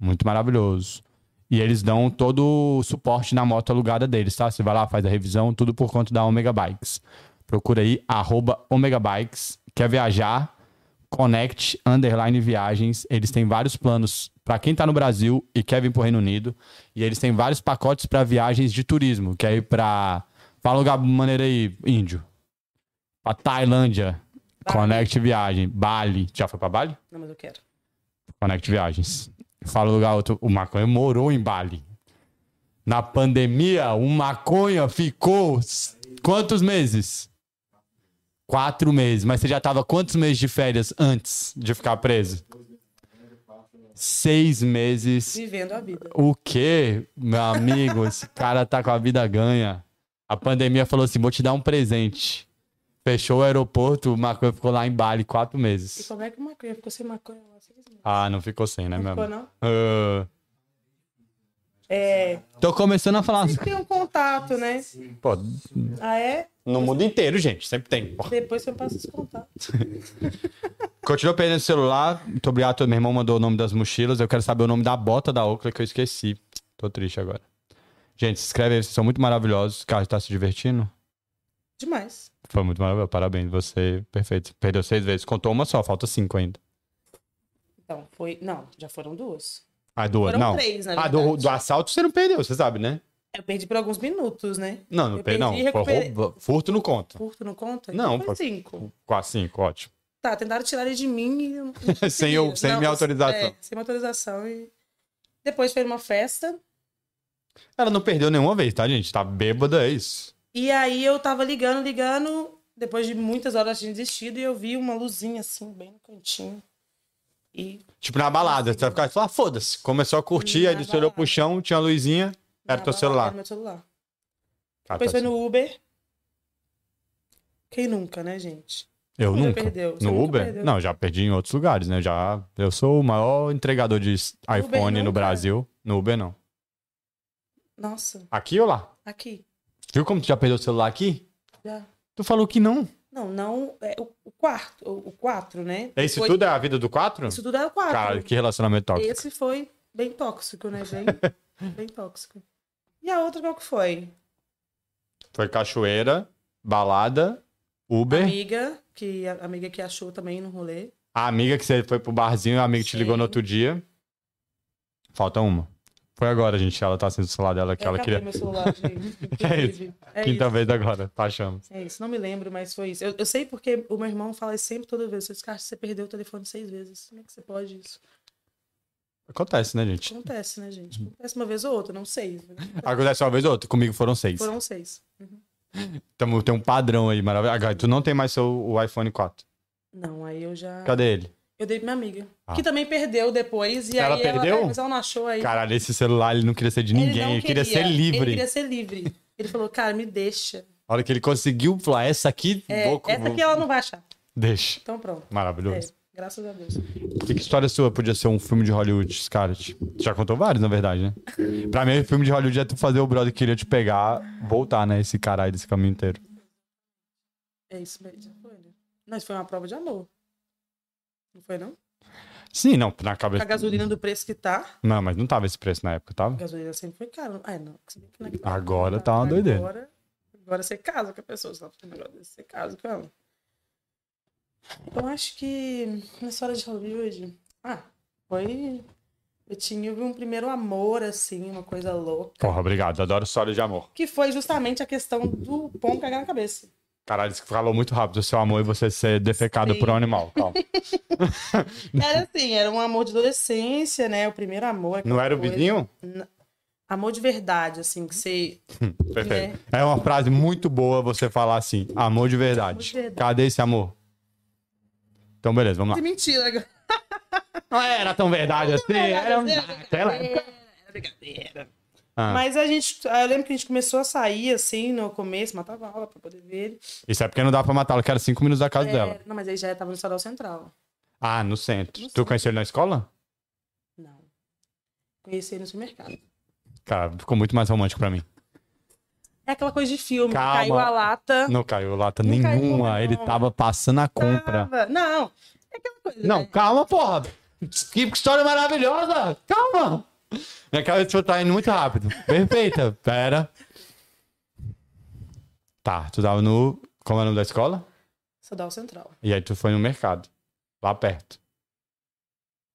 A: Muito maravilhoso. E eles dão todo o suporte na moto alugada deles, tá? Você vai lá, faz a revisão, tudo por conta da Omega Bikes. Procura aí, arroba Omega Bikes. Quer viajar? Connect Underline Viagens. Eles têm vários planos para quem está no Brasil e quer vir para o Reino Unido. E eles têm vários pacotes para viagens de turismo. Quer ir para. Fala um lugar de maneira aí, índio. Para Tailândia.
B: Bali.
A: Connect Viagem. Bali. Já foi para Bali?
B: Não, mas eu quero.
A: Connect Viagens. Fala um lugar outro. O maconha morou em Bali. Na pandemia, o maconha ficou s- quantos meses? Quatro meses. Mas você já tava quantos meses de férias antes de ficar preso? Seis meses.
B: Vivendo a vida.
A: O quê, meu amigo? Esse cara tá com a vida ganha. A pandemia falou assim: vou te dar um presente. Fechou o aeroporto, o maconha ficou lá em Bali quatro
B: E
A: meses.
B: como é que o maconha ficou sem maconha lá? Seis meses.
A: Ah, não ficou sem, né,
B: Não
A: meu
B: ficou,
A: amigo?
B: não?
A: Ah.
B: É.
A: Tô começando a falar.
B: Tem um contato, né?
A: Pô,
B: Ah, é?
A: no mundo inteiro, gente, sempre tem. Pô.
B: Depois você passa os contatos.
A: Continua perdendo o celular. Muito obrigado. Meu irmão mandou o nome das mochilas. Eu quero saber o nome da bota da Oakley que eu esqueci. Tô triste agora. Gente, se inscreve aí, vocês são muito maravilhosos. Carlos tá se divertindo?
B: Demais.
A: Foi muito maravilhoso. Parabéns, você. Perfeito. Perdeu seis vezes. Contou uma só, falta cinco ainda.
B: Então, foi. Não, já foram duas.
A: Ah, do
B: Foram
A: não.
B: três, na
A: Ah,
B: verdade.
A: do, do assalto você não perdeu, você sabe, né?
B: Eu perdi por alguns minutos, né?
A: Não, não
B: Eu
A: perdeu.
B: perdi e
A: Não, foi
B: recuperei.
A: roubo. Furto não conta.
B: Furto não conta?
A: Não,
B: Então
A: pode-
B: Foi cinco.
A: Quase cinco, ótimo.
B: Tá, tentaram tirar ele de mim e eu não
A: sem eu,
B: consegui.
A: sem
B: Não,
A: minha autorização.
B: é, sem minha autorização. E... Depois foi numa festa.
A: Ela não perdeu nenhuma vez, tá, gente? Tá bêbada, é isso.
B: E aí eu tava ligando, ligando. Depois de muitas horas tinha desistido e eu vi uma luzinha assim, bem no cantinho. E
A: Tipo, na balada, você vai ficar lá, foda-se. Começou a curtir,
B: Na
A: aí você olhou pro
B: balada.
A: chão, tinha a luzinha, era
B: na
A: teu
B: balada,
A: celular.
B: Era meu celular.
A: Ah,
B: Depois
A: tá
B: foi no Uber. Quem nunca, né, gente?
A: Eu
B: Você
A: nunca.
B: perdeu, você
A: No
B: nunca
A: Uber?
B: perdeu.
A: Não, já perdi em outros lugares, né? Já, eu sou o maior entregador de s-
B: Uber
A: iPhone no
B: nunca?
A: Brasil. No Uber, não.
B: Nossa,
A: Aqui ou lá?
B: aqui.
A: Viu como tu já perdeu o celular aqui?
B: Já.
A: Tu falou que não.
B: Não, não. É, o, o quarto, o, o quatro, né?
A: É isso
B: Foi-
A: tudo? É a vida do 4?
B: Isso tudo era o quatro.
A: Cara, que relacionamento tóxico.
B: Esse foi bem tóxico, né, bem, bem tóxico. E a outra qual que foi?
A: Foi cachoeira, balada, Uber.
B: Amiga, que a amiga que achou também no rolê.
A: A amiga que você foi pro barzinho, a amiga te ligou
B: Sim.
A: no outro dia. Falta uma. Foi agora, gente. Ela tá sem o celular dela que
B: Eu
A: ela
B: acabei
A: queria.
B: É, meu celular, gente.
A: É
B: inclusive. É isso.
A: Quinta vez agora, tá achando.
B: É isso, não me lembro, mas foi isso. Eu, eu sei porque o meu irmão fala isso sempre toda vez. Esse cara, você perdeu o telefone seis vezes. Como é que você pode isso?
A: Acontece, né, gente?
B: Acontece, né, gente?
A: Uhum.
B: Acontece uma vez ou outra, não sei.
A: Acontece uma vez ou outra. Comigo foram seis.
B: Foram seis.
A: Tamo, tem um padrão aí maravilhoso. Agora, tu não tem mais seu, o iPhone 4.
B: Não, aí eu já.
A: Cadê ele?
B: Eu dei pra minha amiga.
A: Ah.
B: Que também perdeu depois. E
A: Ela
B: aí
A: perdeu?
B: Ela, é, mas ela não achou aí.
A: Caralho, esse celular ele não queria ser de
B: Ele
A: ninguém.
B: não
A: Ele, queria ser
B: Ele
A: livre.
B: queria ser livre. Ele falou, cara, me deixa.
A: A hora que ele conseguiu falar, essa aqui,
B: É,
A: vou-
B: essa
A: vou-
B: aqui ela não vai achar.
A: deixa.
B: Então pronto. É,
A: Maravilhoso.
B: graças a Deus.
A: Que história sua podia ser um filme de Hollywood, Scarlett? Tu Já contou vários, na verdade, né? pra mim, filme de Hollywood é tu fazer o brother que queria te pegar, voltar, né? Esse caralho desse caminho inteiro.
B: É isso mesmo. Já foi, né? Não, isso foi uma prova de amor. Não foi, não?
A: Sim, não, na
B: Com a
A: cabeça.
B: gasolina do preço que tá.
A: Não, mas não tava esse preço na época,
B: A
A: tava?
B: gasolina sempre foi cara. Ah, não. se bem que naquela
A: Agora
B: época,
A: tá uma doideira.
B: Agora, agora você casa com a pessoa. Você tá fazendo um negócio desse, você casa com ela. Eu acho que nessa hora de Hollywood. Ah, foi. Eu tinha um primeiro amor, assim, uma coisa louca.
A: Porra, obrigado. Adoro história de amor.
B: Que foi justamente a questão do pão cagar na cabeça.
A: Caralho, isso falou muito rápido. O seu amor e você ser defecado
B: Sim.
A: por um animal. Calma.
B: Era assim, era um amor de adolescência, né? O primeiro amor. aquela
A: Não era o
B: coisa.
A: vizinho?
B: Amor de verdade, assim, que você.
A: Perfeito. É uma frase muito boa você falar assim: amor de
B: Amor de
A: verdade.
B: verdade.
A: Cadê esse amor? Então, beleza, vamos
B: Que
A: lá.
B: mentira agora.
A: Não era tão verdade assim. Era um... Sei lá.
B: Era brincadeira.
A: Ah.
B: Mas a gente. Eu lembro que a gente começou a sair, assim, no começo, matava aula pra poder ver ele.
A: Isso é porque não dá pra matá-lo, que era cinco minutos da casa dela.
B: É, não, mas ele já tava no Salão Central.
A: Ah, no centro.
B: No
A: tu
B: centro.
A: conheceu ele na escola?
B: Não. Conheci ele no supermercado.
A: Cara, ficou muito mais romântico pra mim.
B: É aquela coisa de filme, que
A: Calma.
B: caiu a lata.
A: Não caiu lata
B: Não caiu,
A: nenhuma.
B: não.
A: Ele tava passando a compra.
B: Tava. Não. É aquela coisa.
A: Não,
B: né?
A: calma, porra. Que história maravilhosa. Calma. Minha cabeça tá indo muito rápido. Perfeita. Pera. Tá, tu tava no... Como é o nome da escola?
B: Salão Central.
A: E aí tu foi no mercado. Lá perto.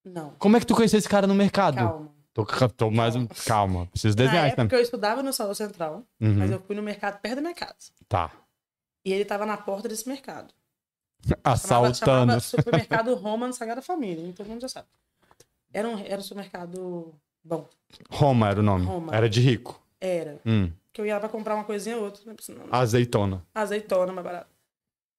B: Não.
A: Como é que tu conheceu esse cara no mercado?
B: Calma.
A: Tô, tô mais um... Calma. Preciso
B: Na
A: desenhar isso
B: época
A: também.
B: eu estudava no Salão Central,
A: Uhum.
B: mas eu fui no mercado perto da minha casa.
A: Tá.
B: E ele tava na porta desse mercado. Chamava-
A: Assaltando.
B: chamava supermercado Roma no Sagrada Família, então todo mundo já sabe. Era um, era um supermercado bom.
A: Roma era o nome.
B: Roma.
A: Era de rico.
B: Era.
A: Hum.
B: Que eu ia lá pra comprar uma coisinha ou outra, né? porque senão-
A: Azeitona.
B: azeitona mais barata.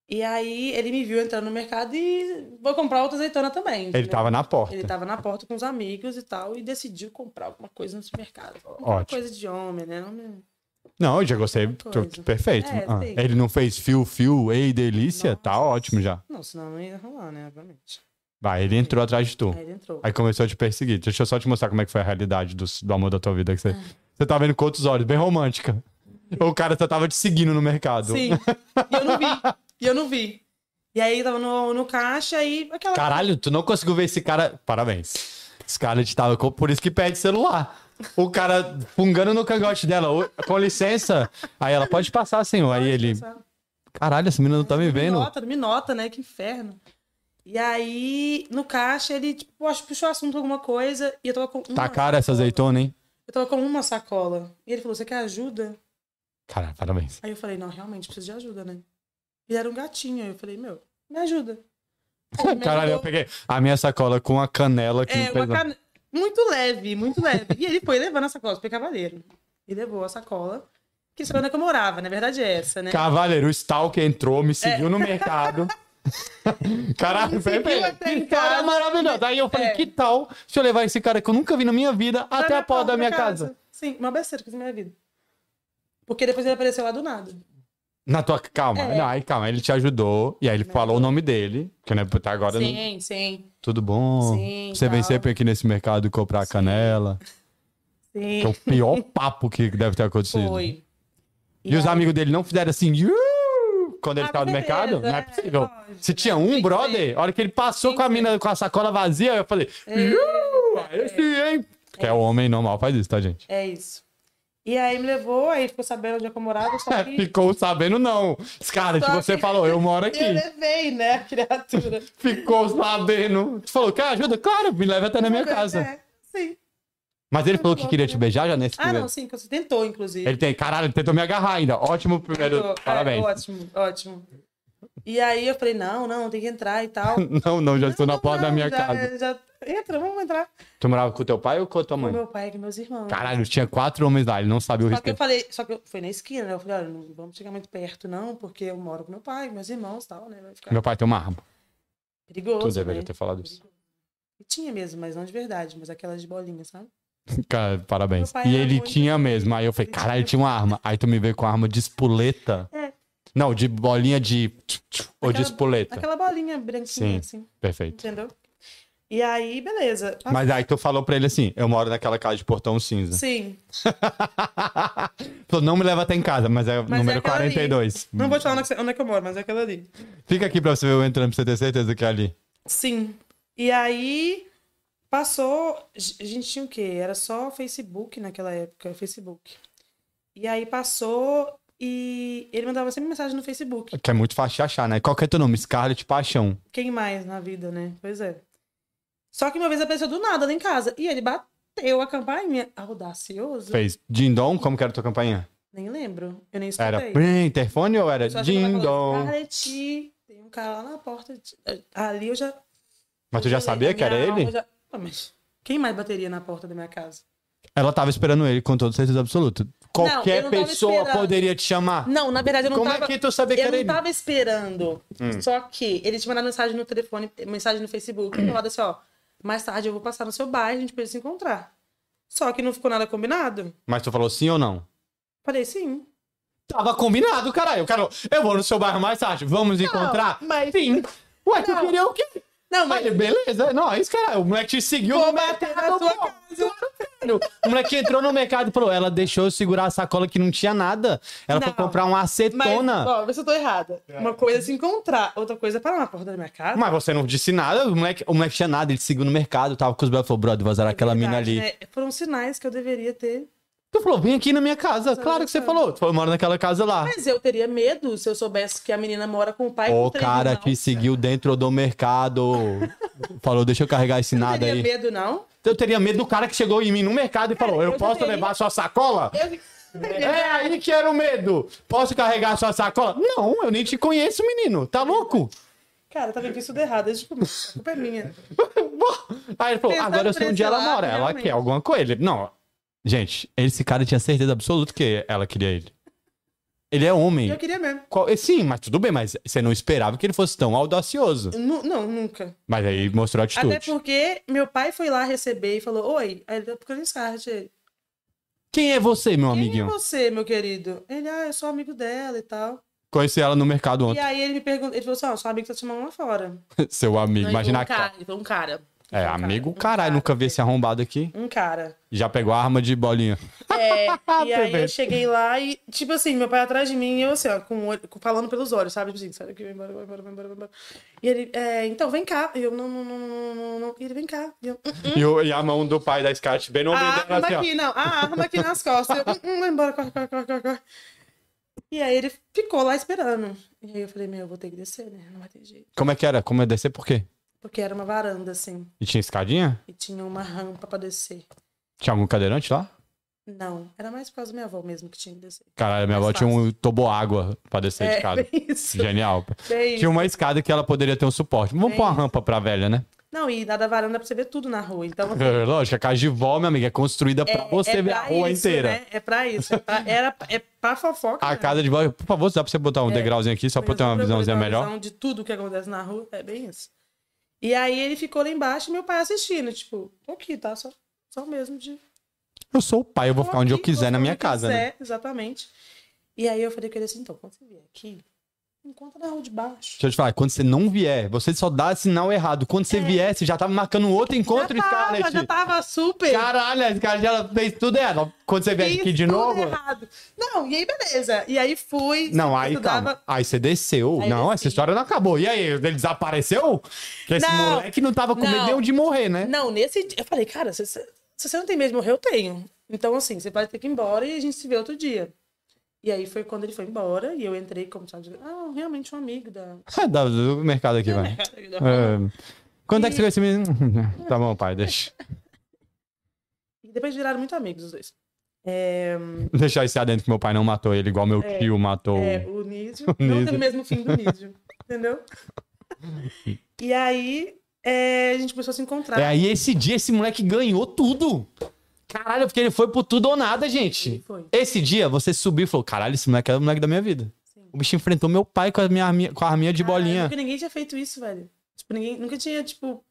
B: E aí ele me viu entrando no mercado e vou comprar outra azeitona também.
A: Ele
B: entendeu?
A: tava na porta.
B: Ele tava na porta com os amigos e tal, e decidiu comprar alguma coisa no supermercado. Uma
A: Ótimo.
B: coisa de homem, né? Homem-
A: Não, eu já gostei.
B: Outra
A: Tô-
B: coisa.
A: Perfeito.
B: É,
A: Ah,
B: sim.
A: ele não fez fio, fio, ei, delícia. Tá
B: Nossa.
A: ótimo já.
B: Não, senão não ia rolar, né? Obviamente.
A: Vai, ele entrou atrás de tu.
B: Aí ele entrou.
A: Aí começou a te perseguir. Deixa eu só te mostrar como é que foi a realidade do, do amor da tua vida. Que você,
B: Ah.
A: você tá vendo com outros olhos, bem romântica. O cara só tava te seguindo no mercado.
B: Sim. E eu não vi. E eu não vi. E aí tava no, no caixa e aquela.
A: Caralho, tu não conseguiu ver esse cara. Parabéns. Esse cara te tava. Por isso que pede celular. O cara fungando no cangote dela. "Oi, Com licença. Aí ela pode passar, senhor. Aí ele.
B: Sabe?
A: Caralho, essa menina não tá me vendo.
B: Me nota, não me nota, né? Que inferno. E aí, no caixa, ele, tipo, acho que puxou assunto alguma coisa e eu tava com uma.
A: Tá cara essa azeitona, hein?
B: Eu tava com uma sacola. E ele falou: Você quer ajuda?
A: Caralho, parabéns.
B: Aí eu falei: Não, realmente, preciso de ajuda, né? Ele era um gatinho. Aí eu falei: Meu, me ajuda. Aí ele me
A: Caralho, eu
B: ajudou.
A: peguei a minha sacola com a canela que
B: É, uma cane- Muito leve, muito leve. E ele foi levando a sacola, super cavaleiro. E levou a sacola, que isso foi onde é que eu morava, na verdade é essa, né?
A: Cavaleiro, o Stalker entrou, me seguiu no mercado. Caralho,
B: Me seguiu
A: perfeito.
B: até em
A: Que cara
B: casa.
A: maravilhosa. Aí eu falei,
B: É.
A: que tal se eu levar esse cara que eu nunca vi na minha vida
B: Lá
A: até
B: na
A: a porta da minha casa.
B: Sim, uma besteira que eu fiz na minha vida. Porque depois ele apareceu lá do nada.
A: Na tua... Calma.
B: É.
A: Não, aí calma. Ele te ajudou. E aí ele falou o nome dele. Que né, até agora... não-
B: Sim, sim,
A: Tudo bom?
B: Sim,
A: Você vem
B: tal.
A: sempre aqui nesse mercado comprar a canela. Que é
B: sim.
A: o pior papo que deve ter acontecido.
B: Foi.
A: E os
B: aí-
A: amigos dele não fizeram assim, "Iu!" quando ele
B: Ah,
A: tava no
B: beleza,
A: mercado? Não é
B: é,
A: possível.
B: lógico,
A: Se tinha
B: né? Tem
A: um
B: que
A: brother, a hora que ele passou
B: Tem
A: com a
B: que É.
A: mina com a sacola vazia, eu falei, "Iu! Aí sim, hein? Que é o homem normal, faz isso, tá, gente?
B: É isso. E aí me levou, aí ficou sabendo onde é que eu morava, só
A: É,
B: que
A: ficou sabendo, não. Cara, tipo,
B: Só
A: você
B: que-
A: falou, eu moro aqui.
B: eu levei, né, a criatura.
A: Ficou sabendo. Tu falou, quer ajuda? Claro, me leva até na minha casa.
B: É, sim.
A: Mas ele falou que queria te beijar já nesse
B: Ah, não,
A: primeiro.
B: sim, que você tentou, inclusive.
A: Ele tem, caralho, ele tentou me agarrar ainda. Ótimo primeiro.
B: Tô- é,
A: Parabéns.
B: ótimo, ótimo. E aí eu falei, não, não, tem que entrar e tal.
A: Não, não, já estou na
B: Não,
A: porta da
B: não,
A: minha
B: já- é.
A: casa.
B: já- Entra, vamos entrar.
A: Tu morava com teu pai ou com tua
B: Com
A: mãe?
B: meu pai e com meus irmãos.
A: Caralho, tinha quatro homens lá, ele não sabia o
B: Só que eu
A: respeito.
B: falei, só que eu, foi na esquina, né? Eu falei, olha, não vamos chegar muito perto, não, porque eu moro com meu pai, meus irmãos e tal, né? Vai ficar
A: Meu é pai tem uma arma.
B: perigoso.
A: Tu deveria
B: né?
A: ter falado isso.
B: E Tinha mesmo, mas não de verdade, mas aquelas de bolinha, sabe?
A: Cara, parabéns.
B: Meu pai
A: E
B: era
A: ele
B: muito-
A: tinha mesmo. Aí eu falei,
B: Ele
A: caralho, ele tinha uma arma. Aí tu me veio com a arma de espoleta.
B: É.
A: Não, de bolinha de. Ou de
B: Aquela-
A: espoleta.
B: Aquela bolinha branquinha, assim,
A: Perfeito.
B: entendeu? E aí, beleza. Ah,
A: Mas aí tu falou pra ele assim: eu moro naquela casa de portão cinza.
B: Sim,
A: Falou, não me leva até em casa, mas é o
B: Mas é
A: número
B: aquela ali.
A: 42.
B: não vou te falar onde é que- onde é que eu moro, mas é aquela ali.
A: Fica aqui pra você ver eu entrando, pra você ter certeza que é ali.
B: Sim. E aí Passou, a gente tinha o quê? Era só Facebook naquela época, Facebook. E aí passou e ele mandava sempre mensagem no Facebook.
A: Que é muito fácil de achar, né? Qual que é teu nome? Scarlett Paixão.
B: Quem mais na vida, né? Pois é. Só que uma vez apareceu do nada lá em casa e ele bateu a campainha. Audacioso?
A: Fez Dindom, como que era a tua campainha?
B: Nem lembro. Eu nem escutei.
A: Era prim, interfone ou era
B: Só achei que ela falou,
A: Dindom?
B: "Scarlett, tem um cara lá na porta. eh, Ali eu já.
A: Mas tu já sabia que era
B: Minha alma
A: ele?
B: já- Ah, mas quem mais bateria na porta da minha casa?
A: Ela tava esperando ele, com toda certeza absoluta. Qualquer
B: eu não tava
A: pessoa
B: esperando.
A: poderia te chamar.
B: Não, na verdade eu não
A: Como
B: tava.
A: é que tu sabia que
B: eu
A: era
B: não
A: ele? Hum.
B: tava esperando. Só que ele te mandava mensagem no telefone, mensagem no Facebook, falando assim, ó, mais tarde eu vou passar no seu bairro, a gente precisa se encontrar. Só que não ficou nada combinado.
A: Mas tu falou sim ou não?
B: Falei, sim.
A: Tava combinado, caralho. Carol, eu vou no seu bairro mais tarde, vamos encontrar?
B: mas-
A: Sim. Ué, tu
B: Não.
A: queria o quê?
B: Não, mas
A: Mas beleza, é nóis, caralho. O moleque te seguiu no mercado,
B: tua
A: pô. Claro. O moleque entrou no mercado e falou, ela deixou eu segurar a sacola que não tinha nada. Ela foi
B: Não.
A: comprar uma
B: mas,
A: acetona. Mas,
B: ó, vê se eu tô errada. Uma coisa é se encontrar, outra coisa é parar na porta da minha casa.
A: você não disse nada, o moleque, o moleque tinha nada, ele te seguiu no mercado, tava com os belos, falou, brother, vazar aquela mina
B: Verdade,
A: ali.
B: né? Foram sinais que eu deveria ter.
A: Tu falou, vem aqui na minha casa. Claro que você falou. Tu falou, mora naquela casa lá.
B: Mas é eu teria medo se eu soubesse que a menina mora com o pai. e com
A: O
B: três
A: cara
B: irmãos.
A: te seguiu dentro do mercado. Falou, deixa eu carregar esse
B: Não
A: nada
B: teria
A: aí.
B: medo, não?
A: Eu teria medo do cara que chegou em mim no mercado e falou, eu,
B: eu
A: posso
B: teria-
A: levar sua sacola? É aí que era o medo. Posso carregar sua sacola? Não, eu nem te conheço, menino. Tá louco?
B: Cara, tá vendo isso tudo errado. Desde o começo. A culpa é minha.
A: Aí ele falou,
B: Pensando
A: agora eu sei
B: por
A: onde
B: esse
A: ela
B: lado,
A: mora. Ela
B: tá realmente.
A: quer alguma coisa. Ele, não, gente, esse cara tinha certeza absoluta que ela queria ele. Ele é
B: E
A: homem.
B: eu queria mesmo.
A: Qual- eh, Sim, mas tudo bem, mas você não esperava que ele fosse tão audacioso.
B: Eu nu- Não, nunca.
A: Mas aí mostrou a atitude.
B: Até porque meu pai foi lá receber e falou: Oi, aí ele tá procurando Scarlett. Ele,
A: Quem é você, meu
B: Quem é
A: amiguinho?
B: você, meu querido? Ele, ah, eu sou amigo dela e tal.
A: Conheci ela no mercado
B: E
A: ontem.
B: aí ele me perguntou, ele falou assim: Ó, sou amigo que tá te chamando lá fora.
A: Seu amigo.
B: Não, ele
A: Imagina.
B: falou, um cara. Ele falou, um cara.
A: É,
B: Um cara,
A: amigo,
B: um
A: caralho,
B: cara,
A: nunca vi esse arrombado aqui.
B: Um cara.
A: Já pegou a arma de bolinha.
B: É, e aí
A: Perfeito.
B: eu cheguei lá e, tipo assim, meu pai atrás de mim e eu assim, ó, com o olho, com- falando pelos olhos, sabe? Tipo assim, sai daqui, vai embora, vai embora, vai embora, vai embora. E ele, é, então vem cá. E eu, não, não, não, não, não, não. E ele, vem cá. E eu, "Hum,
A: E, o- e a mão do pai da Scarlett bem no
B: a
A: ouvido dela,
B: arma
A: assim, ó.
B: aqui, não, a arma aqui nas costas. Eu, "Hum, hum, vai embora, corre, corre, corre, corre, corre. E aí ele ficou lá esperando. E aí eu falei, meu, eu vou ter que descer, né? Não vai ter jeito.
A: Como é que era? Como é descer? Por quê?
B: Porque era uma varanda, assim,
A: E tinha escadinha?
B: e tinha uma rampa pra descer.
A: Tinha algum cadeirante lá?
B: Não, era mais por causa da minha avó mesmo que tinha que descer.
A: Caralho, minha
B: Mais
A: avó tinha um tobo água pra descer de
B: É,
A: escada.
B: bem isso,
A: Genial.
B: bem isso.
A: Tinha uma escada que ela poderia ter um suporte. Vamos
B: É
A: pôr uma rampa pra velha, né?
B: Não, e da da varanda pra você ver tudo na rua. Então, assim,
A: É, Lógico, a casa de vó, minha amiga, é construída pra você ver a
B: pra
A: rua
B: isso,
A: inteira.
B: né? É pra isso. É pra, era, é pra fofoca.
A: A
B: né?
A: casa de vó, por favor, dá pra você botar um
B: É.
A: degrauzinho aqui só pra eu ter uma
B: Pra poder
A: visãozinha
B: dar uma
A: melhor?
B: visão de tudo que acontece na rua. É bem isso. E aí ele ficou lá embaixo e meu pai assistindo. Tipo, tô aqui, tá? Só, só mesmo de. um
A: Eu sou o pai, eu vou
B: tô
A: ficar onde eu
B: aqui,
A: quiser na
B: onde
A: minha
B: eu
A: casa, né?
B: quiser, Exatamente. E aí eu falei com ele assim: então, quando você vier aqui, me encontra na rua de baixo.
A: Deixa eu te falar, quando você não vier, você só dá sinal errado. Quando você vier, você já tava marcando um outro encontro,
B: É. já tá tava,
A: Scarlett.
B: já tava super.
A: Caralho, a Scarlett, ela fez tudo errado. Quando você vier
B: Fiz
A: aqui de
B: tudo
A: novo...
B: errado. Não, e aí beleza. E aí fui.
A: Não, aí
B: estudava-
A: calma. Aí você desceu.
B: Aí
A: não,
B: desci.
A: essa história não acabou. E aí, ele desapareceu? Que esse
B: Não.
A: moleque não tava com medo
B: Não.
A: nenhum de morrer, né?
B: Não, nesse dia. Eu falei, cara, se, se se você não tem medo de morrer, eu tenho. Então, assim, você vai ter que ir embora e a gente se vê outro dia. E aí foi quando ele foi embora e eu entrei como tchau. de- Ah, realmente um amigo da.
A: Ah, Dá do mercado aqui, vai. É. Quando é que você conheceu mesmo? Tá bom, pai, deixa.
B: E depois viraram muito amigos os dois. É,
A: Deixar esse adentro que meu pai não matou ele, igual meu tio matou.
B: é, o Nídio.
A: Oh. O
B: Não
A: Nídio.
B: teve o mesmo fim do Nídio. entendeu? E aí é, a gente começou a se encontrar.
A: É aí esse dia esse moleque ganhou tudo. Caralho, porque ele foi por tudo ou nada,
B: Ele
A: gente.
B: foi.
A: Esse dia você subiu e falou: caralho, esse moleque é o moleque da minha vida.
B: Sim.
A: O bicho enfrentou meu pai com a minha arminha, com a arminha de
B: Ah,
A: bolinha.
B: nunca ninguém tinha feito isso, velho. Tipo, ninguém nunca tinha, tipo.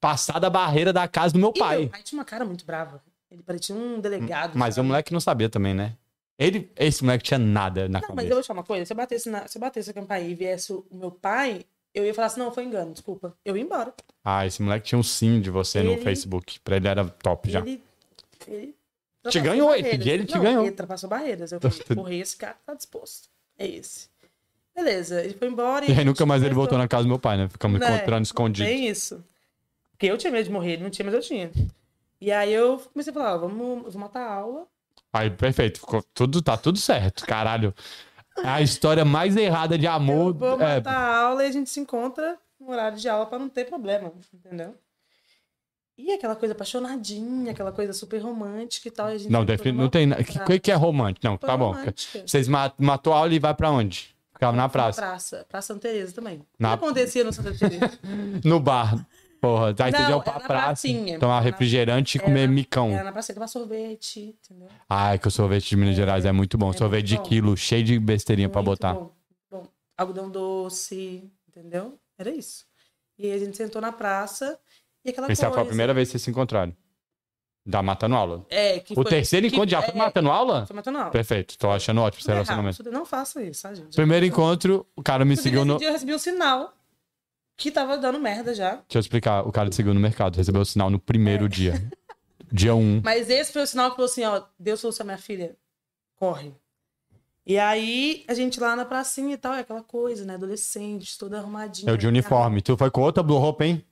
A: Passado a barreira da casa do meu
B: E
A: pai.
B: meu pai tinha uma cara muito brava. Ele parecia um delegado.
A: Mas o
B: sabe?
A: moleque não sabia também, né? Ele, esse moleque tinha nada na
B: Não, mas
A: cabeça.
B: eu vou te falar uma coisa. Se eu batesse, na, se eu batesse a campainha e viesse o meu pai, eu ia falar assim, não, foi engano, desculpa. Eu ia embora.
A: Ah, esse moleque tinha um sim de você no
B: Ele-
A: Facebook. Pra ele era top já.
B: Ele, ele
A: Te
B: ultrapassou
A: ganhou, esse
B: barreiras.
A: dia ele te
B: Não,
A: ganhou.
B: Ele ultrapassou barreiras. Eu falei, correr, esse cara tá disposto. É esse. Beleza, ele foi embora.
A: E aí nunca mais ele voltou na casa do meu pai, né? Ficamos
B: Né?
A: encontrando escondido.
B: Tem isso. Porque eu tinha medo de morrer, ele não tinha, mas eu tinha. E aí eu comecei a falar, ó, vamos, eu vou matar a aula.
A: Aí, perfeito. Ficou tudo, tá tudo certo, caralho. A história mais errada de
B: Eu
A: amor.
B: vou
A: é,
B: matar a aula e a gente se encontra no horário de aula pra não ter problema, entendeu? E aquela coisa apaixonadinha, aquela coisa super romântica e tal. e a gente
A: não,
B: foi
A: defi-
B: numa
A: não tem nada. O que, que é romântico? Não,
B: praia
A: tá bom.
B: romântica.
A: Vocês ma- matou a aula e vai pra onde? Ficava na praça.
B: Praça, Praça Santa Teresa também.
A: Na-
B: O que acontecia no Santa Teresa?
A: No bar. Porra, aí vocês
B: Não,
A: iam
B: era
A: pra
B: na
A: praça,
B: pracinha.
A: tomar
B: Na-
A: refrigerante e comer micão.
B: Era É, na praça, tomar sorvete, entendeu?
A: Ai, que o sorvete de Minas Gerais é muito bom.
B: É
A: sorvete
B: muito
A: de
B: bom.
A: quilo, cheio de besteirinha pra
B: Muito
A: botar.
B: Bom, bom. Algodão doce, entendeu? Era isso. E aí a gente sentou na praça e aquela
A: Essa
B: coisa.
A: foi a primeira vez que vocês se encontraram. Da matando aula.
B: É, que
A: o
B: foi- É.
A: terceiro
B: que-
A: encontro já foi
B: é,
A: matando aula?
B: Foi matando aula.
A: Perfeito, tô achando ótimo esse
B: Tudo errado,
A: relacionamento.
B: tudo- Não façam isso, tá, gente?
A: Primeiro encontro, o cara me
B: Inclusive,
A: seguiu no.
B: esse dia eu recebi um sinal que tava dando merda já.
A: Deixa eu explicar, o cara te seguiu no mercado, recebeu o sinal no primeiro
B: É.
A: dia. Dia 1. Um.
B: Mas esse foi o sinal que falou assim, ó, Deus falou assim, minha filha, corre. E aí, a gente lá na pracinha e tal, é aquela coisa, né? Adolescente, toda arrumadinha.
A: Eu É de uniforme. Tu foi com outra blue roupa, hein?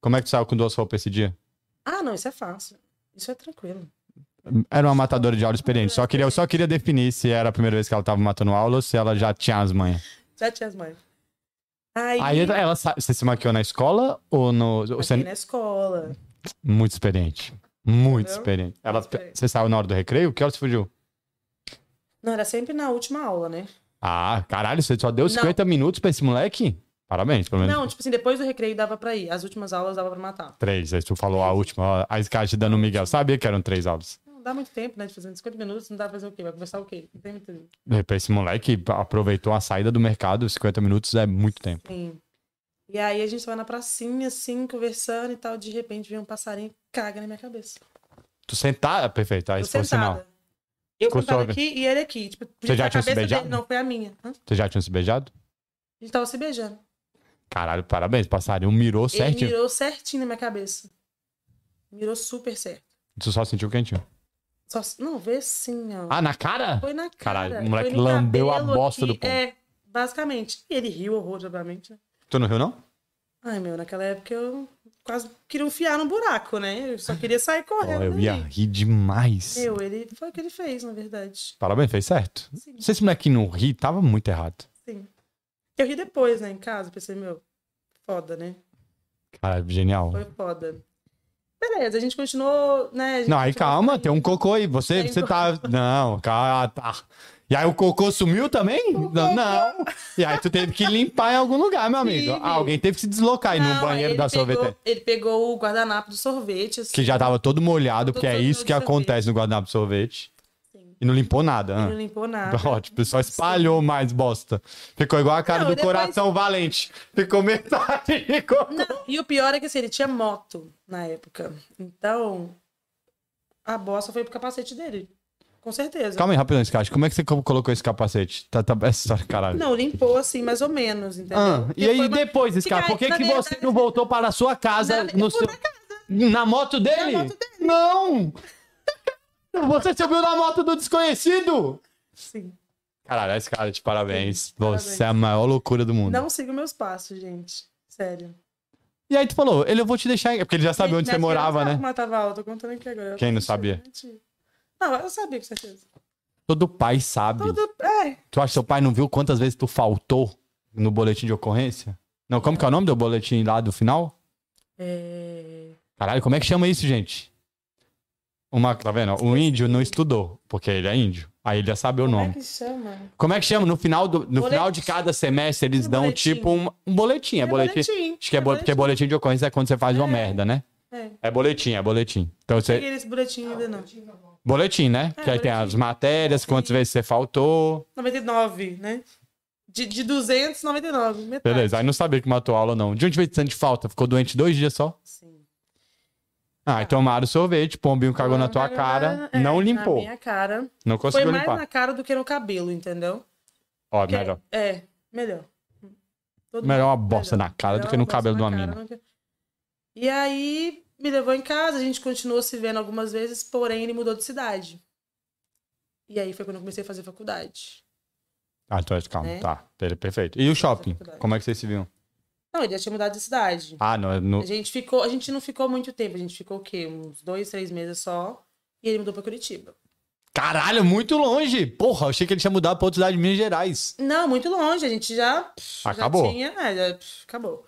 A: Como é que tu saiu com duas roupas esse dia?
B: Ah, não, isso é fácil. Isso é tranquilo.
A: Era uma matadora de aula experiente. Só queria, eu só queria definir se era a primeira vez que ela tava matando aula ou se ela já tinha as manhas.
B: Já tinha as mães. Aí,
A: Aí ela, ela sa- você se maquiou na escola ou no. Você,
B: aqui na escola.
A: Muito experiente. Muito
B: Entendeu?
A: experiente. Ela,
B: experiente.
A: você saiu na hora do recreio? Que hora você fugiu?
B: Não, era sempre na última aula, né?
A: Ah, caralho, você só deu
B: Não.
A: 50 minutos pra esse moleque? Parabéns, pelo menos.
B: Não, tipo assim, depois do recreio dava pra ir. As últimas aulas dava pra matar.
A: Três, aí tu falou a última, ó, a Sky te dando um Miguel. Sabia que eram três aulas.
B: Não dá muito tempo, né? De fazer 50 minutos, não dá pra fazer o quê? Vai conversar o quê? Não tem muito tempo.
A: Pra esse moleque aproveitou a saída do mercado, 50 minutos é muito tempo.
B: Sim. E aí a gente tava na pracinha, assim, conversando e tal. De repente vem um passarinho e caga na minha cabeça.
A: Tu sentada, perfeito, aí
B: Eu
A: esse foi o sinal.
B: sentada. Eu
A: assim, Ficou
B: sentada
A: suave.
B: aqui e ele aqui. Tipo,
A: Você já
B: a
A: tinha se
B: cabeça
A: beijado?
B: dele não foi a minha. Hã?
A: Vocês já tinham se beijado?
B: A gente tava se beijando.
A: Caralho, parabéns, passarinho. um Mirou
B: Ele
A: certinho.
B: mirou certinho na minha cabeça. Mirou super certo.
A: Tu só sentiu quentinho.
B: Só, não, vê sim, ó.
A: Ah, na cara?
B: Foi na cara.
A: Caralho, o moleque
B: foi no
A: lambeu a
B: cabelo
A: bosta do
B: aqui.
A: povo.
B: É, basicamente. E ele riu horror, obviamente, né?
A: Tu não riu, não?
B: Ai, meu, naquela época eu quase queria enfiar num buraco, né? Eu só queria sair
A: Ó,
B: correndo.
A: eu
B: dali.
A: ia rir demais.
B: Meu, ele foi o que ele fez, na verdade.
A: Parabéns, fez certo.
B: Sim,
A: Se esse moleque não ri, tava muito errado.
B: sim. Eu ri depois, né, em casa, pensei, meu, foda, né?
A: Cara, genial.
B: Foi foda. Beleza, a gente continuou, né? a gente
A: Não, aí
B: continuou
A: calma,
B: saindo.
A: tem um cocô aí. Você,
B: Tem
A: você tá. Não, cara, tá. E aí o cocô sumiu também? Não, não. E aí tu teve que limpar em algum lugar, meu amigo.
B: Tive.
A: Ah, alguém teve que se deslocar aí no
B: Não, aí
A: banheiro
B: ele
A: da
B: pegou-
A: sorvete.
B: Ele pegou o guardanapo do sorvete, assim,
A: Que já tava todo molhado,
B: Todo
A: porque é
B: todo
A: isso que
B: sorvete.
A: acontece no guardanapo de sorvete.
B: Sim.
A: E não limpou nada.
B: não
A: né?
B: limpou nada.
A: Ótimo, só espalhou mais bosta. Ficou igual a cara
B: Não,
A: do
B: depois-
A: coração valente. Ficou metade de cocô.
B: Não, e o pior é que assim, ele tinha moto na época. Então, a bosta foi pro capacete dele. Com certeza.
A: Calma aí, rapidão, Sky. Como é que você co- colocou esse capacete? Tá, tá, essa história, caralho.
B: Não, limpou assim, mais ou menos, entendeu?
A: Ah,
B: Porque
A: e aí
B: foi uma-
A: depois,
B: Porque
A: Scar,
B: aí,
A: por que,
B: na
A: que
B: verdade, assim,
A: você não voltou para a sua casa
B: Na-
A: no
B: eu fui
A: seu...
B: pra
A: na moto dele?
B: Na moto
A: Não! Você subiu na moto do desconhecido!
B: Sim.
A: Caralho, esse cara, de parabéns.
B: parabéns.
A: Você é a maior loucura do mundo.
B: Não siga meus passos, gente. Sério.
A: E aí tu falou, ele eu vou te deixar... em- É Porque ele já sabia onde
B: Minha
A: você
B: filha
A: morava,
B: não sabe
A: né?
B: como ela tava alta, eu tô contando aqui agora.
A: Quem não sabia?
B: Não, eu sabia, com certeza.
A: Todo pai sabe.
B: Todo... É,
A: Tu acha que seu pai não viu quantas vezes tu faltou no boletim de ocorrência? Não, como que é o nome do boletim lá do final?
B: é...
A: Caralho, como é que chama isso, gente? Uma, tá vendo? O índio não estudou, porque ele é índio. Aí ele já sabe o
B: Como
A: nome.
B: é que chama?
A: Como é que chama? No final, do, no
B: Boletim.
A: final de cada semestre, eles
B: É
A: dão
B: boletim.
A: tipo um, um boletim. É, boletim. Acho que é, bo- porque boletim de ocorrência é quando você faz uma
B: É.
A: merda, né?
B: É.
A: É boletim, é boletim. Então
B: Não
A: você.
B: peguei esse boletim ainda, não.
A: Boletim, né?
B: É,
A: que aí tem
B: boletim.
A: as matérias, quantas vezes você faltou.
B: 99, né? De, de 299, metade.
A: Beleza, aí não sabia que matou aula, não. De onde veio tanto de falta? Ficou doente dois dias só?
B: Sim.
A: Ah, aí tomaram sorvete, pombinho cagou na tua cara,
B: É,
A: não
B: Na
A: limpou.
B: minha cara.
A: Não
B: Foi
A: conseguiu
B: mais
A: limpar.
B: na cara do que no cabelo, entendeu?
A: Ó,
B: Que-
A: melhor.
B: É, melhor. Todo
A: Melhor uma
B: mundo-
A: bosta na cara do
B: Melhor
A: que no
B: uma bosta
A: cabelo de
B: na
A: uma
B: cara
A: mina.
B: do que- E aí, me levou em casa, a gente continuou se vendo algumas vezes, porém ele mudou de cidade. E aí foi quando eu comecei a fazer faculdade.
A: Ah, então calma,
B: Né?
A: tá. Ele- Perfeito. E o shopping?
B: faculdade.
A: Como é que vocês se viam?
B: Não, ele já tinha mudado de cidade.
A: Ah, não.
B: A
A: no-
B: gente ficou, a gente não ficou muito tempo, a gente ficou o quê? Uns dois, três meses só. E ele mudou pra Curitiba.
A: Caralho, muito longe. Porra, eu achei que ele tinha mudado pra outra cidade de Minas Gerais.
B: Não, muito longe, a gente já. pff, já
A: Acabou.
B: tinha, é, já, pff, acabou.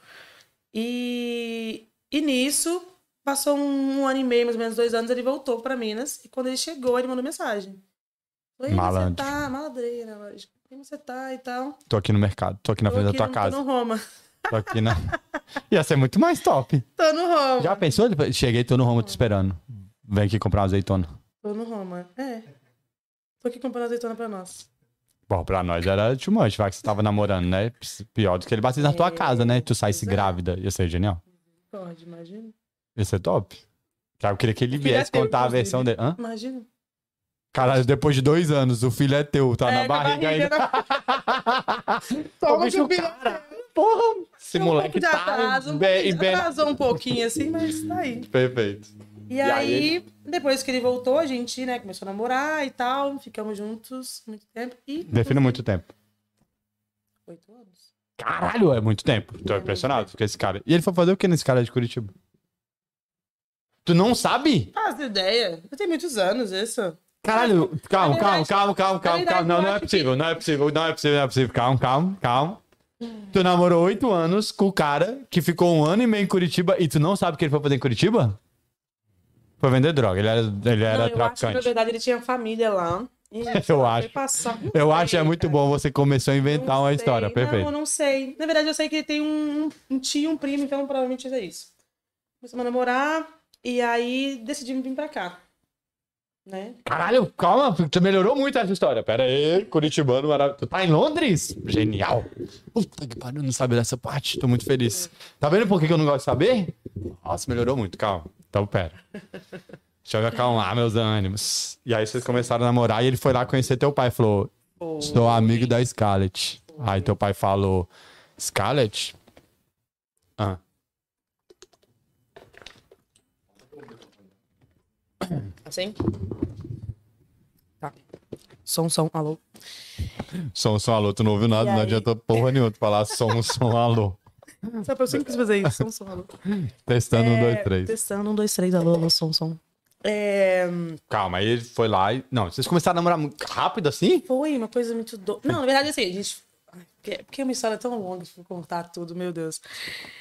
B: E, e nisso, passou um, um ano e meio, mais ou menos dois anos, ele voltou pra Minas. E quando ele chegou, ele mandou mensagem. Oi,
A: Malandro.
B: você tá? Maladreira, lógico. Como você tá e tal?
A: Tô aqui no mercado, tô aqui na
B: Tô
A: frente da
B: aqui
A: tua
B: no-
A: casa.
B: Tô no Roma.
A: Tô aqui na. Ia ser muito mais top.
B: Tô no Roma.
A: Já pensou? Ele- Cheguei, tô no Roma te esperando. Vem aqui comprar uma azeitona.
B: Tô no Roma. É. Tô aqui comprando azeitona pra nós.
A: Bom, pra nós era too much, vai que você tava namorando, né? Pior do que ele bater na tua
B: É,
A: casa, né? Tu saísse
B: pois é.
A: grávida. Ia ser genial.
B: Pode, imagina.
A: Ia ser top. Cara, eu queria que ele
B: filho é
A: viesse
B: teu,
A: contar a
B: inclusive.
A: versão dele. Hã?
B: Imagina.
A: Caralho, depois de dois anos, o filho é teu, tá
B: É,
A: na
B: com a
A: barriga
B: barriga
A: ainda.
B: Toma
A: Ô, bicho,
B: que o filho é
A: cara, porra, esse
B: Tem um
A: moleque
B: pouco de
A: tá
B: atraso, um
A: bem-
B: pouquinho-
A: bem-
B: atrasou um pouquinho assim, mas tá aí.
A: Perfeito.
B: E,
A: aí,
B: aí, depois que ele voltou, a gente, né, começou a namorar e tal, ficamos juntos muito tempo e
A: Defina muito tempo.
B: oito anos.
A: Caralho, é muito tempo. Tô
B: É
A: impressionado
B: muito
A: com esse cara. E ele foi fazer o que nesse cara de Curitiba? Tu não sabe?
B: Faz ideia. Eu tenho muitos anos isso.
A: Caralho, calma,
B: Na
A: calma,
B: verdade-
A: calma, calma, calma,
B: verdade,
A: calma. Não,
B: eu
A: não é
B: acho que-
A: possível, não é possível, não é possível, não é possível. Calma, calma, calma. Tu namorou oito anos com o cara que ficou um ano e meio em Curitiba e tu não sabe o que ele foi fazer em Curitiba? Foi vender droga, ele era, ele era
B: Não, eu acho que, na
A: traficante.
B: verdade, ele tinha família lá. E
A: Eu
B: foi
A: acho.
B: passar. Não
A: Eu acho
B: sei,
A: é muito
B: cara.
A: bom você começou a inventar
B: Não
A: uma
B: sei.
A: história, perfeito.
B: Não, eu não sei. Na verdade, eu sei que ele tem um, um- um tio e um primo, então provavelmente é isso. Começamos a namorar e aí decidimos vir pra cá. Né?
A: Caralho, calma, tu melhorou muito essa história. Pera aí, Curitibano maravilhoso. Tu tá em Londres? Genial. Puta que pariu, não sabe dessa parte. Tô muito feliz. Tá vendo por que que eu não gosto de saber? Nossa, melhorou muito, calma. Então, pera. Deixa eu acalmar meus ânimos. E aí vocês começaram a namorar e ele foi lá conhecer teu pai. Falou, sou amigo da Scarlett. Aí teu pai falou, Scarlett? Ah.
B: Assim? Tá. Som, som, alô.
A: Som, som, um alô. Tu não ouviu nada,
B: E
A: não
B: aí?
A: adianta porra nenhuma tu falar som, som, alô.
B: Só pra Ah, eu sempre quis fazer isso. Som, som, alô.
A: Testando um, dois,
B: É,
A: três.
B: Testando, um, dois, três, alô, alô, som, som. É,
A: Calma, aí ele foi lá e. Não, vocês começaram a namorar muito rápido assim?
B: foi uma coisa muito doida. Não, na verdade, assim, a gente... Ai, porque- Porque é uma história tão longa, se eu contar tudo, meu Deus.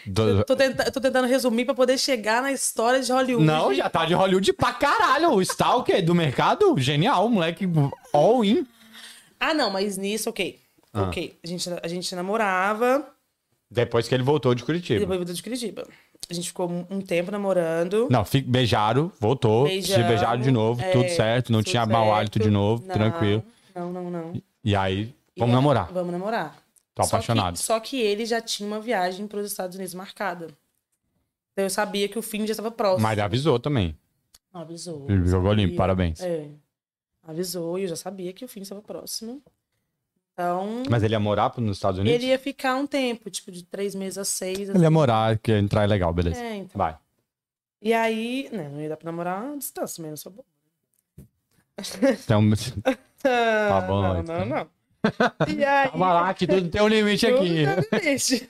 A: Do-
B: Eu tô, tenta- tô tentando resumir pra poder chegar na história de Hollywood.
A: Não, já tá de Hollywood pra caralho. O Stalker do mercado, genial, moleque all in.
B: Ah, não, mas nisso, ok.
A: Ah.
B: Ok, a gente, a gente namorava,
A: Depois que ele voltou de
B: e
A: Curitiba.
B: depois mudou de Curitiba. A gente ficou um um tempo namorando.
A: Não, fi- beijaram, voltou,
B: Beijamos,
A: se beijaram de novo,
B: é,
A: tudo certo, não
B: tudo
A: tinha mau
B: certo.
A: hálito de novo,
B: Não,
A: tranquilo.
B: Não, não, não.
A: E aí,
B: E
A: vamos
B: aí,
A: namorar.
B: Vamos namorar.
A: Tô
B: Só que-
A: apaixonado.
B: só que ele já tinha uma viagem para os Estados Unidos marcada. Então eu sabia que o fim já estava próximo.
A: Mas avisou também.
B: Não, avisou.
A: Ele Jogou limpo,
B: sabia.
A: parabéns.
B: É. Avisou e eu já sabia que o fim estava próximo. Então,
A: Mas ele ia morar nos Estados Unidos?
B: ele ia ficar um tempo, tipo, de três meses a seis.
A: Ele ia morar, que ia entrar é legal,
B: assim.
A: beleza.
B: É, então.
A: Vai.
B: E aí, né, não ia dar pra namorar à distância, mas eu não sou boa.
A: Então,
B: Tá
A: bom,
B: Não,
A: então.
B: não, não. E aí,
A: calma lá, que tudo tem um limite
B: tudo
A: aqui.
B: tá triste.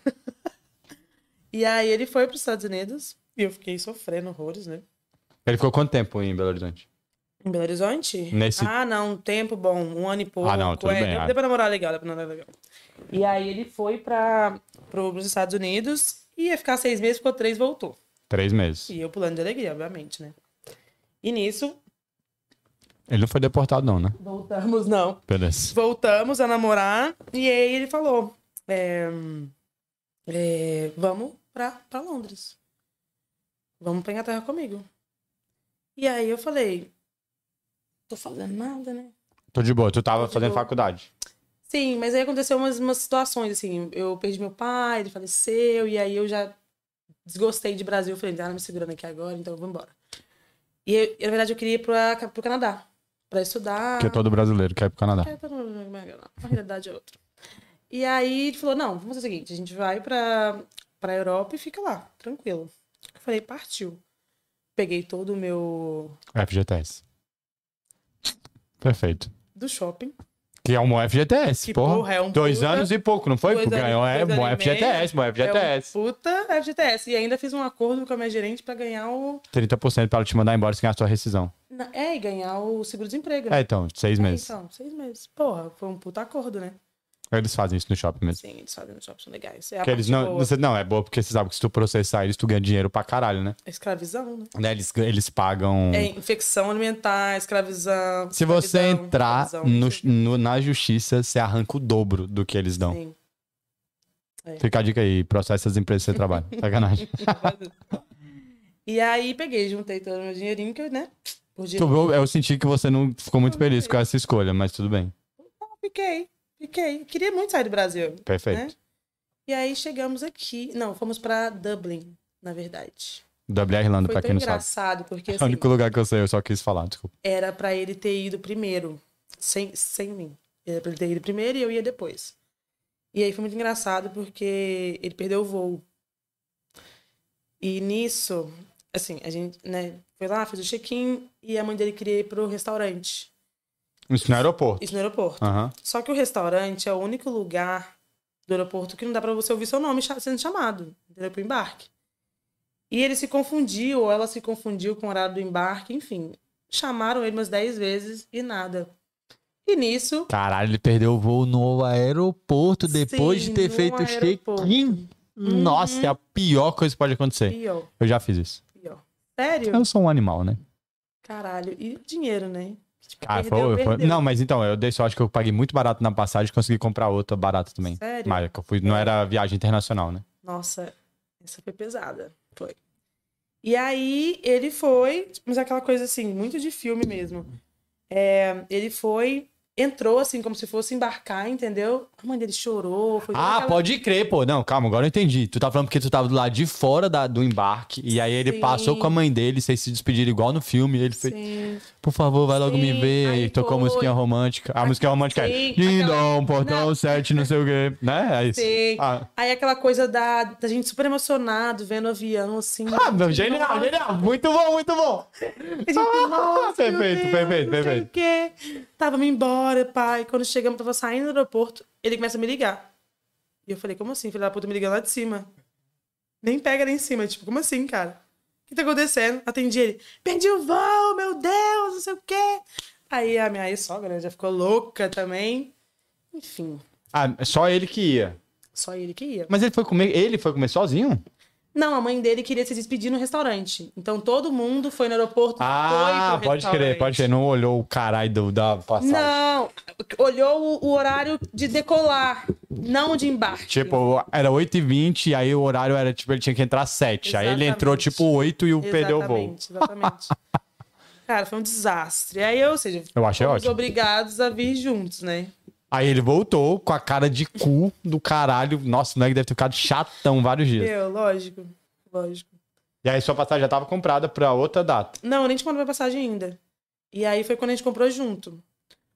B: E aí ele foi pros Estados Unidos e eu fiquei sofrendo horrores, né?
A: Ele ficou quanto tempo em Belo Horizonte?
B: Em Belo Horizonte?
A: Nesse-
B: Ah, não, um tempo bom, um ano e pouco.
A: Ah, não, tudo
B: é,
A: bem,
B: Deu,
A: ah.
B: deu pra namorar legal, deu pra namorar legal. E aí ele foi pra, pro, pros Estados Unidos, ia ficar seis meses, ficou três, voltou.
A: Três meses.
B: E eu pulando de alegria, obviamente, né? E nisso,
A: Ele não foi deportado, não, né?
B: voltamos, não.
A: Beleza.
B: voltamos a namorar e aí ele falou é, é, vamos pra, pra Londres vamos pra Inglaterra comigo e aí eu falei tô fazendo nada né
A: Tô de boa, tu tava
B: Tô de
A: fazendo
B: boa.
A: faculdade.
B: sim mas aí aconteceu umas, umas situações assim eu perdi meu pai ele faleceu e aí eu já desgostei de Brasil falei ah não me segurando aqui agora então eu vou embora e eu- na verdade eu queria ir pra, pro Canadá pra estudar
A: Porque todo brasileiro quer ir pro Canadá.
B: É, todo mundo vai pra Gana. A realidade é outra. E aí ele falou: não, vamos fazer o seguinte: a gente vai pra, pra Europa e fica lá, tranquilo. Eu falei: partiu. Peguei todo o meu.
A: FGTS. Perfeito.
B: do shopping.
A: Que é um FGTS,
B: Que
A: porra.
B: porra, é um
A: Dois
B: puta-
A: anos e pouco, não foi?
B: dois anos-
A: Ganhou, é,
B: dois anos
A: um
B: e meio.
A: FGTS, um FGTS.
B: É um puta FGTS. E ainda fiz um acordo com a minha gerente pra ganhar o.
A: 30% pra ela te mandar embora se ganhar a sua rescisão.
B: na- É, e ganhar o seguro-desemprego, né?
A: É, então, seis
B: É,
A: meses.
B: Então, seis meses. Porra, foi um puta acordo, né?
A: Eles fazem isso no shopping mesmo.
B: Sim, eles fazem os shopping, são legais. É a
A: Porque É. eles
B: parte
A: não,
B: boa.
A: você- não, é boa porque você sabe que se tu processar eles, tu ganha dinheiro pra caralho, né?
B: É escravizão, né?
A: Né, Eles, eles pagam.
B: É infecção alimentar, escravizão.
A: Hum. Se você
B: escravidão,
A: entrar
B: escravizão,
A: no,
B: isso.
A: no- na justiça, você arranca o dobro do que eles dão.
B: Sim. É.
A: Fica a dica aí, processa as empresas que você trabalha. Sacanagem.
B: E aí peguei, juntei todo o meu dinheirinho que eu, né? Por dia
A: Tu- eu, eu senti que você não ficou muito feliz com essa escolha, mas tudo bem.
B: fiquei, fiquei. Queria muito sair do Brasil.
A: Perfeito.
B: Né? E aí chegamos aqui. Não, fomos pra Dublin, na verdade.
A: W WR Irlanda,
B: Foi
A: pra
B: tão
A: quem não sabe.
B: engraçado, porque
A: É o
B: assim,
A: único lugar que eu sei, eu só quis falar, desculpa.
B: era pra ele ter ido primeiro, sem, sem mim. Era pra ele ter ido primeiro e eu ia depois. E aí foi muito engraçado porque ele perdeu o voo. E nisso, assim, a gente, né, foi lá, fez o check-in e a mãe dele queria ir pro restaurante.
A: Isso no aeroporto.
B: Isso no aeroporto.
A: Aham.
B: Só que o restaurante é o único lugar do aeroporto que não dá pra você ouvir seu nome cha- sendo chamado, entendeu? Pro embarque. E ele se confundiu, ou ela se confundiu com o horário do embarque, enfim. Chamaram ele umas 10 vezes e nada. E nisso,
D: Caralho, ele perdeu o voo no aeroporto depois
B: Sim,
D: de ter
B: no
D: feito o
B: aeroporto. Uhum.
D: check-in. Nossa, é a pior coisa que pode acontecer.
B: pior,
A: Eu já fiz isso.
B: pior. Sério?
A: Eu sou um animal, né?
B: Caralho. E dinheiro, né? Tipo,
A: Ah,
B: perdeu,
A: foi- foi-
B: perdeu.
A: Não, mas então, eu dei sorte que eu paguei muito barato na passagem e consegui comprar outra barata também.
B: Sério?
A: Mas eu fui, não era viagem internacional, né?
B: Nossa, essa foi pesada. Foi. E aí ele foi, mas aquela coisa assim, muito de filme mesmo. É, ele foi, entrou assim, como se fosse embarcar, entendeu? A mãe dele chorou. Foi toda
A: Ah,
B: aquela-
A: pode crer, pô. Não, calma, agora eu entendi. Tu tá falando porque tu tava do lado de fora da- do embarque e aí ele
B: Sim.
A: passou com a mãe dele, vocês se despediram igual no filme. Ele fez,
B: Sim.
A: por favor, vai logo me
B: Sim,
A: ver.
B: aí
A: Aí tocou a
B: foi.
A: musiquinha romântica. A música romântica é
B: Sim,
A: Dindom,
B: aquela-
A: Portão
B: Não.
A: 7, não sei o quê. Né? É isso.
B: Sim.
A: Ah.
B: Aí aquela coisa da, da gente super emocionado, vendo o avião assim.
A: Ah, meu, genial, genial. Muito bom, muito bom.
B: A gente, nossa,
A: Ah, Perfeito,
B: meu Deus,
A: perfeito,
B: não sei o quê. Tava me embora, pai. Quando chegamos, tava saindo do aeroporto, ele começa a me ligar. E eu falei, como assim, filho da puta, me ligando lá de cima? Nem pega lá em cima, tipo, como assim, cara? O que tá acontecendo? Atendi ele, perdi o voo, meu Deus, não sei o quê. Aí a minha sogra já ficou louca também. Enfim,
A: Ah, só ele que ia.
B: só ele que ia.
A: Mas ele foi comer, ele foi comer sozinho?
B: Não, a mãe dele queria se despedir no restaurante. Então todo mundo foi no aeroporto.
A: Ah,
B: foi pro
A: pode crer,
B: restaurante.
A: pode crer. Não olhou o caralho do- da passagem.
B: Não, olhou o, o horário de decolar, não de embarque.
A: Tipo, era 8h20, aí o horário era, tipo, ele tinha que entrar às 7. Aí ele
B: Exatamente.
A: entrou, tipo, 8 e o
B: exatamente,
A: perdeu o voo.
B: Exatamente. Cara, foi um desastre. Aí, eu, ou seja,
A: Eu achei
B: fomos
A: ótimo.
B: obrigados a vir juntos, né?
A: Aí ele voltou com a cara de cu do caralho. Nossa, o moleque deve ter ficado chatão vários dias.
B: Eu, lógico, lógico.
A: E aí sua passagem já tava comprada pra outra data.
B: Não, eu nem te mandou minha passagem ainda. E aí foi quando a gente comprou junto.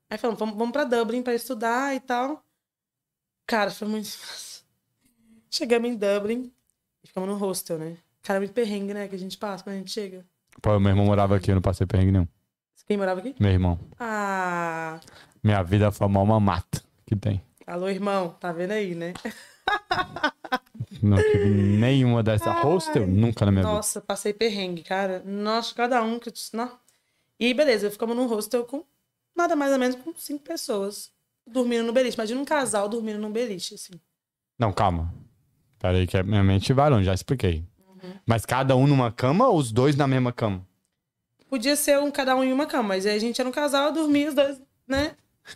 B: Aí falamos, vamos, vamos pra Dublin pra estudar e tal. Cara, foi muito fácil. Chegamos em Dublin e ficamos no hostel, né? Cara, é muito perrengue, né? Que a gente passa quando a gente chega.
A: Pô, meu irmão morava aqui, eu não passei perrengue nenhum.
B: Quem morava aqui?
A: Meu irmão.
B: Ah,
A: Minha vida foi mal uma mata que tem.
B: alô, irmão, tá vendo aí, né?
A: É, Não tive nenhuma dessa. Hostel? Nunca na minha vida.
B: Nossa, passei perrengue, cara. Nossa, cada um que. eu disse, Não. E beleza, ficamos num hostel com nada mais ou menos com cinco pessoas dormindo no beliche. Imagina um casal dormindo num beliche, assim.
A: Não, calma. Pera aí que a minha mente vai longe, já expliquei. Mas cada um numa cama ou os dois na mesma cama?
B: Podia ser um cada um em uma cama, mas aí a gente era um casal, dormia os dois, né?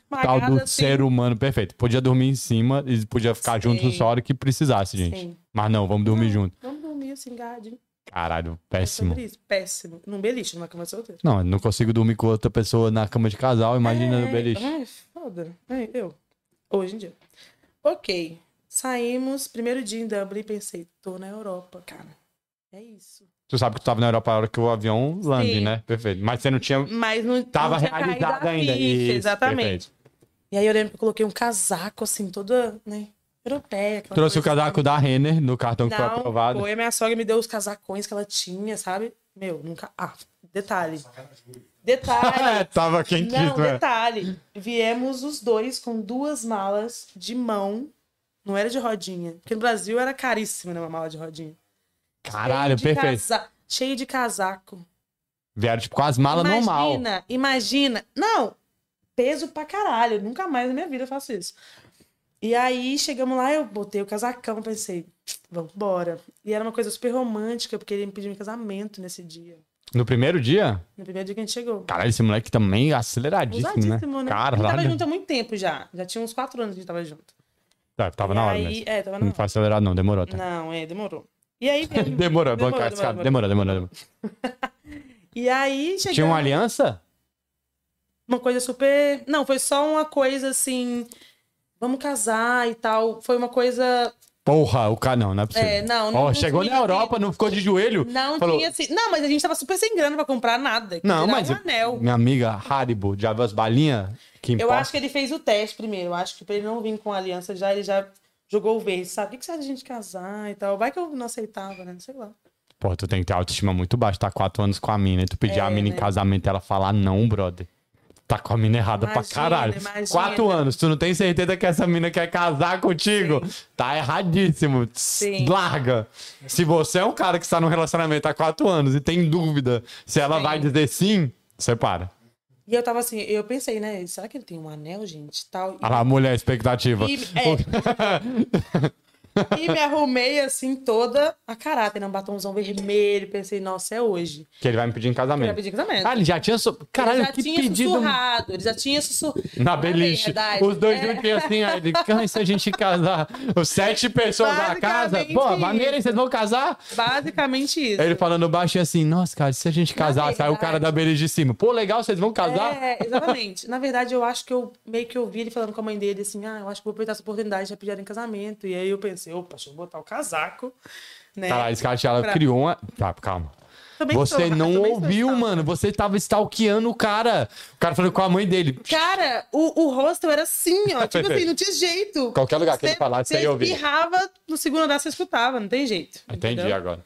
A: Tal Tá do
B: Esmagado, assim.
A: ser humano perfeito. Podia dormir em cima e podia ficar
B: Sim.
A: junto só a hora que precisasse, gente.
B: Sim.
A: Mas não, vamos dormir junto.
B: Vamos dormir assim, gadinho.
A: Caralho,
B: É
A: péssimo.
B: sobre isso. Péssimo. Num beliche, numa cama solteira.
A: Não, eu não consigo dormir com outra pessoa na cama de casal, imagina no beliche.
B: Ai, É, ah, foda. Ai, eu. Hoje em dia. Ok. Saímos, primeiro dia em Dublin, pensei, tô na Europa, cara. É isso.
A: Tu sabe que tu tava na Europa a hora que o avião lande,
B: Sim.
A: né? Perfeito. Mas você não tinha.
B: Mas não
A: Tava
B: não tinha caído
A: realizado
B: a
A: ainda.
B: ficha,
A: Isso,
B: exatamente.
A: perfeito.
B: E aí eu lembro que eu coloquei um casaco, assim, toda, né, europeia. aquela
A: Trouxe o
B: coisa,
A: casaco da Renner no cartão que foi
B: Não,
A: aprovado.
B: foi. A minha sogra me deu os casacões que ela tinha, sabe? Meu, nunca. Ah, detalhe. Detalhe.
A: Tava quentíssimo.
B: Não,
A: é.
B: detalhe. Viemos os dois com duas malas de mão. Não era de rodinha. Porque no Brasil era caríssimo né, uma mala de rodinha.
A: Caralho,
B: Cheio de
A: perfeito.
B: casa- Cheio de casaco.
A: Vieram, tipo, com as malas normal.
B: Imagina, imagina. Não, peso pra caralho. Nunca mais na minha vida eu faço isso. E aí, chegamos lá, eu botei o casacão, pensei, vamos embora. E era uma coisa super romântica, porque ele me pediu em casamento nesse dia.
A: No primeiro dia?
B: No primeiro dia que a gente chegou.
A: Caralho, esse moleque também é aceleradíssimo, né?
B: Ousadíssimo, né? A gente tava
A: Caralho.
B: junto há muito tempo já. Já tinha uns quatro anos que a gente tava junto.
A: Tá, Tava
B: E
A: na hora
B: aí-
A: mesmo.
B: É, tava na
A: Não
B: hora.
A: foi acelerado, não. Demorou, tá?
B: Não, é, demorou. E aí,
A: Demorou,
B: Demorou,
A: bancar esse cara.
B: demorou,
A: Demorou, demorou. demorou.
B: e aí
A: Tinha um
B: chegamos...
A: uma aliança?
B: uma coisa super. Não, foi só uma coisa assim. Vamos casar e tal. Foi uma coisa.
A: Porra, o cara não, não é possível.
B: É, não, não.
A: Ó,
B: não
A: chegou
B: tinha
A: na Europa, não ficou de joelho.
B: assim- Não
A: falou-
B: tinha assim. Não, mas a gente tava super sem grana pra comprar nada.
A: Não,
B: Era
A: mas
B: Um
A: eu-
B: anel.
A: Minha amiga Haribo, já viu as balinhas? Que
B: Eu
A: importa?
B: acho que ele fez o teste primeiro. Eu acho que pra ele não vir com a aliança já, ele já jogou o verde. Sabe? O que que você acha de a gente casar e tal? Vai que eu não aceitava, né? Não sei lá.
A: Pô, tu tem que ter autoestima muito baixa, tá quatro anos com a mina. E tu pedir
B: É,
A: a mina em
B: né?
A: casamento e ela falar não, brother. Tá com a mina errada pra
B: Imagina,
A: caralho.
B: imagina.
A: Quatro anos, tu não tem certeza que essa mina quer casar contigo? Tá erradíssimo.
B: Sim.
A: Larga. Se você é um cara que está num relacionamento há quatro anos e tem dúvida se ela
B: Sim.
A: vai dizer sim, você para.
B: E eu tava assim, eu pensei, né? Será que ele tem um anel, gente? Tal. E
A: Olha lá, mulher, expectativa.
B: E, é. E me arrumei assim toda a caráter, né? Um batomzão vermelho. Pensei, nossa, é hoje.
A: Que ele vai me pedir em
B: Eu já
A: casamento.
B: pedi casamento.
A: Ah, ele já tinha. So... Caralho,
B: ele já
A: que
B: tinha
A: pedido.
B: sussurrado, ele já tinha sussurrado.
A: Na beliche.
B: verdade,
A: Os dois
B: é.
A: juntinhos assim, aí ele, "Cara, e se a gente casar? Os sete pessoas da casa.
B: Basicamente
A: Pô,
B: isso.
A: maneira, vocês vão casar?
B: Basicamente isso.
A: Ele falando baixinho assim, nossa, cara, e se a gente casar, sai o
B: verdade.
A: cara da beliche de cima. Pô, legal, vocês vão casar?
B: É, exatamente. Na verdade, eu acho que eu meio que ouvi ele falando com a mãe dele assim: ah, eu acho que vou aproveitar essa oportunidade de pedir ela em casamento. E aí eu pensei, opa, deixa eu botar o casaco. Né?
A: Caralho, esse cara ela
B: Pra-
A: criou uma. Tá, calma.
B: Também
A: Tá, Você
B: sou, né?
A: não
B: também sou
A: ouviu,
B: stalker.
A: mano. Você tava stalkeando o cara. O cara falou com a mãe dele.
B: Cara, o, o hostel era assim, ó. Tipo assim, não tinha jeito.
A: Qualquer lugar que ele falasse, você ia ouvir.
B: Você espirrava, no segundo andar você escutava, não tem jeito.
A: Entendi
B: entendeu?
A: agora.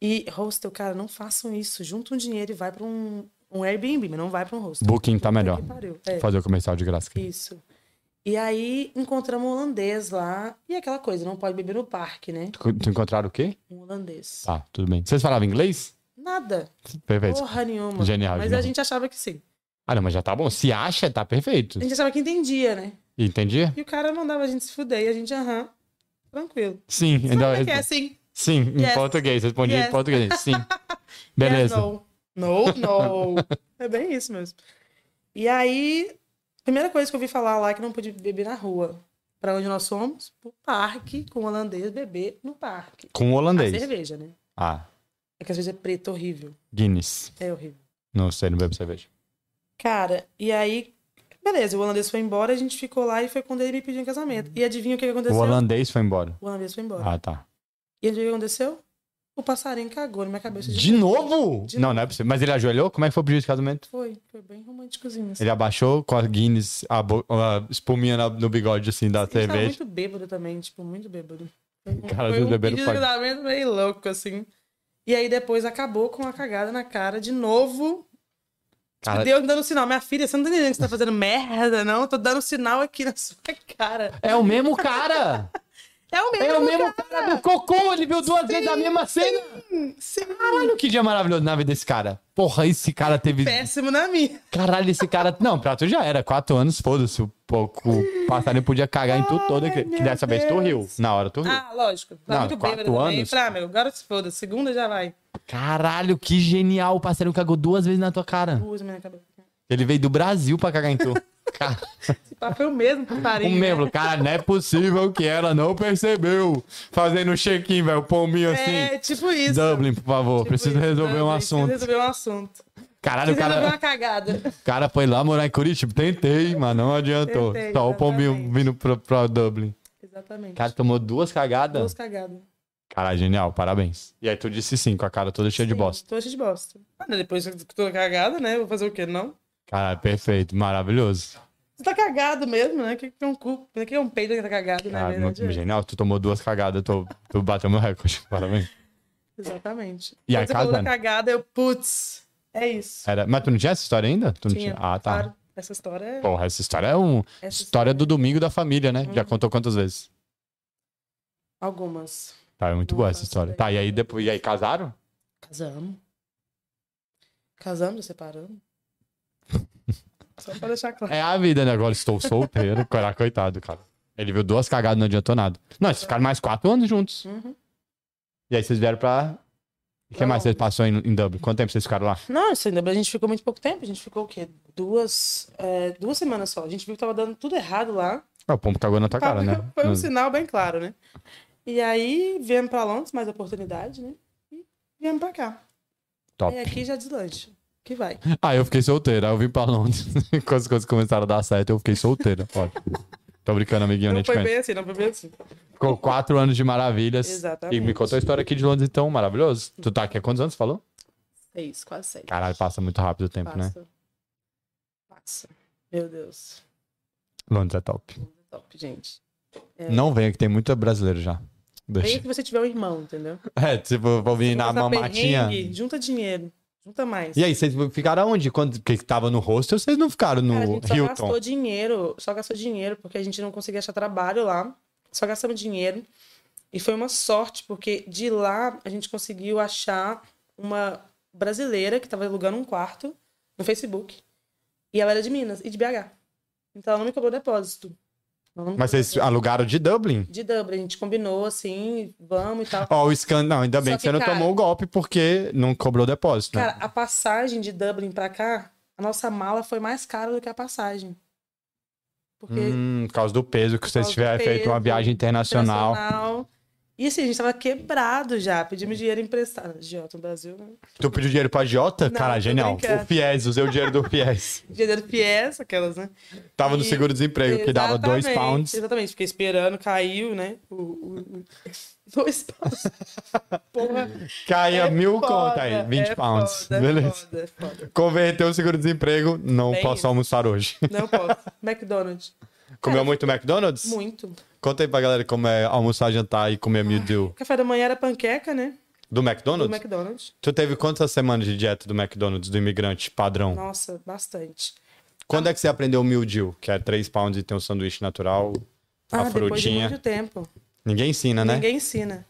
B: E hostel, cara, não façam isso. Junta um dinheiro e vai pra um, um Airbnb, mas não vai pra um hostel.
A: Booking tá melhor.
B: Que pariu.
A: Vou
B: É,
A: fazer o comercial de graça aqui.
B: isso. E aí encontramos um holandês lá. E aquela coisa, não pode beber no parque, né?
A: Tu tu encontraram o quê?
B: Um holandês.
A: Tá, tudo bem. Vocês falavam inglês?
B: Nada.
A: Perfeito.
B: Porra nenhuma.
A: Genial,
B: Mas
A: genial.
B: a gente achava que sim.
A: Ah, não, mas já tá bom. Se acha, tá perfeito.
B: A gente achava que entendia, né?
A: Entendi?
B: E o cara mandava a gente se fuder. E a gente, aham, tranquilo.
A: Sim, ainda
B: Sabe que é assim?
A: Sim, em
B: Yes.
A: português. Respondi em
B: Yes.
A: português. Sim. Beleza.
B: Yeah, no, no, no. é bem isso mesmo. E aí, primeira coisa que eu ouvi falar lá é que não podia beber na rua. Pra onde nós fomos? Pro parque, com o holandês beber no parque.
A: Com o
B: A
A: holandês.
B: cerveja, né?
A: Ah,
B: É que às vezes é preto, horrível.
A: Guinness.
B: É horrível.
A: Não sei, não bebo cerveja.
B: Cara, e aí, beleza, o holandês foi embora, a gente ficou lá e foi quando ele me pediu em casamento. E adivinha o que que
A: O
B: aconteceu?
A: holandês foi embora.
B: O holandês foi embora.
A: Ah, tá.
B: E adivinha o que aconteceu? O passarinho cagou na minha cabeça.
A: De novo?
B: De
A: Não, não é possível. Mas ele ajoelhou? Como é que foi o pedido de casamento?
B: Foi, foi bem românticozinho. assim.
A: Ele abaixou com a Guinness, a, bo- a espuminha na- no bigode, assim, da
B: Ele tava
A: cerveja.
B: muito bêbado também, tipo, tá muito bêbado.
A: Cara,
B: Foi
A: do
B: um
A: bebê não
B: pedido de
A: pode.
B: casamento meio louco, assim. E aí depois acabou com uma cagada na cara de novo. Tipo,
A: Cara,
B: Deu dando sinal. Minha filha, você não tá entendendo que você tá fazendo merda, não? Eu tô dando sinal aqui na sua cara.
A: É o mesmo cara!
B: É o mesmo.
A: É o mesmo cara do Cocô! Ele viu duas vezes a mesma cena!
B: Sim,
A: Caralho, que dia maravilhoso na vida desse cara. Porra, esse cara teve.
B: péssimo na minha.
A: Caralho, esse cara. Não, pra tu já era. Quatro anos, foda-se. O pouco passarinho podia cagar em tu toda. Que,
B: Ai,
A: que
B: meu
A: dessa vez tu riu.
B: Deus.
A: Na hora tu riu.
B: Ah, lógico. Tá
A: Não,
B: muito bêbado
A: quatro
B: também.
A: anos.
B: Falei, ah, meu, agora se foda. Segunda já vai.
A: Caralho, que genial. O passarinho cagou duas vezes na tua cara.
B: Duas na minha cabeça.
A: Ele veio do Brasil pra cagar em tu. Cara,
B: Esse papo foi o mesmo que né?
A: o
B: farinha.
A: membro, cara, não é possível que ela não percebeu. Fazendo um check-in, velho. Pombinho assim.
B: É, tipo isso.
A: Dublin, por favor.
B: Tipo
A: preciso
B: isso,
A: resolver um
B: Dublin,
A: assunto.
B: Preciso resolver um assunto.
A: Caralho, o
B: Preciso resolver
A: cara.
B: uma cagada.
A: cara foi lá morar em Curitiba. Tentei, mas não adiantou.
B: Tentei,
A: Só o pombinho
B: exatamente.
A: vindo pra, pra Dublin.
B: Exatamente.
A: O cara tomou duas cagadas.
B: Duas cagadas.
A: Cara, genial, parabéns. E aí tu disse sim, com a cara toda cheia de
B: Sim,
A: bosta.
B: Tô cheio de bosta. Ah, né, depois que eu tô cagada, né? Vou fazer o quê, não?
A: Cara, perfeito, maravilhoso.
B: Você tá cagado mesmo, né? Que que é um cu, que que é um peito que tá cagado, na
A: Cara,
B: verdade.
A: mu-
B: é.
A: genial, tu tomou duas cagadas, tu, tu bateu meu recorde, parabéns.
B: Exatamente.
A: E aí,
B: Quando você falou da
A: casando.
B: cagada, eu, putz, É isso.
A: Era... Mas tu não tinha essa história ainda? Tu não
B: Tinha,
A: Ah, tá.
B: Claro, essa história é.
A: Porra, essa história é um.
B: essa
A: História do domingo da família, né?
B: Uhum.
A: Já contou quantas vezes?
B: Algumas.
A: Tá, é muito boa essa
B: Nossa,
A: história. Tá, e aí depois. E aí casaram?
B: Casamos. Casamos, separamos. Só pra deixar claro.
A: É a vida, né? Agora estou solteiro. cara, coitado, cara. Ele viu duas cagadas, não adiantou nada. Não, eles ficaram mais quatro anos juntos.
B: Uhum.
A: E aí vocês vieram pra. E o que
B: Pra
A: mais vocês passou em, em Dublin? Quanto tempo vocês ficaram lá?
B: Não, isso ainda bem, a gente ficou muito pouco tempo. A gente ficou o quê? Duas, é, duas semanas só. A gente viu que tava dando tudo errado lá.
A: Ah, o pombo cagou na tua cara, né?
B: Foi um
A: Não-
B: sinal bem claro, né? E aí viemos pra Londres, mais oportunidade, né? E viemos pra cá.
A: Top.
B: E aqui já deslancha. Que vai.
A: Ah, eu fiquei solteiro. Aí eu vim pra Londres. Quando as coisas começaram a dar certo, eu fiquei solteiro. Olha. Tô brincando, amiguinho,
B: Não
A: nem te
B: foi
A: conheço.
B: bem assim, não foi bem assim.
A: Ficou quatro anos de maravilhas. E
B: Exatamente.
A: me contou a história aqui de Londres, então, maravilhoso. Tu tá aqui há quantos anos, falou?
B: É isso, quase sete.
A: Caralho, passa muito rápido o tempo, né?
B: Passa. Passa. Meu Deus.
A: Londres é top.
B: Top, gente. É.
A: Não venha, que tem muito brasileiro já.
B: Aí
A: Deixa.
B: que você tiver um irmão, entendeu?
A: É, tipo, vou vir na
B: Passar
A: mamatinha.
B: perrengue, Junta dinheiro. Junta mais.
A: E aí, vocês ficaram onde? Quando, porque tava no hostel, vocês não ficaram no
B: Cara, a gente só
A: Hilton.
B: gastou dinheiro, só gastou dinheiro, porque a gente não conseguia achar trabalho lá. Só gastamos dinheiro. E foi uma sorte, porque de lá a gente conseguiu achar uma brasileira que estava alugando um quarto no Facebook. E ela era de Minas e de BH. Então ela não me cobrou depósito. Ela não me
A: Mas
B: cobrou
A: vocês alugaram de Dublin?
B: De Dublin, a gente combinou assim, vamos e tal.
A: Ó, né? o escândalo. Não, ainda bem
B: Só
A: que, você
B: que,
A: não
B: cara-
A: tomou o golpe porque não cobrou depósito. né?
B: Cara, a passagem de Dublin pra cá, a nossa mala foi mais cara do que a passagem. Porque
A: Hum, por causa do peso que vocês
B: causa do
A: tiveram feito uma
B: peso
A: viagem internacional.
B: internacional. E assim, a gente tava quebrado já, pedimos dinheiro emprestado. Giota no Brasil, né?
A: Tu pediu dinheiro pra Jota?
B: Não,
A: Cara,
B: tô
A: genial.
B: brincando.
A: O FIES, usei o dinheiro do FIES.
B: Dinheiro Fies, aquelas, né?
A: Tava no
B: E-
A: seguro-desemprego, que dava dois
B: Exatamente,
A: pounds.
B: Exatamente, fiquei esperando, caiu, né? O, o, o- dois pounds. Porra.
A: Caía
B: é
A: mil
B: foda,
A: conta aí, 20
B: é
A: pounds.
B: foda, é
A: Beleza.
B: foda, é foda.
A: Converteu o seguro-desemprego, não
B: Bem
A: posso
B: isso.
A: almoçar hoje.
B: Não posso. McDonald's.
A: Comeu
B: Cara,
A: muito McDonald's?
B: Muito.
A: Conta aí pra galera como é almoçar, jantar e comer meal deal
B: Café da manhã era panqueca, né?
A: do
B: Do
A: McDonald's.
B: McDonald's.
A: Tu teve quantas semanas de dieta do McDonald's, do imigrante padrão?
B: Nossa, bastante.
A: Quando é que você aprendeu o meal deal, que é 3 pounds e tem um sanduíche natural, a
B: Ah, depois de
A: frutinha?
B: muito tempo.
A: Ninguém ensina, né?
B: Ninguém ensina.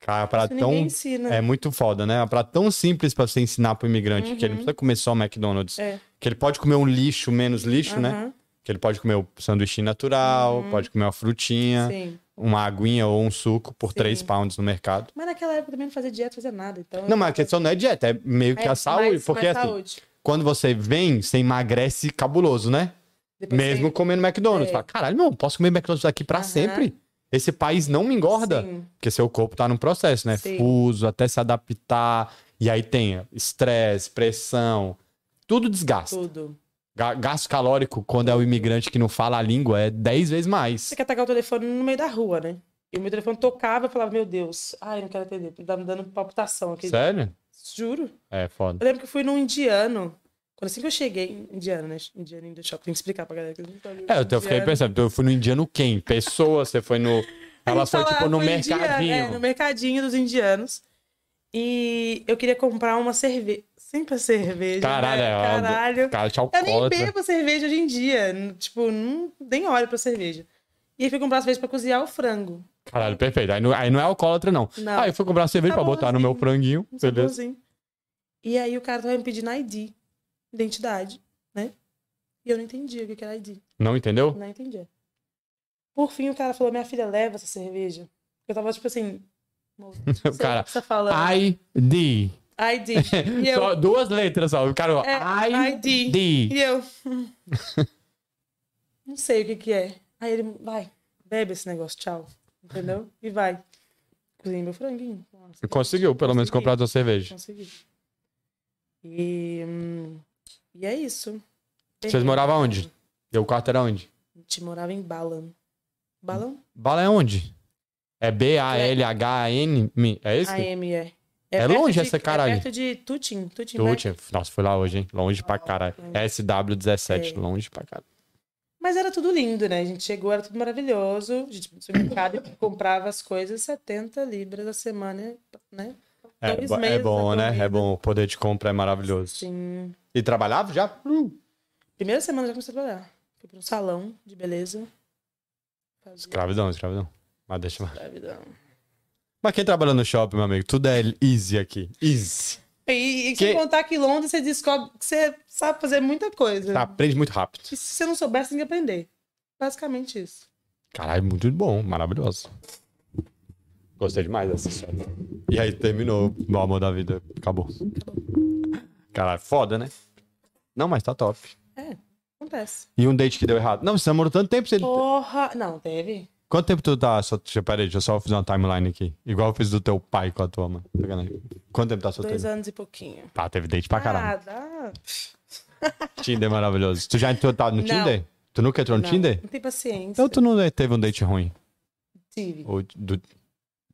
A: Cara, pra
B: Ninguém
A: tão...
B: ensina.
A: É muito foda, né? Pra tão simples pra você ensinar pro imigrante, que ele não precisa comer só McDonald's.
B: Uhum. É. Uhum.
A: Que ele pode comer um lixo, menos lixo, né?
B: Aham,
A: Que ele pode comer o sanduíche natural, pode comer uma frutinha,
B: Uhum. Sim.
A: uma aguinha ou um suco por 3 pounds no mercado.
B: Mas naquela época também não fazia dieta, fazia nada. Então...
A: Não, mas a questão não é dieta, é meio que
B: É,
A: a saúde.
B: mais-
A: porque
B: mais
A: assim,
B: saúde.
A: quando você vem, você emagrece cabuloso, né?
B: Depois
A: Mesmo comendo McDonald's.
B: É.
A: Fala, caralho, não, posso comer McDonald's aqui pra
B: Aham.
A: sempre? Esse país não me engorda.
B: Sim.
A: Porque seu corpo tá num processo, né?
B: Sim.
A: Fuso, até se adaptar. E aí tem estresse, pressão, tudo desgasta.
B: Tudo.
A: Ga- Gasto calórico, quando é o imigrante que não fala a língua, é 10 vezes mais.
B: Você quer atacar o telefone no meio da rua, né? E o meu telefone tocava e eu falava, meu Deus, ai, não quero atender. Tá me dando palpitação aqui.
A: Sério?
B: Juro.
A: É foda.
B: Eu lembro que eu fui num indiano. Quando assim que eu cheguei, indiano, né? Indiano do shopping. Tem que explicar pra galera que eles não sabem.
A: É, eu te- eu fiquei
B: Indiano.
A: pensando, eu fui no indiano quem? Pessoa, você foi no.
B: A
A: Ela foi
B: gente tá lá,
A: tipo no
B: foi indiano,
A: mercadinho.
B: é, no mercadinho dos indianos. E eu queria comprar uma cerveja. Sempre a cerveja.
A: Caralho,
B: né?
A: é, ó,
B: Caralho.
A: Cara, tchau,
B: Eu nem bebo cerveja hoje em dia. n- Tipo, não, nem olho pra cerveja. E aí fui comprar cerveja pra cozinhar o frango.
A: Caralho, perfeito. Aí não, aí não é alcoólatra, não.
B: Não. Tá
A: Aí eu fui comprar cerveja pra botar no meu franguinho,
B: Um
A: beleza?
B: saborzinho. E aí o cara tava me pedindo ID. Identidade, né? E eu não entendia o que que era ID.
A: Não entendeu?
B: Não entendia. Por fim, o cara falou, minha filha, leva essa cerveja. Eu tava, tipo assim... moço, não sei O
A: cara,
B: que você tá falando.
A: ID.
B: ID. E
A: Só
B: eu,
A: duas letras só. O cara, ó,
B: É,
A: ID.
B: e eu. hum, Não sei o que que é. Aí ele, vai, bebe esse negócio, tchau. Entendeu? E vai. Cozinhei meu franguinho. Nossa,
A: Conseguiu, pelo menos,
B: Consegui.
A: comprar a tua cerveja.
B: Consegui. E, hum, e é isso. né?
A: Vocês moravam onde? E o quarto era onde?
B: A gente morava em Balan. Balan?
A: Bala é onde? É B-A-L-H-N? Mi- É esse?
B: AM, é.
A: É
B: perto
A: longe
B: de-
A: essa caralho.
B: É perto de Tutin. Tutin,
A: Tu
B: né?
A: tinha- Nossa, fui lá hoje, hein? Longe pra caralho. SW17,
B: É.
A: longe pra caralho.
B: Mas era tudo lindo, né? A gente chegou, era tudo um maravilhoso. A gente ia no supermercado e comprava as coisas 70 libras a semana, né?
A: É,
B: dois
A: bo-
B: meses.
A: é bom,
B: da
A: né? É
B: corrida.
A: bom. O poder de compra é maravilhoso.
B: Sim.
A: E trabalhava já? Hum.
B: Primeira semana eu já comecei a trabalhar. Fui pra um salão de beleza. Fazia
A: Escravidão, escravidão. Mas deixa lá.
B: escravidão.
A: Mas quem trabalha no shopping, meu amigo? Tudo é easy aqui. Easy.
B: E, e sem
A: Que-
B: contar que em Londres você descobre que você sabe fazer muita coisa.
A: Tá, aprende muito rápido.
B: E se você não souber, você tem que aprender. Basicamente isso.
A: Caralho, muito bom. Maravilhoso. Gostei demais dessa história. E aí terminou. O amor da vida. Acabou. Caralho, foda, né? Não, mas tá top.
B: É, Acontece.
A: E um date que deu errado. Não, você namorou tanto tempo. Você...
B: Porra! Não, teve?
A: Quanto tempo tu tá. Só... deixa- Peraí, deixa eu só fazer uma timeline aqui. Igual eu fiz do teu pai com a tua mãe. Sacanagem. Quanto tempo tá
B: Dois
A: solteiro?
B: anos e pouquinho.
A: Tá, teve date pra caralho.
B: Ah, dá.
A: Tinder é maravilhoso. Tu já entrou tá no
B: Ah. Não.
A: Tinder? Tu nunca entrou no
B: Não,
A: Tinder?
B: Não tem paciência.
A: Então tu não teve um date ruim.
B: Tive.
A: Ou do-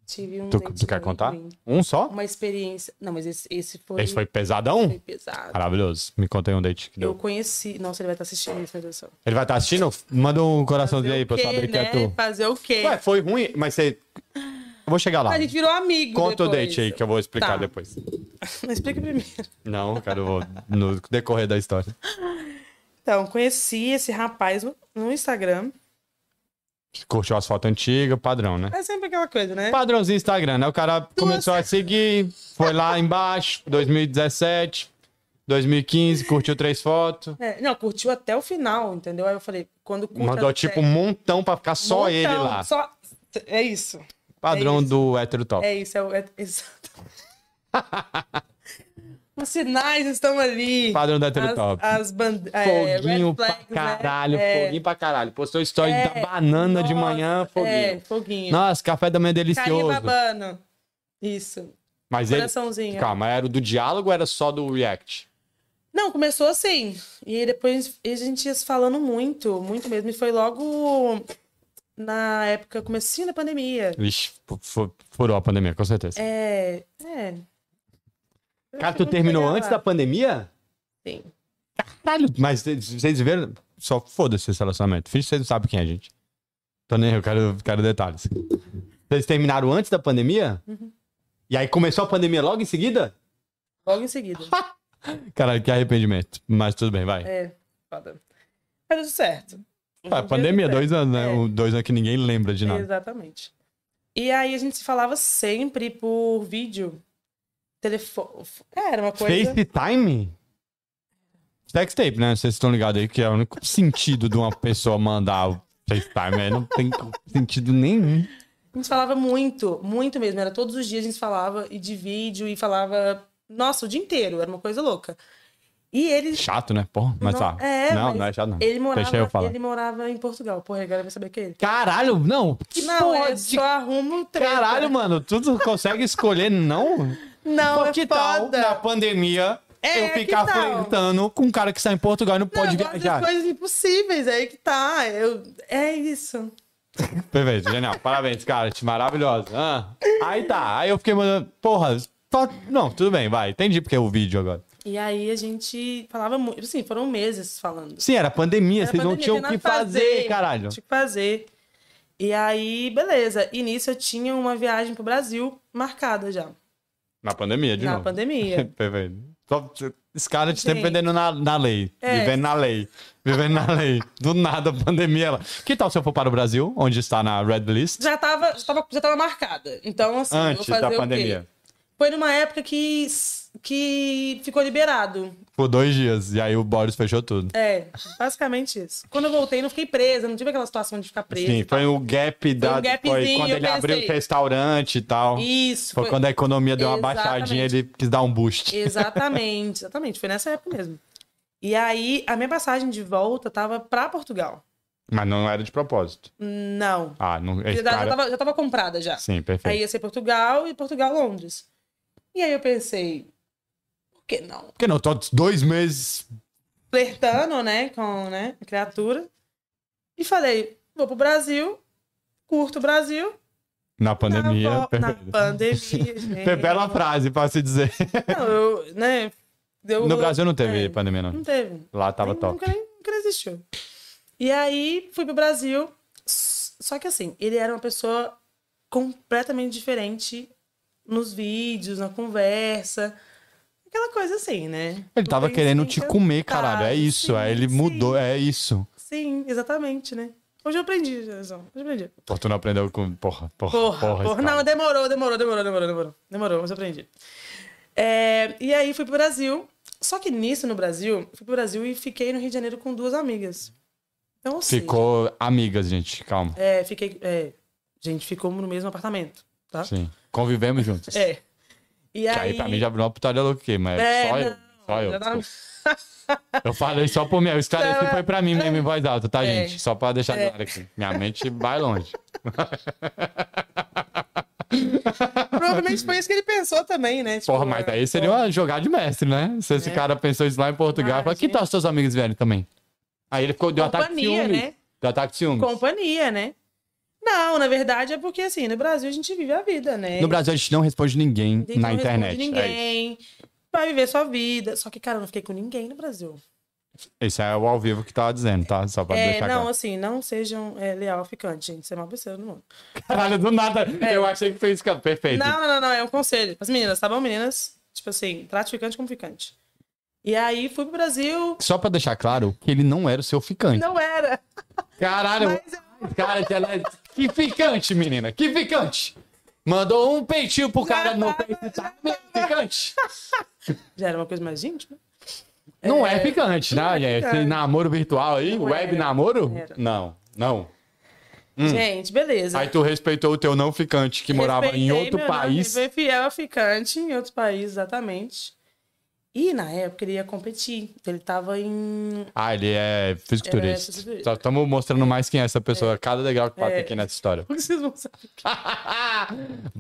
B: Tive um
A: Tu-
B: date
A: tu quer
B: muito
A: contar?
B: ruim.
A: Um só?
B: Uma experiência. Não, mas esse, esse foi.
A: Esse foi pesadão?
B: foi pesado.
A: Maravilhoso. Me conta aí um date que
B: Eu
A: deu.
B: conheci. Nossa, ele vai estar assistindo isso, meu Deus do céu.
A: Ele vai estar assistindo? Manda um coraçãozinho
B: Fazer
A: aí
B: o
A: pra eu
B: quê,
A: saber que é
B: né?
A: tu.
B: Fazer o quê?
A: Ué, foi ruim, mas você. Eu vou chegar lá.
B: a gente virou amigo.
A: Conta o
B: depois.
A: date aí que eu vou explicar
B: Tá.
A: depois.
B: Não explica primeiro.
A: Não, cara, eu vou no decorrer da história.
B: Então, conheci esse rapaz no, no Instagram.
A: Curtiu as fotos antigas, padrão, né?
B: É sempre aquela coisa, né?
A: Padrãozinho Instagram, né? O cara começou a seguir, foi lá embaixo, 2017, 2015, curtiu três fotos.
B: É, não, curtiu até o final, entendeu? Aí eu falei, quando curte
A: Mandou
B: até-
A: tipo um montão pra ficar só
B: Montão,
A: ele lá.
B: só- É isso.
A: Padrão
B: é isso.
A: do hétero top.
B: É isso, é, o- é exato. Os sinais estão ali.
A: Padrão do hétero
B: É As,
A: top.
B: as é, bandas.
A: foguinho pra caralho, foguinho pra caralho. Postou história
B: né? É,
A: da banana de manhã, foguinho.
B: É, foguinho.
A: Nossa, café da manhã
B: Carinha
A: delicioso.
B: babando. Isso.
A: Mas ele.
B: Coraçãozinho.
A: Calma, era o do diálogo ou era só do react?
B: Não, começou assim. E aí depois a gente ia se falando muito, muito mesmo. E foi logo na época, comecinho da pandemia.
A: Vixe, fu- fu- furou a pandemia, com certeza.
B: É. É.
A: Cara, tu terminou antes da pandemia?
B: Sim.
A: Caralho, mas vocês viram? Só foda-se esse relacionamento. Finge que vocês não sabem quem é a gente. Tô nem, eu quero, quero detalhes. Vocês terminaram antes da pandemia?
B: Uhum.
A: E aí começou a pandemia logo em seguida?
B: Logo em seguida.
A: Caralho, que arrependimento. Mas tudo bem, vai.
B: É, foda. Mas deu certo.
A: Ah, pandemia,
B: Deu certo.
A: dois anos, né?
B: É.
A: Um- Dois anos que ninguém lembra de nada.
B: Exatamente. E aí a gente se falava sempre por vídeo. Telefone. É, era uma coisa.
A: FaceTime? Sex tape, né? Vocês estão ligados aí que é o único sentido de uma pessoa mandar o FaceTime. Aí não tem sentido nenhum.
B: A gente falava muito, muito mesmo. Era todos os dias a gente falava e de vídeo e falava. Nossa, o dia inteiro. Era uma coisa louca. E ele.
A: Chato, né? Porra, mas
B: Não,
A: tá.
B: é,
A: não,
B: mas
A: não é chato, não.
B: Ele
A: Deixa eu
B: morava,
A: falar.
B: ele morava em Portugal. Porra, agora vai saber que é ele.
A: Caralho, não. Que
B: Não,
A: porra
B: eu
A: de
B: só arrumo treta.
A: caralho, mano. Tu não consegue escolher, não?
B: Não,
A: Pô,
B: é
A: que tal
B: foda.
A: na pandemia
B: É,
A: eu ficar
B: que tal?
A: flertando com um cara que está em Portugal e não,
B: Não,
A: pode
B: eu gosto de
A: viajar?
B: coisas impossíveis, aí que tá. Eu... É isso.
A: Perfeito, genial. Parabéns, cara. Te maravilhosa. Ah, aí tá. Aí eu fiquei mandando. Porra, só- não, tudo bem, vai. Entendi porque é o vídeo agora.
B: E aí a gente falava muito. Assim, foram meses falando.
A: Sim, era pandemia,
B: Era
A: vocês não
B: pandemia,
A: tinham o
B: tem
A: que
B: nada a
A: fazer, caralho.
B: Tinha que fazer. E aí, beleza. E nisso eu tinha uma viagem pro Brasil marcada já.
A: Na pandemia, de
B: na
A: novo.
B: pandemia.
A: Perfeito. Só, esse cara te sempre
B: Gente.
A: vendendo na, na lei.
B: É.
A: Vivendo na lei. Vivendo na lei. Do nada, a pandemia. Ela... Que tal se eu for para o Brasil, onde está na Red List?
B: já tava, já tava, já tava marcada. Então, assim,
A: Antes
B: eu vou fazer
A: da
B: o quê?
A: pandemia.
B: Foi numa época que, que ficou liberado.
A: Por dois dias. E aí o Boris fechou tudo.
B: É, basicamente isso. Quando eu voltei, não fiquei presa, não tive aquela situação de ficar presa.
A: Sim, foi o gap da. foi
B: tá. um gapzinho,
A: quando
B: eu
A: ele abriu o
B: pensei.
A: restaurante e tal.
B: Isso.
A: um- Foi, quando a economia deu uma baixadinha,
B: Exatamente.
A: ele quis dar um boost.
B: Exatamente, exatamente. Foi nessa época mesmo. E aí, a minha passagem de volta tava pra Portugal.
A: Mas não era de propósito.
B: Não.
A: Ah, não.
B: Na
A: Esse
B: verdade,
A: cara... é-
B: já, tava, já tava comprada já.
A: Sim, perfeito.
B: Aí ia ser Portugal e Portugal, Londres. E aí eu pensei, por que não?
A: Porque não, tô dois meses.
B: Flertando, né, com né, a criatura. E falei, vou pro Brasil, curto o Brasil.
A: Na pandemia.
B: na, vo- na
A: perfeito.
B: pandemia, gente.
A: Foi Bela frase pra se dizer.
B: Não, eu, né, eu-
A: No Brasil não teve
B: é,
A: pandemia, não.
B: Não teve.
A: Lá tava
B: Nem-
A: top.
B: Nunca, nem- nunca existiu. E aí fui pro Brasil. s- Só que assim, ele era uma pessoa completamente diferente nos vídeos, na conversa. Aquela coisa assim, né?
E: Ele tava
B: Mas
E: querendo
B: tem
E: te
B: que
E: comer,
B: tentar,
E: caralho. É isso.
B: sim,
E: aí ele
B: sim.
E: mudou, é isso.
B: Sim, exatamente, né? Hoje eu aprendi, Jason. Hoje eu aprendi.
A: Fortuna aprendeu com. Porra, porra,
B: Porra, porra,
A: esse
B: Não,
A: cara.
B: demorou, demorou, demorou, demorou, demorou. Demorou, mas eu aprendi. É, e aí fui pro Brasil. Só que nisso, no Brasil, fui pro Brasil e fiquei no Rio de Janeiro com duas amigas. Então, ou seja,
A: Ficou amigas, gente. Calma.
B: é, fiquei. É, gente, ficou no mesmo apartamento, tá?
A: Sim. Convivemos juntos.
B: É. E
A: Que
B: aí.
A: aí pra mim já abriu uma putaria louca, aqui, mas
B: É,
A: só eu.
B: não,
A: Só eu.
B: já tava-
A: Eu falei só por mim. Eu esclareci
B: Não,
A: foi pra mim mesmo em voz alta, tá,
B: É.
A: gente? Só pra deixar
B: É.
A: claro aqui. Minha mente vai longe.
B: Provavelmente foi isso que ele pensou também, né? Tipo,
A: Porra, mas aí seria um uma jogada de mestre, né? Se esse
B: É.
A: cara pensou isso lá em Portugal,
B: Ah,
A: fala, que
B: gente.
A: tal seus amigos vierem também? Aí ele ficou, deu ataque de
B: Companhia,
A: ciúme.
B: né?
A: Deu ataque de ciúme.
B: Companhia, né? Não, na verdade é porque assim, no Brasil a gente vive a vida, né?
E: No Brasil a gente não responde ninguém
B: Ninguém
E: na
B: não responde
E: internet. É
B: Ninguém. Vai viver sua vida. Só que, cara, eu não fiquei com ninguém no Brasil.
E: isso. Isso é o ao vivo que tava dizendo, tá? Só pra
B: É,
E: deixar
B: não,
E: claro.
B: assim, não sejam é, leal ao ficante, gente. Você é uma pessoa no mundo.
A: Caralho, do nada. Eu achei que foi isso. cara. Perfeito.
B: É. Não, não, não, não, é um conselho. As meninas, tá bom, meninas? Tipo assim, trate ficante como ficante. E aí fui pro Brasil.
E: Só pra deixar claro que ele não era o seu ficante.
B: Não era.
A: Caralho.
B: Mas eu-
A: Cara, ela é... que ficante, menina. Que ficante. Mandou um peitinho pro cara no peito. Tá meio ficante.
B: Já era uma coisa mais né? íntima.
A: Não é picante, né? gente? Esse
B: picante.
A: namoro virtual aí,
B: Não é
A: web
B: era,
A: namoro?
B: não era.
A: Não, não.
B: Gente, beleza.
A: Hum. Aí tu respeitou o teu não ficante que morava em
B: Respeitei
A: outro
B: meu
A: país.
B: Nome, fui fiel a ficante em outro país, exatamente. E na época ele ia competir. Ele tava em.
A: Ah, ele é
B: É,
A: fisiculturista.
B: fisiculturista.
A: Só estamos mostrando mais quem é essa pessoa, cada degrau que passa
B: É.
A: aqui nessa história.
B: Vocês vão saber.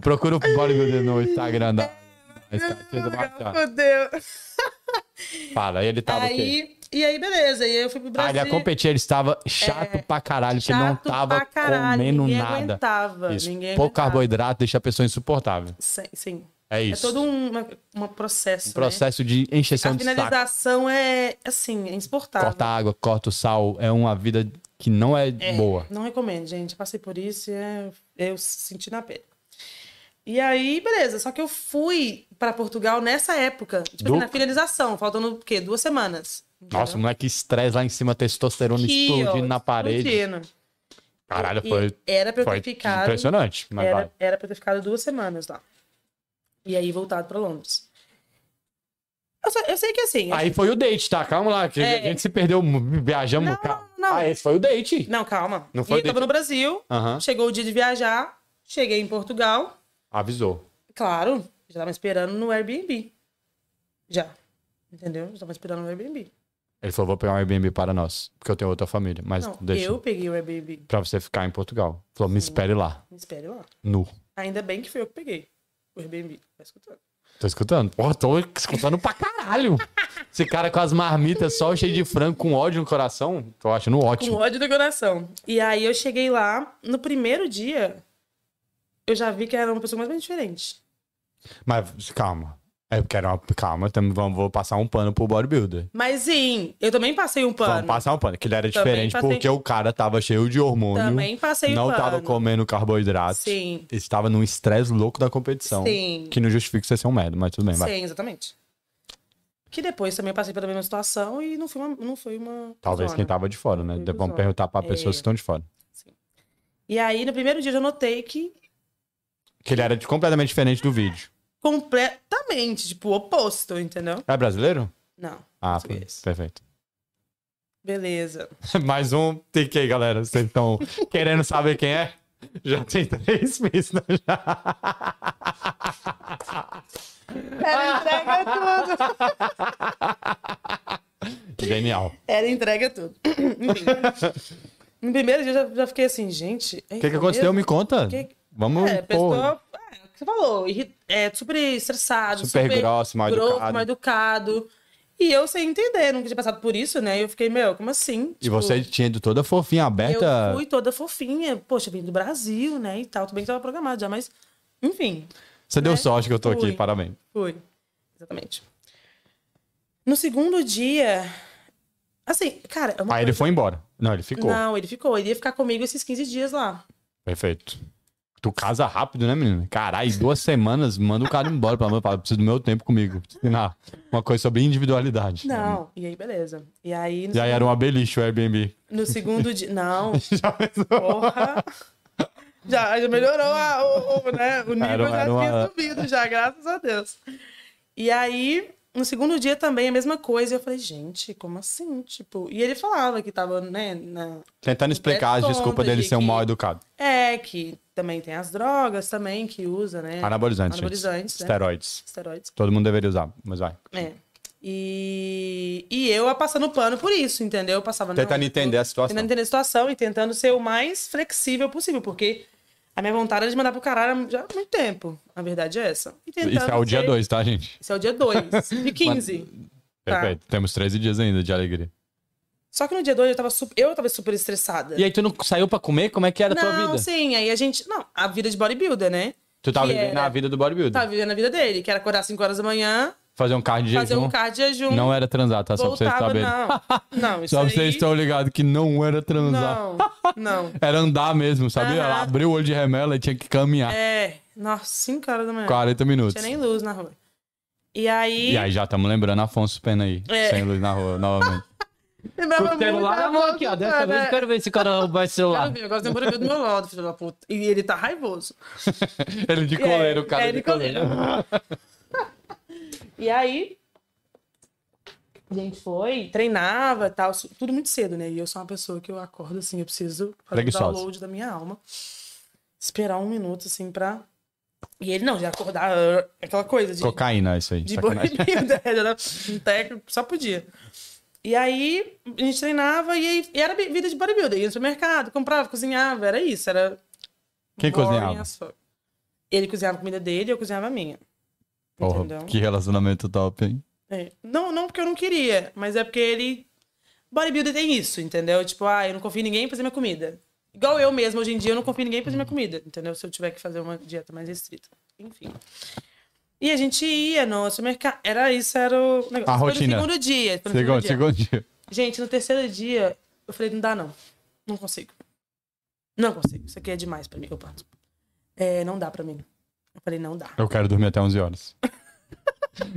A: Procura o bodybuilder no Instagram da.
B: É.
A: da Estatística do Marcelo.
B: Meu Deus.
A: Fala, ele tava o quê?
B: Aí, e aí, beleza. E aí eu fui pro
A: Ah,
B: Brasil. É,
A: ele ia competir, ele estava chato pra caralho, porque não
B: chato
A: tava
B: pra caralho,
A: comendo
B: ninguém
A: nada.
B: Aguentava,
A: Isso.
B: Ninguém
A: Pouco
B: aguentava.
A: carboidrato deixa a pessoa insuportável.
B: Sim. sim.
A: É
B: É
A: isso. Um
B: todo um uma, uma processo. né?
A: Processo de encheção
B: A
A: de saco.
B: finalização é, assim, é insuportável.
E: Corta a água, corta o sal. É uma vida que não é,
A: É.
E: boa.
B: Não recomendo, gente. Eu passei por isso e é, eu senti na pele. E aí, beleza. Só que eu fui pra Portugal nessa época. Tipo
A: Do-
B: assim, na finalização, faltando o quê? Duas semanas.
A: Nossa, moleque estresse lá em cima, testosterona
B: Que, ó,
A: explodindo na parede.
B: explodindo.
A: Caralho,
B: E
A: foi,
B: Era pra eu
A: foi
B: ter ficado.
A: impressionante. Mas vai.
B: Era, era pra eu ter ficado duas semanas lá. E aí voltado pra Londres. Eu, só- eu sei que assim. eu-
A: Aí foi o date, tá? Calma lá, que
B: É.
A: a gente se perdeu, viajamos. calma.
B: não.
A: Ah, esse foi o date.
B: Não, calma.
A: Não foi
B: e eu tava
A: desse-
B: no Brasil.
A: Aham,
B: Chegou o dia de viajar. Cheguei em Portugal.
A: avisou.
B: Claro, já tava esperando no Airbnb. Já. Entendeu? Já tava esperando no Airbnb.
A: Ele falou, vou pegar um Airbnb para nós, porque eu tenho outra família. Mas
B: Não,
A: deixa
B: eu peguei o Airbnb.
A: pra você ficar em Portugal. Falou, me espere lá,
B: Me espere lá.
A: nu.
B: Ainda bem que foi eu que peguei o Airbnb. Tá escutando?
A: Tô escutando? Porra, tô escutando pra caralho. Esse cara com as marmitas só cheio de frango, com ódio no coração, tô achando
B: Com
A: ótimo.
B: ódio do coração. E aí eu cheguei lá, no primeiro dia, eu já vi que era uma pessoa completamente diferente.
A: Mas calma. É porque era uma. Calma, tamo- vamos, vou passar um pano pro bodybuilder.
B: Mas sim, eu também passei um
A: Vamos
B: pano.
A: passar um pano, que ele era
B: Também
A: diferente
B: passei-
A: porque o cara tava cheio de hormônio.
B: Também passei
A: não
B: um pano.
A: tava comendo carboidrato.
B: Sim.
A: Estava num estresse louco da competição.
B: Sim.
A: Que não justifica você ser um merda, mas tudo bem, vai.
B: Sim, exatamente. Que depois também eu passei pela mesma situação e não foi uma. Não foi uma
A: Talvez
B: zona.
A: quem tava de fora, né?
B: Foi uma
A: Vamos
B: zona.
A: perguntar pra pessoas
B: É.
A: que estão de fora.
B: E aí, no primeiro dia, eu já notei que
A: Que ele era de- completamente diferente do vídeo.
B: completamente, tipo, o oposto, entendeu?
A: É brasileiro?
B: Não.
A: Ah,
B: Português.
A: perfeito.
B: Beleza.
A: Mais um TK, galera. Vocês estão querendo saber quem é? Já tem três meses, né? Já.
B: Era entrega tudo.
A: Genial.
B: Era entrega tudo. Enfim. No primeiro dia eu já, já fiquei assim, gente.
A: O que, que aconteceu? Me conta.
B: Que-
A: Vamos.
B: É, a
A: pô,
B: pessoa. É, o que você falou, irri- é, super estressado,
A: super, grosso, mal
B: grosso,
A: educado.
B: mal educado. E eu sem entender, nunca tinha passado por isso, né? Eu fiquei, meu, como assim?
A: E você é tinha ido toda fofinha, aberta.
B: Eu fui toda fofinha, poxa, vim do Brasil, né? E tal. Tudo bem que tava programado já, mas. Enfim,
A: Você deu
B: né?
A: sorte que eu tô aqui,
B: Fui.
A: parabéns.
B: Foi. Exatamente. No segundo dia. Assim, cara. é uma
A: Aí Ah, ele
B: coisa-
A: foi embora. Não, ele ficou.
B: Não, ele ficou. Ele ia ficar comigo esses 15 dias lá.
A: Perfeito. Tu casa rápido, né, menina? Caralho, duas semanas, manda o cara embora, pelo amor de Deus. Preciso do meu tempo comigo. Te Ensinar uma coisa sobre individualidade.
B: Não, e aí beleza. E aí no,
A: E aí era uma beliche o Airbnb.
B: no segundo dia. Não,
A: Já pensou?
B: porra! Já, já melhorou a- o, o, né? o nível,
A: Era-
B: já
A: era
B: tinha
A: uma-
B: subido, já, graças a Deus. E aí, no segundo dia também, a mesma coisa. E eu falei, gente, como assim? Tipo, e ele falava que tava, né, na,
A: Tentando explicar as
B: Dá
A: desculpas
B: conta
A: dele
B: de
A: ser um
B: que-
A: mal educado.
B: É, que também tem as drogas também que usa, né?
A: Anabolizantes, gente.
B: Anabolizantes, né?
A: Esteroides.
B: Esteroides.
A: Todo mundo deveria usar, mas vai.
B: É. E, e eu a passando pano por isso, entendeu? Eu passava não,
A: Tentando
B: eu-
A: entender a situação.
B: Tentando entender a situação e tentando ser o mais flexível possível, porque a minha vontade era de mandar pro caralho já há muito tempo. A verdade é essa. E tentando
A: Isso é o dia
B: ser-
A: 2, tá, gente?
B: Isso é o dia 2, de 15. Tá.
A: Perfeito. Temos 13 dias ainda de alegria.
B: Só que no dia 2 eu tava super, eu tava super estressada.
A: E aí, tu não saiu pra comer? Como é que era a tua
B: É. não,
A: vida?
B: sim, aí a gente. Não, a vida de bodybuilder, né?
A: Tu tava
B: que
A: vivendo
B: era-
A: a vida do bodybuilder.
B: Tava vivendo a vida dele, que era acordar às 5 horas da manhã,
A: Fazer um cardio de
B: fazer
A: jejum.
B: um card de jejum.
A: Não era transar, tá? Só pra vocês
B: Voltava,
A: saberem.
B: não. Não, isso
A: Só pra
B: aí...
A: vocês estão ligados que não era transar.
B: Não, não.
A: Era andar mesmo, sabia?
B: Aham.
A: Ela abriu o olho de remela e tinha que caminhar.
B: É, nossa, 5 horas da manhã.
A: 40
B: Não
A: minutos.
B: É. tinha nem luz na rua. E aí...
A: E aí já estamos lembrando Afonso Pena aí,
B: É.
A: sem luz na rua, novamente.
B: lembrava
F: Com o celular
B: muito
F: na mão aqui, ó.
B: da
F: Dessa
B: Ana.
F: vez eu quero ver se o cara roubar esse
B: Quero
F: celular.
B: ver, agora tem barulho do meu lado, filho da puta. E ele tá raivoso.
A: Ele de coleiro, o cara
B: é,
A: de
B: de
A: coleiro.
B: coleira. E aí... A gente foi, treinava e tal, su- tudo muito cedo, né? E eu sou uma pessoa que eu acordo assim, eu preciso fazer o
A: Preguiçosa.
B: download da minha alma. Esperar um minuto, assim, pra. E ele não, já acordar, ah, aquela coisa de.
A: Cocaína, isso aí.
B: De
A: sacanagem.
B: bodybuilder, era um técnico, só podia. E aí, a gente treinava e, aí- e era bi- vida de bodybuilder. Ia no supermercado, comprava, cozinhava, era isso. Era
A: Quem
B: boring
A: cozinhava?
B: as fuck. Ele cozinhava a comida dele eu cozinhava a minha.
A: Porra,
B: Entendeu?
A: que relacionamento top, hein?
B: É. Não, não porque eu não queria, mas é porque ele... Bodybuilder tem isso, entendeu? Tipo, ah, eu não confio em ninguém pra fazer minha comida. Igual eu mesmo, hoje em dia, eu não confio em ninguém pra fazer minha comida, entendeu? Se eu tiver que fazer uma dieta mais restrita. Enfim. E a gente ia no supermercado. Era isso, era o negócio.
A: A
B: Foi
A: rotina.
B: No segundo dia. foi no
A: Segundo,
B: dia.
A: segundo dia.
B: Gente, no terceiro dia, eu falei, não dá não. Não consigo. Não consigo. Isso aqui é demais pra mim. Eu parto. É, não dá pra mim. Eu falei, não dá.
A: Eu quero dormir até 11 horas.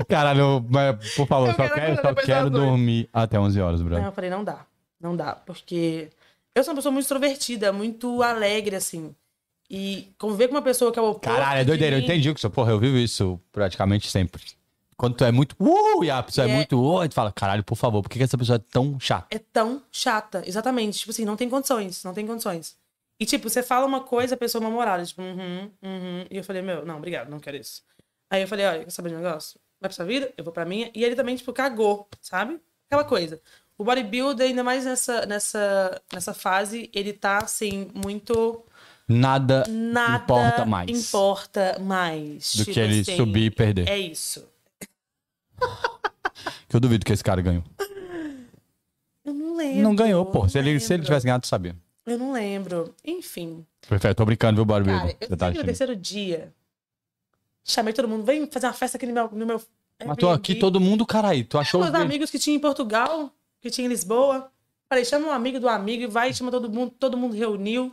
A: Caralho, mas, por favor,
B: Eu
A: só
B: quero
A: quero,
B: acordar
A: só
B: depois
A: quero
B: das oito.
A: dormir até 11 horas,
B: Aí
A: brother.
B: eu falei, não dá. Não dá, porque eu sou uma pessoa muito extrovertida, muito alegre, assim. E conviver com uma pessoa que é o oposto
A: Caralho, é
B: de
A: doideira. Eu
B: mim-
A: entendi o que você... Porra, eu vivo isso praticamente sempre. Quando tu é muito... Uh, e a pessoa é,
B: E é-
A: muito... Uh, tu fala, caralho, por favor, por que, que essa pessoa é tão chata?
B: é tão chata. Exatamente. Tipo assim, não tem condições, não tem condições. E tipo, você fala uma coisa, a pessoa mal-humorada, tipo, uhum, uhum. E eu falei, meu, não, obrigado, não quero isso. Aí eu falei, olha, quer saber de um negócio? Vai pra sua vida, eu vou pra minha. E ele também, tipo, cagou, sabe? Aquela coisa. O bodybuilder, ainda mais nessa, nessa, nessa fase, ele tá, assim, muito...
A: Nada,
B: Nada
A: importa mais.
B: importa mais.
A: Do
B: Tipo
A: que ele
B: assim,
A: subir e perder.
B: É isso.
A: Que eu duvido que esse cara ganhou.
B: Eu não lembro.
A: Não ganhou,
B: eu
A: pô. Se ele, se ele
B: lembro.
A: tivesse ganhado, tu sabia.
B: Eu não lembro. Enfim,
A: Perfeito, tô brincando, viu, Barbie?
B: Cara, eu sei que no terceiro dia, chamei todo mundo, vem fazer uma festa aqui no meu. No meu
A: Mas tô aqui todo mundo, caralho. Tu achou.
B: Meus amigos que tinha em Portugal, que tinha em Lisboa. Falei, chama um amigo do amigo e vai, chama todo mundo, todo mundo reuniu.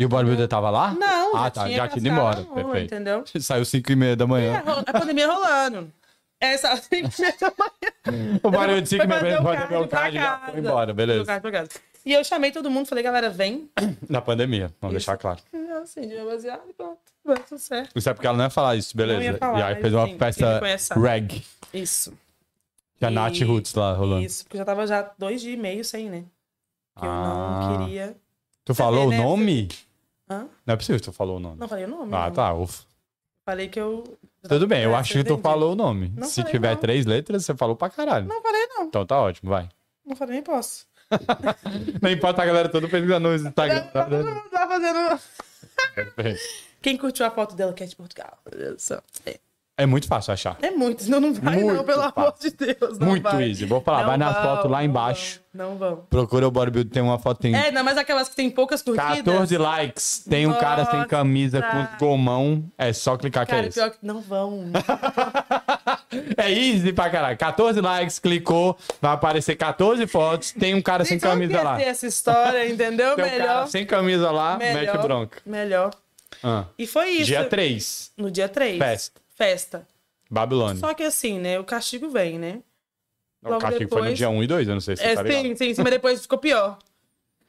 A: E o Bodybuilder tava lá?
B: Não,
A: Ah,
B: já
A: tá.
B: tinha
A: Já tinha ido
B: cascado
A: embora.
B: na rua,
A: Perfeito.
B: Entendeu?
A: Saiu 5 e meia da
B: É,
A: manhã.
B: ro- a pandemia rolando. É, Essa
A: O Bodybuilder de 5 e meia da
B: Foi fazer
A: manhã
B: o
A: deu
B: cardio pra
A: cardio já foi
B: casa.
A: embora,
B: do
A: beleza.
B: carro pra casa. E eu chamei todo mundo, falei, galera, vem.
A: Na pandemia, vamos
B: Isso.
A: deixar claro.
B: Assim, de meu baseado, pronto. Vai, tudo certo.
A: Isso é porque ela não ia falar isso, beleza.
B: Não ia falar,
A: e aí
B: mas
A: fez uma
B: sim, ele conhece,
A: festa
B: sabe?
A: reg.
B: Isso.
A: Tinha
B: E-
A: Nath Roots lá Tá rolando.
B: Isso, porque eu já tava já dois dias e meio sem, né? Que eu
A: Ah.
B: não queria.
A: Tu falou o
B: Saber, né?
A: nome?
B: Hã?
A: Não é possível que tu falou o nome.
B: Não falei o nome.
A: Ah,
B: não.
A: tá. Ufa.
B: Falei que eu.
A: Tudo bem, eu
B: É,
A: acho
B: você
A: que tu
B: entende?
A: falou o nome.
B: Não
A: Se
B: falei,
A: tiver
B: não.
A: três letras, você falou pra caralho.
B: Não falei, não.
A: Então tá ótimo, vai.
B: Não falei, nem posso.
A: Não importa a galera toda pesquisando no Instagram.
B: Tá todo mundo lá fazendo.
A: Perfeito.
B: Quem curtiu a foto dela que é de Portugal? Meu Deus do céu. É,
A: É muito fácil achar.
B: é muito, senão não vai,
A: Muito
B: não, pelo amor de
A: fácil.
B: Deus. Não
A: muito
B: vai.
A: easy. Vou falar,
B: Não
A: vai nas
B: vão,
A: fotos lá
B: não
A: embaixo.
B: vão, Não vão.
A: Procura o bodybuilder, tem uma foto tem
B: É, não, mas aquelas que tem poucas curtidas.
A: 14 likes. Tem um cara sem
B: Nossa.
A: camisa com gomão. É só clicar que
B: Cara,
A: é isso.
B: pior que não vão.
A: É easy pra caralho. 14 likes, clicou, vai aparecer 14 fotos. Tem um cara sem
B: Gente, Então eu não
A: camisa
B: queria
A: lá.
B: ter essa história, entendeu?
A: Tem um cara
B: melhor.
A: sem camisa lá,
B: melhor,
A: mete bronca.
B: Melhor.
A: Ah,
B: E foi isso.
A: dia 3,
B: No dia 3.
A: festa,
B: Festa.
A: Babilônia.
B: Só que assim, né? O castigo vem, né?
A: O
B: logo
A: castigo foi no
B: depois-
A: dia 1 e 2, eu não sei se você
B: É,
A: tá ligado.
B: sim, sim, sim, mas depois ficou pior.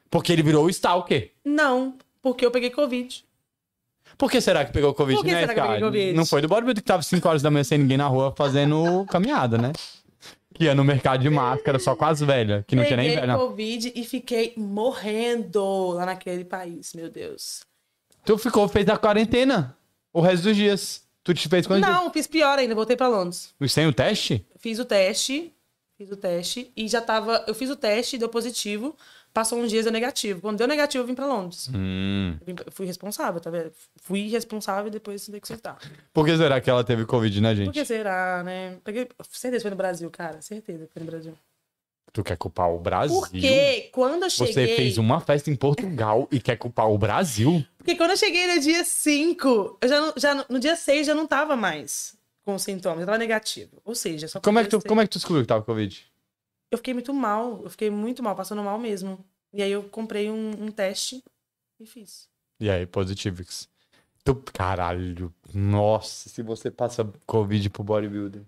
A: Porque ele virou o Stalker.
B: Não, porque eu peguei Covid.
A: Por que será que pegou Covid,
B: Por que
A: né,
B: será que
A: cara?
B: pegou Covid?
A: Não foi do bodybuilder que tava 5 horas da manhã sem ninguém na rua fazendo caminhada, né? Que ia no mercado de máscara só com as velhas, que não tinha nem
B: Peguei
A: velha. na-
B: Covid e fiquei morrendo lá naquele país, meu Deus.
A: Tu ficou, fez a quarentena o resto dos dias. Tu te fez quantos
B: Não, fiz pior ainda, voltei pra Londres.
A: dias? Sem o teste?
B: Fiz o teste, fiz o teste e já tava. Eu fiz o teste, deu positivo, passou uns dias deu negativo. Quando deu negativo, eu vim pra Londres.
A: Hum.
B: Eu vim pra- fui responsável, tá vendo? Fui responsável e depois tem que soltar.
A: Por que será que ela teve Covid, né, gente?
B: Por que será, né? Peguei... Certeza que foi no Brasil, cara. Certeza que foi no Brasil.
A: Tu quer culpar o Brasil?
B: Porque quando eu
A: Você
B: cheguei.
A: fez um- uma festa em Portugal e quer culpar o Brasil?
B: Porque quando eu cheguei no dia 5, eu já, não- já não- no dia 6 já não tava mais com os sintomas, eu tava negativo. Ou seja, só
A: Como é, que
B: podia
A: tu,
B: ser-
A: como é que tu descobriu que tava com Covid?
B: Eu fiquei muito mal, eu fiquei muito mal, passando mal mesmo. E aí eu comprei um, um teste e fiz.
A: E aí, Positivix. Tu, caralho, nossa, se você passa Covid pro bodybuilder.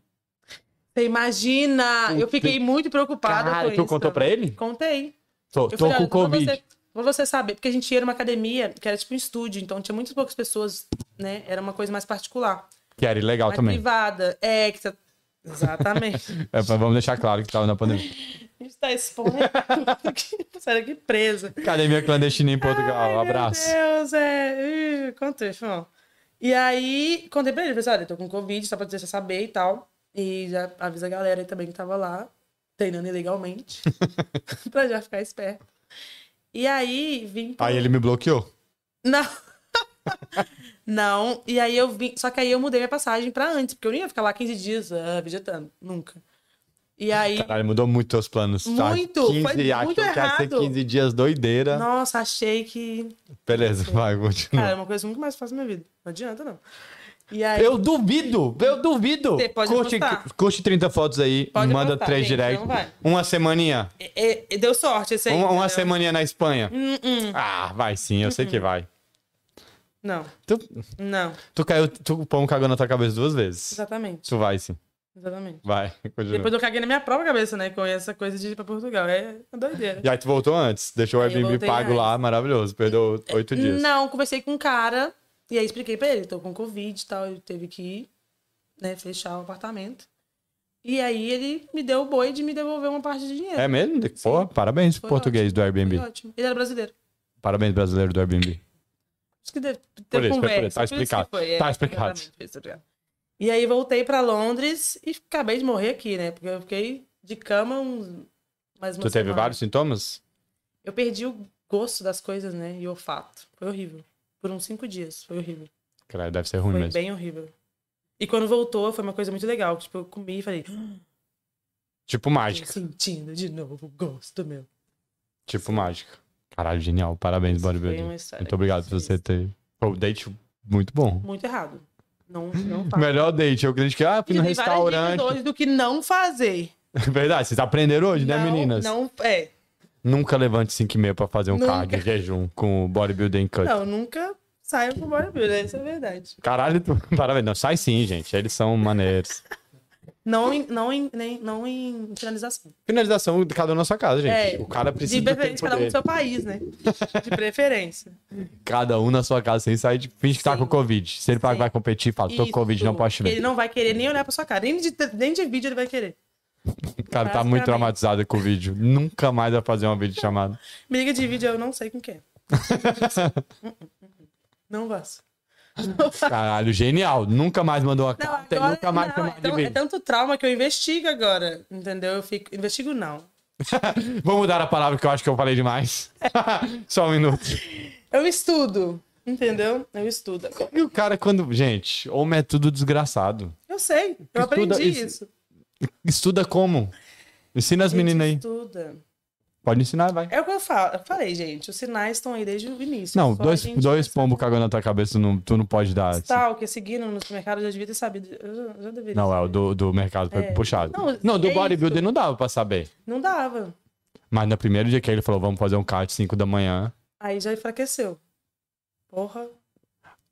B: Você imagina! eu
A: Puta-
B: fiquei muito preocupada
A: Cara,
B: com
A: tu
B: isso.
A: contou pra ele?
B: Contei.
A: Tô,
B: Eu
A: tô
B: falei,
A: com
B: "Olha, pra
A: Covid.
B: Você, pra você saber, porque a gente ia numa academia que era tipo um estúdio, então tinha muitas poucas pessoas, né? Era uma coisa mais particular.
A: Que era ilegal
B: mais
A: também.
B: privada. É, que tá... Exatamente.
A: É, mas vamos deixar claro que tava na pandemia.
B: A gente tá expondo tudo. Sério, que presa.
A: Academia clandestina em Portugal. abraço.
B: Meu Deus, é. Ih, Contei, irmão. E aí, contei pra ele, falei assim, olha, eu tô com Covid, só pra você saber e tal. E já avisa a galera aí também que tava lá, treinando ilegalmente, pra já ficar esperto. E aí, vim pro-
A: Aí ele me bloqueou.
B: Não. Não, e aí eu vim. Só que aí eu mudei minha passagem pra antes, porque eu não ia ficar lá 15 dias ah, vegetando, nunca. E aí.
A: Caralho, mudou muito teus planos. tá?
B: Muito, foi muito
A: achou que ia ser
B: errado.
A: 15 dias doideira.
B: Nossa, achei que.
A: Beleza, vai, continua.
B: Cara, é uma coisa que eu nunca mais faço na minha vida. Não adianta, não. E aí.
A: Hum. Eu duvido, eu duvido.
B: Você pode
A: curte,
B: aprontar.
A: curte 30 fotos aí,
B: Pode
A: manda
B: aprontar,
A: três
B: gente,
A: direct.
B: não vai.
A: Uma semaninha.
B: É, é, deu sorte esse aí.
A: uma uma
B: entendeu? Uhum. Hum,
A: semaninha na Espanha. Ah, vai sim, eu sei que vai.
B: Não,
A: Tu,
B: não.
A: tu caiu, tu, o pão cagou na tua cabeça duas vezes.
B: Exatamente.
A: Tu vai sim,
B: Exatamente.
A: vai. Continua.
B: Depois eu caguei na minha própria cabeça, né? Com essa coisa de ir pra Portugal. É doideira.
A: E aí tu voltou antes, deixou o
B: Aí eu
A: Airbnb
B: voltei
A: pago
B: antes.
A: lá, maravilhoso. Perdeu oito dias.
B: Não, conversei com um cara e aí expliquei pra ele, tô com Covid e tal, ele teve que ir, né, fechar o apartamento. E aí ele me deu o boi de me devolver uma parte de dinheiro.
A: É mesmo? Pô, parabéns,
B: Foi
A: português
B: ótimo,
A: do Airbnb.
B: Foi ótimo. Ele era brasileiro.
A: Parabéns, brasileiro do Airbnb.
B: Acho que deve ter
A: Por isso, foi por
B: conversa.
A: isso, tá
B: por isso que
A: explicado.
B: foi, é,
A: Tá explicado.
B: exatamente, foi isso, obrigado. E aí voltei pra Londres e acabei de morrer aqui, né? Porque eu fiquei de cama uns, mais uma
A: tu teve
B: semana.
A: vários sintomas?
B: Eu perdi o gosto das coisas, né? E o olfato. Foi horrível. Por uns cinco dias. Foi horrível.
A: Cara, deve ser ruim
B: Foi
A: mesmo.
B: bem horrível. E quando voltou, foi uma coisa muito legal. Tipo, eu comi e falei, "Ah,
A: Tipo
B: tô
A: mágica.
B: sentindo de novo o gosto meu.
A: Tipo mágica. Caralho, genial. Parabéns,
B: Isso foi
A: bodybuilder.
B: uma história
A: Muito
B: que
A: obrigado
B: eu
A: por
B: fiz.
A: você ter. Foi um date muito bom.
B: Muito errado. Não, não faço.
A: Melhor date. Eu acredito que, ah, fui
B: E
A: no
B: tem várias dicas
A: restaurante.
B: hoje do que não fazer.
A: Verdade, vocês aprenderam hoje, né,
B: não,
A: meninas?
B: Não, é.
A: Nunca levante 5 e meia pra fazer um
B: Nunca.
A: cardio em jejum com o bodybuilding cut.
B: Não, nunca saio pro bodybuilder. Isso é verdade.
A: Caralho, tu... parabéns. Não, sai sim, gente. Eles são maneiros.
B: Não em, não em, nem, não em finalização.
A: Finalização de cada um na sua casa, gente.
B: É,
A: o cara precisa
B: de
A: do tempo
B: preferência, cada um
A: dele.
B: do seu país, né? De preferência.
A: Cada um na sua casa, sem sair de... Finge que tá
B: Sim.
A: com Covid. Se ele
B: Sim.
A: vai competir, fala, tô com Covid, não
B: Isso.
A: posso te ver.
B: Ele não vai querer nem olhar pra sua cara. Nem de, nem de vídeo ele vai querer.
A: Cara, tá muito
B: Basicamente.
A: traumatizado com o vídeo. Nunca mais vai fazer uma videochamada.
B: Me liga de vídeo, eu não sei com quem. é. não faço.
A: Caralho, genial. Nunca mais mandou a
B: Não,
A: carta e
B: agora,
A: nunca mais
B: não,
A: chamou
B: é,
A: de
B: tão- é
A: vídeo.
B: tanto trauma que eu investigo agora, entendeu? Eu fico... Investigo não.
A: Vou mudar a palavra que eu acho que eu falei demais. Só um minuto.
B: Eu estudo, entendeu? Eu estudo.
A: E o cara quando... Gente, homem é tudo desgraçado.
B: Eu sei, eu
A: Estuda
B: aprendi
A: isso.
B: isso.
A: Estuda como? Ensina as
B: Gente,
A: meninas aí.
B: Estuda.
A: Pode ensinar, vai.
B: É o que eu falo. Eu falei, gente, os sinais estão aí desde o início.
A: Não,
B: Só
A: dois,
B: a gente
A: dois pombos cagando na tua cabeça, não- tu não pode dar. assim.
B: Tal, que seguindo no supermercado, eu já devia ter sabido. Eu já, eu já deveria.
A: Não, é, o
B: saber.
A: do, do mercado foi
B: É.
A: puxado. Não,
B: Não,
A: do
B: é isso.
A: bodybuilder não dava pra saber.
B: Não dava.
A: Mas no primeiro dia que ele falou, vamos fazer um kart 5 da manhã.
B: Aí já enfraqueceu. Porra.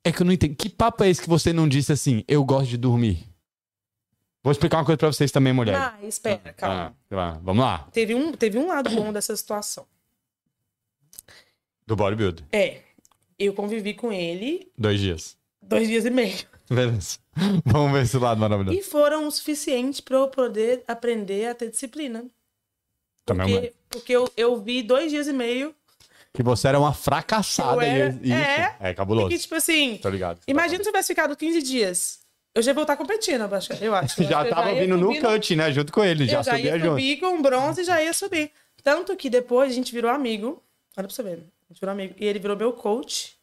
A: É que eu não entendo. Que papo é esse que você não disse assim, eu gosto de dormir? Vou explicar uma coisa pra vocês também, mulher.
B: Ah, espera, calma.
A: Ah, sei lá, vamos lá.
B: Teve, um, teve um lado bom dessa situação.
A: Do bodybuilder.
B: É, eu convivi com ele
A: Dois dias.
B: dois dias e meio.
A: Beleza. Vamos ver esse lado maravilhoso.
B: E foram o suficiente pra eu poder aprender a ter disciplina.
A: Também é um
B: Porque, porque eu, eu vi dois dias e meio
A: Que você era uma
B: Eu
A: fracassada.
B: era-
A: e- e
B: é.
A: isso. é cabuloso.
B: que, tipo assim,
A: Tá ligado.
B: imagina se eu tivesse ficado 15 dias. Eu já ia voltar competindo, eu acho. Eu acho.
A: Já
B: Eu
A: tava
B: ia
A: vindo no
B: subir
A: cut, né? Junto com ele. Já
B: eu já
A: subia
B: ia
A: junto.
B: subir com bronze e já ia subir. Tanto que depois a gente virou amigo. Olha pra você ver. A gente virou amigo. E ele virou meu coach.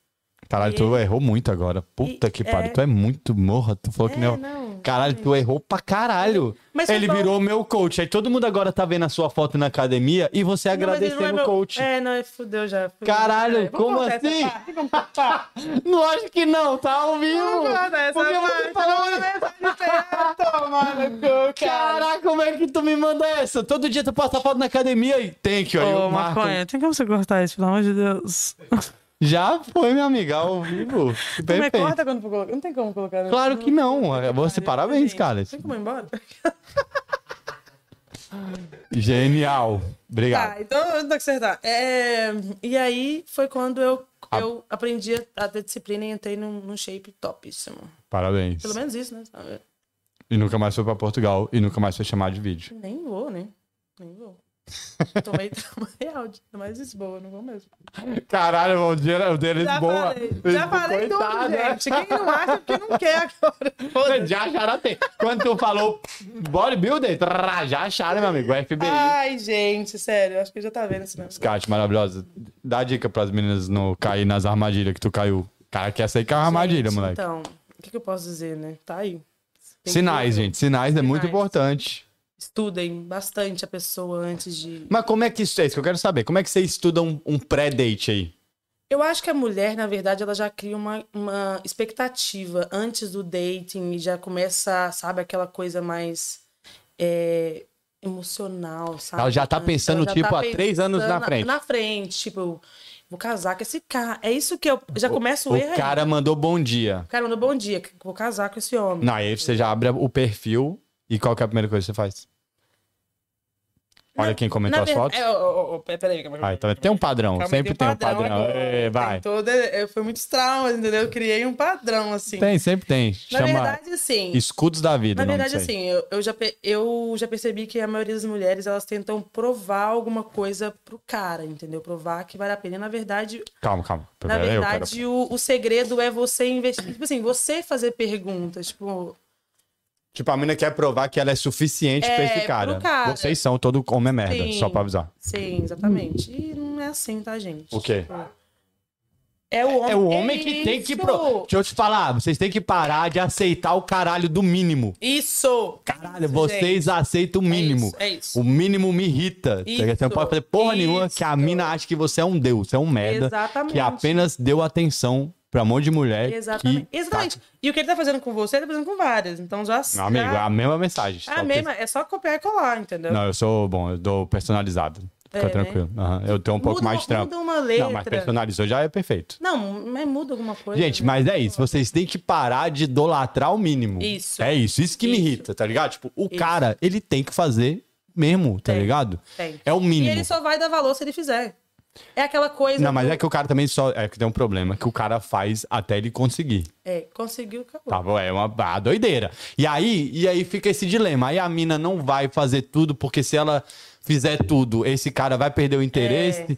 A: Caralho, tu errou muito agora. Puta
B: E-
A: que
B: é.
A: pariu. Tu é muito morra. Tu falou que
B: É,
A: não.
B: não,
A: Caralho, tu errou pra caralho.
B: Mas foi
A: ele
B: bom.
A: virou meu coach. Aí todo mundo agora tá vendo a sua foto na academia e você
B: Não, mas ele não
A: agradecendo
B: é
A: o
B: meu-
A: coach.
B: É, não, fudeu já. fudeu.
A: Caralho,
B: É, vamos
A: como
B: cortar essa
A: assim?
B: parte, Vamos cortar.
A: Lógico que não, tá ao vivo.
B: Vamos cortar essa
A: Por que você
B: parte,
A: falou
B: vamos tá? começar de perto, mano, cu, cara.
A: Caraca, como é que tu me manda essa? Todo dia tu posta foto na academia e tem que, ó. e o Marco.
B: tem como você cortar isso, pelo amor de Deus?
A: Já foi, minha amiga, ao vivo.
B: Como é
A: Perfeito.
B: corta quando for colocar? Não tem como colocar. né?
A: Claro que não. Você,
B: Pariu,
A: parabéns,
B: gente.
A: cara.
B: Tem como ir embora?
A: Genial. Obrigado.
B: Tá, então eu tenho que acertar. É, e aí foi quando eu,
A: Ah.
B: eu aprendi a ter disciplina e entrei num, num shape topíssimo.
A: Parabéns.
B: Pelo menos isso, né? Sabe?
A: E nunca mais foi pra Portugal e nunca mais foi chamado de vídeo.
B: Nem vou, né? Nem vou. Tomei trauma real, de- mas Lisboa, não vou mesmo.
A: Caralho, o dinheiro dele
B: Já
A: é boa. né?
B: falei, já falei tudo, gente. Quem não acha, é porque não quer agora.
A: Já acharam até. Quando tu falou bodybuilder, trrr, já acharam, meu amigo. é O FBI.
B: Ai, gente, sério, acho que já tá vendo isso mesmo.
A: Kátia, maravilhosa. Dá dica pras meninas não cair nas armadilhas que tu caiu. Cara, que essa aí que é uma armadilha,
B: Gente,
A: moleque.
B: Então, o que, que eu posso dizer, né? Tá aí. Tem
A: Sinais,
B: que-
A: gente. Sinais é muito
B: Sinais.
A: importante.
B: Estudem bastante a pessoa antes de.
A: Mas como é que isso é? Isso que eu quero saber. Como é que você estuda um, um pré-date aí?
B: Eu acho que a mulher, na verdade, ela já cria uma, uma expectativa antes do dating e já começa, sabe, aquela coisa mais é, emocional, sabe?
A: Ela já tá
B: Antes,
A: pensando,
B: já
A: tipo, há três anos na
B: pensando
A: frente.
B: Na frente, tipo, vou casar com esse cara. É isso que eu já começo o,
A: O
B: erro aí.
A: cara mandou bom dia.
B: O cara mandou bom dia, que vou casar com esse homem.
A: Não, aí você já abre o perfil e qual que é a primeira coisa que você faz? Olha
B: Na-
A: quem comentou
B: Na
A: as
B: ver-
A: fotos.
B: É, ó, ó, ó, peraí, calma,
A: Ah,
B: calma,
A: então
B: calma.
A: tem um padrão,
B: Calma,
A: sempre tem um padrão.
B: agora.
A: É, vai.
B: Tem Todo, é, foi muitos traumas, entendeu? Eu criei um padrão, assim.
A: Tem, sempre tem.
B: Na
A: Chama
B: verdade, assim.
A: Escudos da Vida.
B: Na
A: o nome
B: verdade,
A: disso aí.
B: assim, eu, eu já, pe- eu já percebi que a maioria das mulheres, elas tentam provar alguma coisa pro cara, entendeu? Provar que vale a pena. E, na verdade,
A: Calma, calma.
B: assim, na
A: Eu quero-
B: verdade, o, o segredo é você investir. Tipo assim, você fazer perguntas, tipo...
A: Tipo, a mina quer provar que ela é suficiente pra
B: É,
A: esse cara.
B: pro cara.
A: Vocês são, todo homem é merda,
B: Sim.
A: só pra avisar.
B: Sim, exatamente. E não é assim, tá, gente?
A: O quê?
B: Tipo, É o homem,
A: É o homem que tem que. Pro... Deixa eu te falar, vocês têm que parar de aceitar o caralho do mínimo.
B: Isso!
A: Caralho,
B: Isso,
A: vocês aceitam o
B: gente. É
A: mínimo.
B: isso, É isso.
A: O mínimo me irrita. tá
B: Isso,
A: Você não pode fazer porra nenhuma
B: isso.
A: que a mina acha que você é um deus, você é um merda.
B: Exatamente.
A: Que apenas deu atenção pra um monte de mulher.
B: Exatamente.
A: que-
B: Exatamente. E o que ele tá fazendo com você, ele tá fazendo com várias. Então já.
A: Meu amigo, é
B: já...
A: a mesma mensagem.
B: É
A: só
B: a
A: que-
B: mesma, é só copiar e colar, entendeu?
A: Não, eu sou bom, eu dou personalizado. Fica
B: É, né?
A: tranquilo. Aham, Eu tenho um pouco
B: Muda
A: mais
B: uma-
A: de trampo.
B: Muda uma letra.
A: Não, mas personalizou já é perfeito.
B: Não, mas muda alguma coisa.
A: Gente,
B: né?
A: mas é isso. Vocês têm que parar de idolatrar o mínimo.
B: Isso.
A: É isso. Isso que me
B: Isso.
A: irrita, tá ligado? Tipo, o
B: Isso.
A: cara, ele tem que fazer mesmo, tá
B: Tem.
A: ligado?
B: Tem.
A: É o
B: E
A: mínimo.
B: ele só vai dar valor se ele fizer. É aquela coisa.
A: Não, mas é que o cara também só. É que tem um problema que o cara faz até ele conseguir.
B: É, conseguiu, acabou.
A: Tá bom? É uma, uma doideira. E aí, e aí fica esse dilema. Aí a mina não vai fazer tudo, porque se ela fizer tudo, esse cara vai perder o interesse.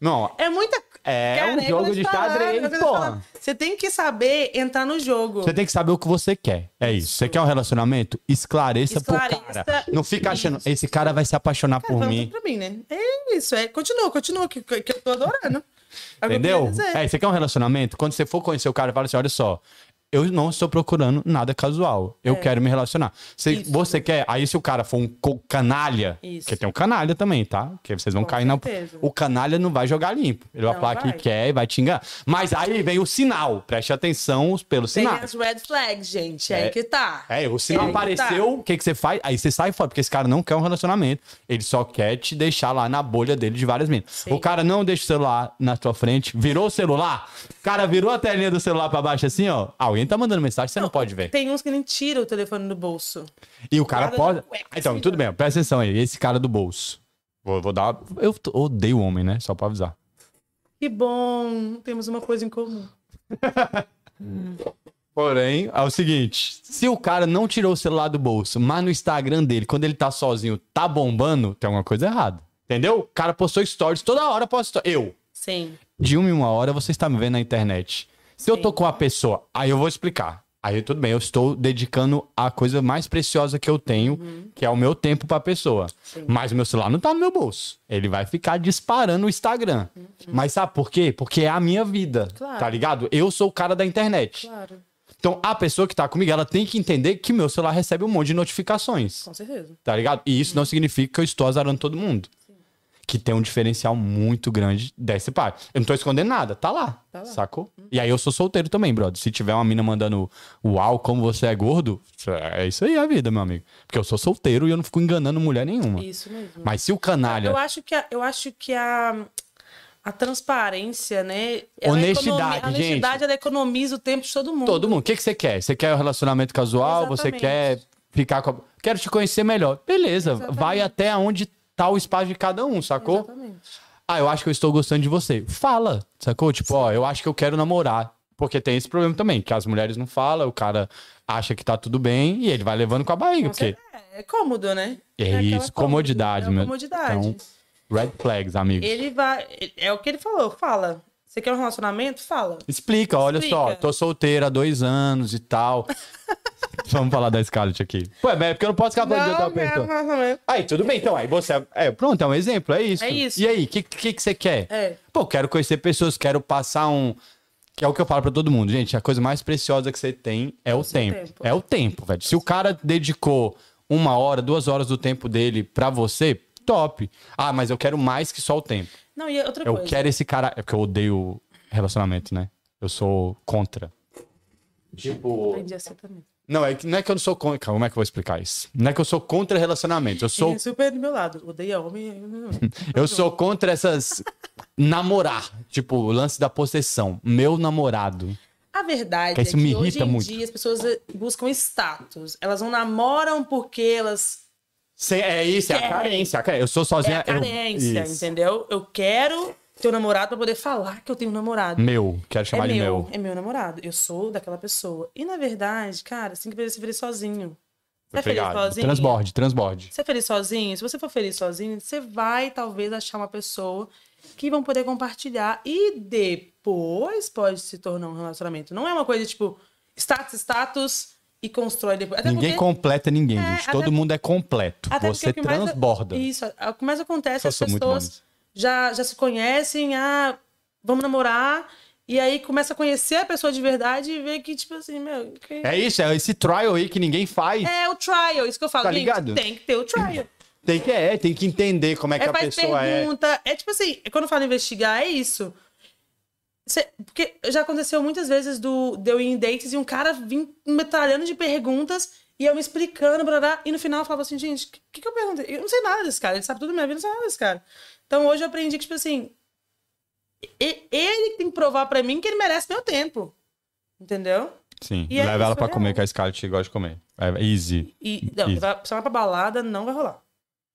A: Não,
B: É muita.
A: É um
B: eu
A: jogo
B: vou te
A: de
B: falar,
A: xadrez,
B: eu vou te
A: porra.
B: falar. Você tem que saber entrar no jogo.
A: Você tem que saber o que você quer. É isso. Você quer um relacionamento? Esclareça, pro
B: Esclareça.
A: cara. Não fica achando, esse cara vai se apaixonar por
B: Pergunta
A: mim.
B: pra mim, né? É isso, é. Continua, continua, que, que eu tô adorando. É o que eu
A: Entendeu?
B: queria dizer.
A: É, você quer um relacionamento? Quando você for conhecer o cara, fala assim: olha só, eu não estou procurando nada casual. Eu
B: É.
A: quero me relacionar. Se
B: Isso.
A: você quer, aí se o cara for um co- canalha,
B: Isso.
A: que tem um canalha também, tá? Que vocês vão
B: Com
A: cair na.
B: certeza.
A: O canalha não vai jogar limpo. Ele vai
B: Não
A: falar
B: vai.
A: que quer e vai te enganar. Mas aí vem o sinal. Preste atenção pelo
B: Tem
A: sinal.
B: as red flags, gente.
A: É.
B: Aí que tá.
A: É, o sinal
B: Ele tá.
A: apareceu, o que, que você faz? Aí você sai fora, porque esse cara não quer um relacionamento. Ele só quer te deixar lá na bolha dele de várias minas.
B: Sim.
A: O cara não deixa o celular na tua frente, virou o celular, o cara virou a telinha do celular pra baixo assim, ó. Alguém tá mandando mensagem, você não, pode ver.
B: Tem uns que nem tiram o telefone do bolso.
A: E o cara
B: Guarda
A: pode.
B: na cueca,
A: Então,
B: assim,
A: tudo bem, presta atenção aí. Esse cara do bolso. Vou, vou dar. Eu t- odeio homem, né? Só pra avisar.
B: Que bom, temos uma coisa em comum.
A: Porém, é o seguinte: se o cara não tirou o celular do bolso, mas no Instagram dele, quando ele tá sozinho, tá bombando, tem alguma coisa errada. Entendeu? O cara postou stories, toda hora posta. Eu,
B: Sim.
A: de uma em uma hora, você está me vendo na internet. Se eu tô com a pessoa, aí eu vou explicar. Aí tudo bem, eu estou dedicando a coisa mais preciosa que eu tenho,
B: Uhum.
A: que é o meu tempo pra pessoa. Mas o meu celular não tá no meu bolso. Ele vai ficar disparando o Instagram. Mas sabe por quê? Porque é a minha vida.
B: Uhum. Claro.
A: Tá ligado? Eu sou o cara da internet.
B: Claro,
A: Então, a pessoa que tá comigo, ela tem que entender que meu celular recebe um monte de notificações,
B: com certeza.
A: tá ligado? E isso não significa que eu estou azarando todo mundo. Que tem um diferencial muito grande dessa parte. Eu não tô escondendo nada, tá lá,
B: Tá lá.
A: sacou? E aí eu sou solteiro também, brother. Se tiver uma mina mandando, uau, como você é gordo, é isso aí a vida, meu amigo. Porque eu sou solteiro e eu não fico enganando mulher nenhuma.
B: Isso mesmo.
A: Mas se o canalha...
B: Eu acho que a, eu acho que a, a transparência, né?
A: Honestidade,
B: economi- a honestidade
A: gente.
B: ela economiza o tempo de todo mundo.
A: Todo mundo. O que, que você quer? Você quer um relacionamento casual? Você
B: Exatamente.
A: quer ficar com a... Quero te conhecer melhor. Beleza, vai até onde tá o espaço de cada um, sacou?
B: Exatamente.
A: Ah, eu acho que eu estou gostando de você. Fala, sacou? Tipo, ó, eu acho que eu quero namorar. Porque tem esse problema também, que as mulheres não falam, o cara acha que tá tudo bem e ele vai levando com a barriga,
B: Com
A: porque...
B: cer- É, é cômodo, né?
A: É
B: aquela
A: isso,
B: cômodo,
A: comodidade,
B: é a
A: meu.
B: Comodidade.
A: Então, Red flags, amigos.
B: Ele vai. É o que ele falou, fala. Você quer um relacionamento? Fala.
A: Explica, olha só,
B: Explica.
A: tô solteira há dois anos e tal. Vamos falar da Scarlett aqui. Ué, mas é porque eu não posso ficar falando de outra
B: Não, quero um
A: pessoa.
B: relacionamento.
A: Aí, tudo bem, então. Aí você. É, pronto, é um exemplo, é isso.
B: É isso.
A: E aí, o que, que, que você quer?
B: É.
A: Pô, quero conhecer pessoas, quero passar um. Que é o que eu falo pra todo mundo, gente. A coisa mais preciosa que você tem é o tempo.
B: tempo.
A: É o tempo, velho. Se o cara dedicou uma hora, duas horas do tempo dele pra você, top. Ah, mas eu quero mais que só o tempo.
B: Não, e é outra
A: Eu
B: coisa.
A: quero esse cara. É porque eu odeio relacionamento, né? Eu sou contra. Tipo.
B: Aprendi a ser também.
A: Não, é que, não é que eu não sou contra. Como é que eu vou explicar isso? Não é que eu sou contra relacionamento. Eu sou
B: Ele é super do meu lado. Odeia homem. né?
A: Eu sou contra essas. Namorar. Tipo, o lance da possessão. Meu namorado.
B: A verdade
A: Que isso
B: é que
A: me
B: hoje
A: irrita
B: em
A: muito.
B: dia as pessoas eh, buscam status. Elas não namoram porque elas
A: Cê- é isso, é a
B: Quer.
A: carência. a carência. Eu sou
B: é
A: sozinha.
B: a carência,
A: eu, isso.
B: entendeu? Eu quero ter um namorado pra poder falar que eu tenho um namorado.
A: Meu, quero
B: é
A: Hum, chamar de meu.
B: é meu namorado. Eu sou daquela pessoa. E na verdade, cara, você tem que poder se feliz sozinho. Você é feliz
A: Obrigado.
B: sozinho?
A: Transborde, transborde.
B: Você é feliz sozinho? Se você for feliz sozinho, você vai talvez achar uma pessoa que vão poder compartilhar e depois pode se tornar um relacionamento. Não é uma coisa tipo status, status e constrói depois. Até
A: ninguém
B: porque,
A: completa ninguém,
B: É,
A: gente.
B: até
A: Todo
B: porque-
A: mundo é completo.
B: até porque
A: Você
B: o que mais-
A: transborda.
B: Isso, o que mais acontece
A: Eu
B: é as
A: sou muito
B: pessoas
A: manso.
B: já, já se conhecem, ah, vamos namorar. E aí começa a conhecer a pessoa de verdade e vê que, tipo assim, meu. que-
A: É isso, é esse trial aí que ninguém faz.
B: É o trial, isso que eu falo,
A: Tá
B: gente,
A: ligado?
B: Tem que ter o trial.
A: Tem, que, é, tem que entender como é, que
B: É,
A: a
B: faz
A: pessoa é.
B: pergunta. É... tipo assim, quando eu falo investigar, é isso. Cê- porque já aconteceu muitas vezes do, de eu ir em dates e um cara vir metralhando de perguntas e eu me explicando, blá, e no final eu falava assim, gente, o que, que eu perguntei? Eu não sei nada desse cara, ele sabe tudo da minha vida, eu não sei nada desse cara. Então hoje eu aprendi que, tipo assim, e- ele tem que provar pra mim que ele merece meu tempo. Entendeu?
A: Sim,
B: E é
A: leva ela
B: isso
A: pra
B: mesmo.
A: comer, que a Scarlett gosta de comer. É easy.
B: E não,
A: Isso.
B: vai, se vai pra balada, não vai rolar.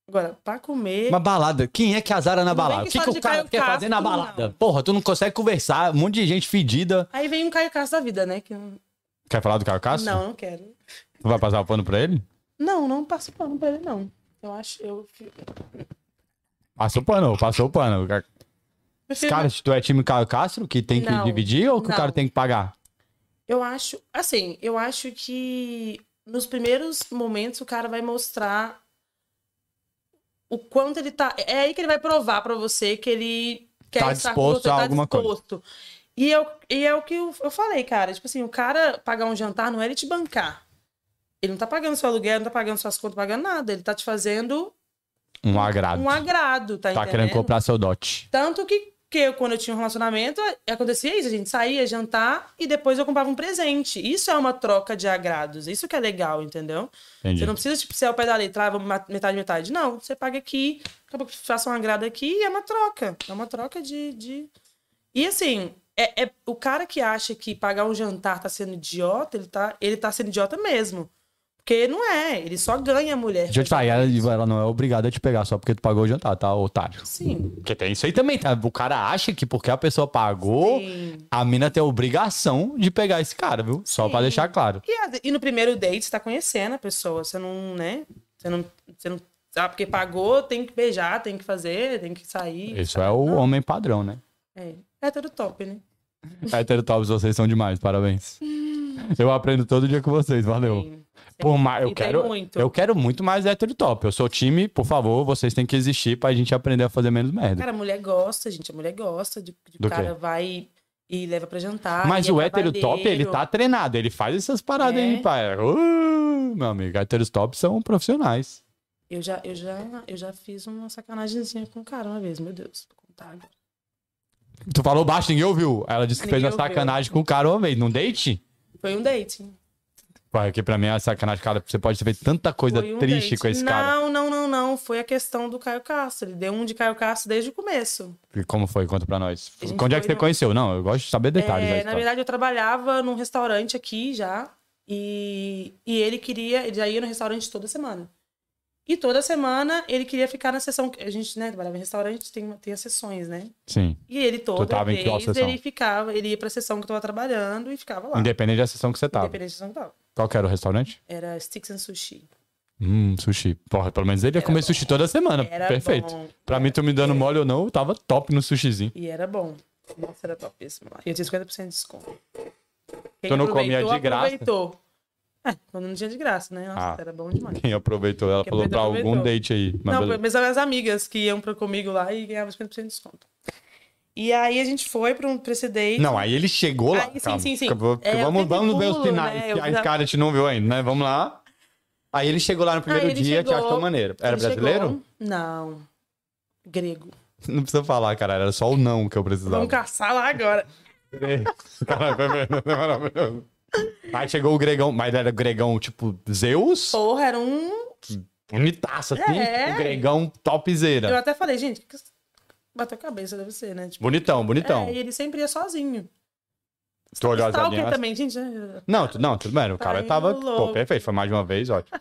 B: Agora, pra comer.
A: Uma balada. Quem é que azara na
B: Tudo bem
A: balada? O
B: que
A: que, que
B: só
A: o
B: de
A: cara
B: Caio
A: quer
B: Castro,
A: fazer na
B: não.
A: balada? Porra, tu não consegue conversar, um monte de gente fedida.
B: Aí vem um Caio Castro da vida, né? Que... eu-
A: Quer falar do Caio Castro?
B: Não, não quero.
A: Tu vai passar o pano pra ele?
B: Não, não passo pano pra ele, não. Eu acho. Eu fi-
A: Passou o pano, passou o pano.
B: prefiro.
A: Cara, se tu é time Caio Castro, que tem que
B: Não.
A: dividir ou que o
B: Não.
A: cara tem que pagar?
B: Eu acho. Assim, eu acho que nos primeiros momentos o cara vai mostrar o quanto ele tá. É aí que ele vai provar pra você que ele quer
A: Tá
B: estar
A: disposto
B: com você,
A: a
B: tá
A: alguma coisa.
B: disposto. E, eu, e é o que eu, eu falei, cara. Tipo assim, o cara pagar um jantar não é ele te bancar. Ele não tá pagando seu aluguel, não tá pagando suas contas, pagando nada. Ele tá te fazendo
A: Um agrado.
B: um agrado, tá,
A: tá
B: entendendo?
A: querendo comprar seu dote.
B: Tanto que, que eu, quando eu tinha um relacionamento, acontecia isso. A gente saía jantar e depois eu comprava um presente. Isso é uma troca de agrados. Isso que é legal, entendeu?
A: Entendi.
B: Você não precisa, tipo, ser ao pé da letra, ah, vamos ma- metade, metade. Não, você paga aqui, daqui a pouco faça um agrado aqui e é uma troca. É uma troca de... de... E assim, é, é- o cara que acha que pagar um jantar tá sendo idiota, ele tá, ele tá sendo idiota mesmo. Porque não é, ele só ganha a mulher.
A: Deixa eu te falar, ela, ela não é obrigada a te pegar só porque tu pagou o jantar, tá, otário?
B: Sim.
A: Porque tem isso aí também, tá? O cara acha que porque a pessoa pagou,
B: Sim.
A: a mina tem a obrigação de pegar esse cara, viu? Só
B: Sim.
A: pra deixar claro.
B: E, a- e no primeiro date, você tá conhecendo a pessoa. Você não, né? Você não. Você não ah, porque pagou, tem que beijar, tem que fazer, tem que sair.
A: Isso é o homem padrão, né?
B: É, é tudo top, né?
A: Heterotops, vocês são demais, parabéns. Eu aprendo todo dia com vocês, valeu.
B: Sim.
A: Por mais, eu
B: E tem
A: quero,
B: muito.
A: eu quero muito mais heterotop. Eu sou time, por favor, vocês têm que existir pra gente aprender a fazer menos merda.
B: Cara, a mulher gosta, gente. A mulher gosta de de
A: Do
B: o cara vai e leva pra jantar.
A: Mas
B: e é
A: o heterotop, ele
B: trabalheiro.
A: tá treinado, ele faz essas paradas
B: É.
A: aí, pai. Uh, meu amigo, heterotop são profissionais.
B: Eu já, eu, já, eu já fiz uma sacanagemzinha com o cara uma vez, meu Deus. Vou contar agora.
A: Tu falou baixo, ninguém ouviu. Ela disse que fez
B: Ninguém
A: uma
B: ouviu.
A: sacanagem com o cara uma vez, num date?
B: Foi um date.
A: Pai, que pra mim é uma sacanagem, cara. Você pode ter feito tanta coisa
B: Foi um
A: triste
B: date.
A: com esse
B: não,
A: cara.
B: Não, não, não, não. Foi a questão do Caio Castro. Ele deu um de Caio Castro desde o começo.
A: E Como foi? Conta pra nós.
B: A gente
A: Onde é que você
B: foi no-
A: conheceu? Não, eu gosto de saber detalhes.
B: É,
A: da
B: na
A: história.
B: verdade, eu trabalhava num restaurante aqui já. E, e ele queria. Ele já ia no restaurante toda semana. E toda semana ele queria ficar na sessão. A gente, né, trabalhava em restaurante, tem, tem as sessões, né?
A: Sim.
B: E ele toda
A: Então, tava em
B: vez
A: qual sessão?
B: ele ficava, ele ia pra sessão que eu tava trabalhando e ficava lá.
A: Independente da sessão que você tava.
B: Independente da sessão que eu tava.
A: Qual que era o restaurante?
B: Era Sticks and Sushi.
A: Hum, sushi. Porra, pelo menos ele ia comer sushi toda semana.
B: Era
A: Ah, Perfeito.
B: bom. É.
A: Pra mim, tu me dando mole ou não, eu tava top no sushizinho.
B: E era bom. Nossa, era topíssimo lá. E eu tinha 50% de desconto. Quem
A: Tu não comia
B: aproveitou,
A: de graça?
B: Aproveitou. É, quando não tinha de graça, né? Nossa,
A: Ah.
B: era bom demais.
A: Quem aproveitou? Ela
B: Quem
A: falou pra
B: aproveitou,
A: algum
B: aproveitou.
A: date aí. Mas
B: Não,
A: beleza.
B: mas eram as amigas que iam pra comigo lá e ganhavam 50% de desconto. E aí a gente foi pra, um, pra esse date.
A: Não, aí ele chegou lá.
B: Aí, sim,
A: calma.
B: sim, sim.
A: Acabou-
B: É, eu
A: vamos
B: sempre
A: vamos ver os
B: pulo,
A: sinais.
B: né?
A: que
B: Eu
A: a
B: já-
A: cara a gente não viu ainda, né? Vamos lá. Aí ele chegou lá no primeiro
B: Aí ele
A: dia, que
B: chegou,
A: achou maneiro. Era
B: ele chegou- um-
A: brasileiro?
B: Não. Grego.
A: Não precisa falar, cara. Era só o não que eu precisava.
B: Vamos caçar lá agora.
A: Cara, foi maravilhoso. Aí chegou o gregão, mas era gregão tipo Zeus,
B: Porra, era um.
A: bonitaço assim,
B: É.
A: o gregão
B: Eu
A: topzera.
B: até falei, gente, que bateu a cabeça, deve ser, né? Tipo,
A: Bonitão, bonitão.
B: é, e ele sempre ia sozinho.
A: Então. Tu olhou as
B: Stalker
A: alinhas.
B: também, gente. é-
A: Não, tu- não, tudo bem. O
B: Tá
A: cara
B: indo
A: tava, pô,
B: louco.
A: perfeito. Foi mais de uma vez, ótimo.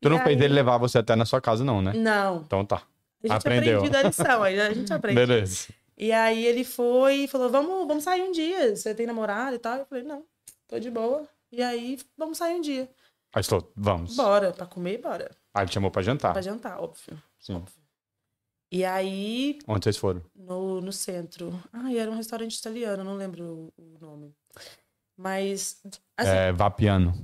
A: Tu não
B: E
A: fez
B: aí?
A: ele levar você até na sua casa, não, né?
B: Não.
A: Então tá.
B: A gente
A: Aprendeu.
B: aprendeu a lição, aí a gente aprende.
A: Beleza.
B: E aí ele foi e falou: vamos, vamos sair um dia. Você tem namorado e tal? Eu falei, não, tô de boa. E aí, vamos sair um dia.
A: Aí estou, vamos.
B: Bora, pra comer, bora.
A: Aí ele chamou pra jantar.
B: Pra jantar, óbvio.
A: Sim.
B: E aí,
A: Onde vocês foram?
B: no, no centro. Ai, era um restaurante italiano, não lembro o o nome. Mas. Assim,
A: É, Vapiano.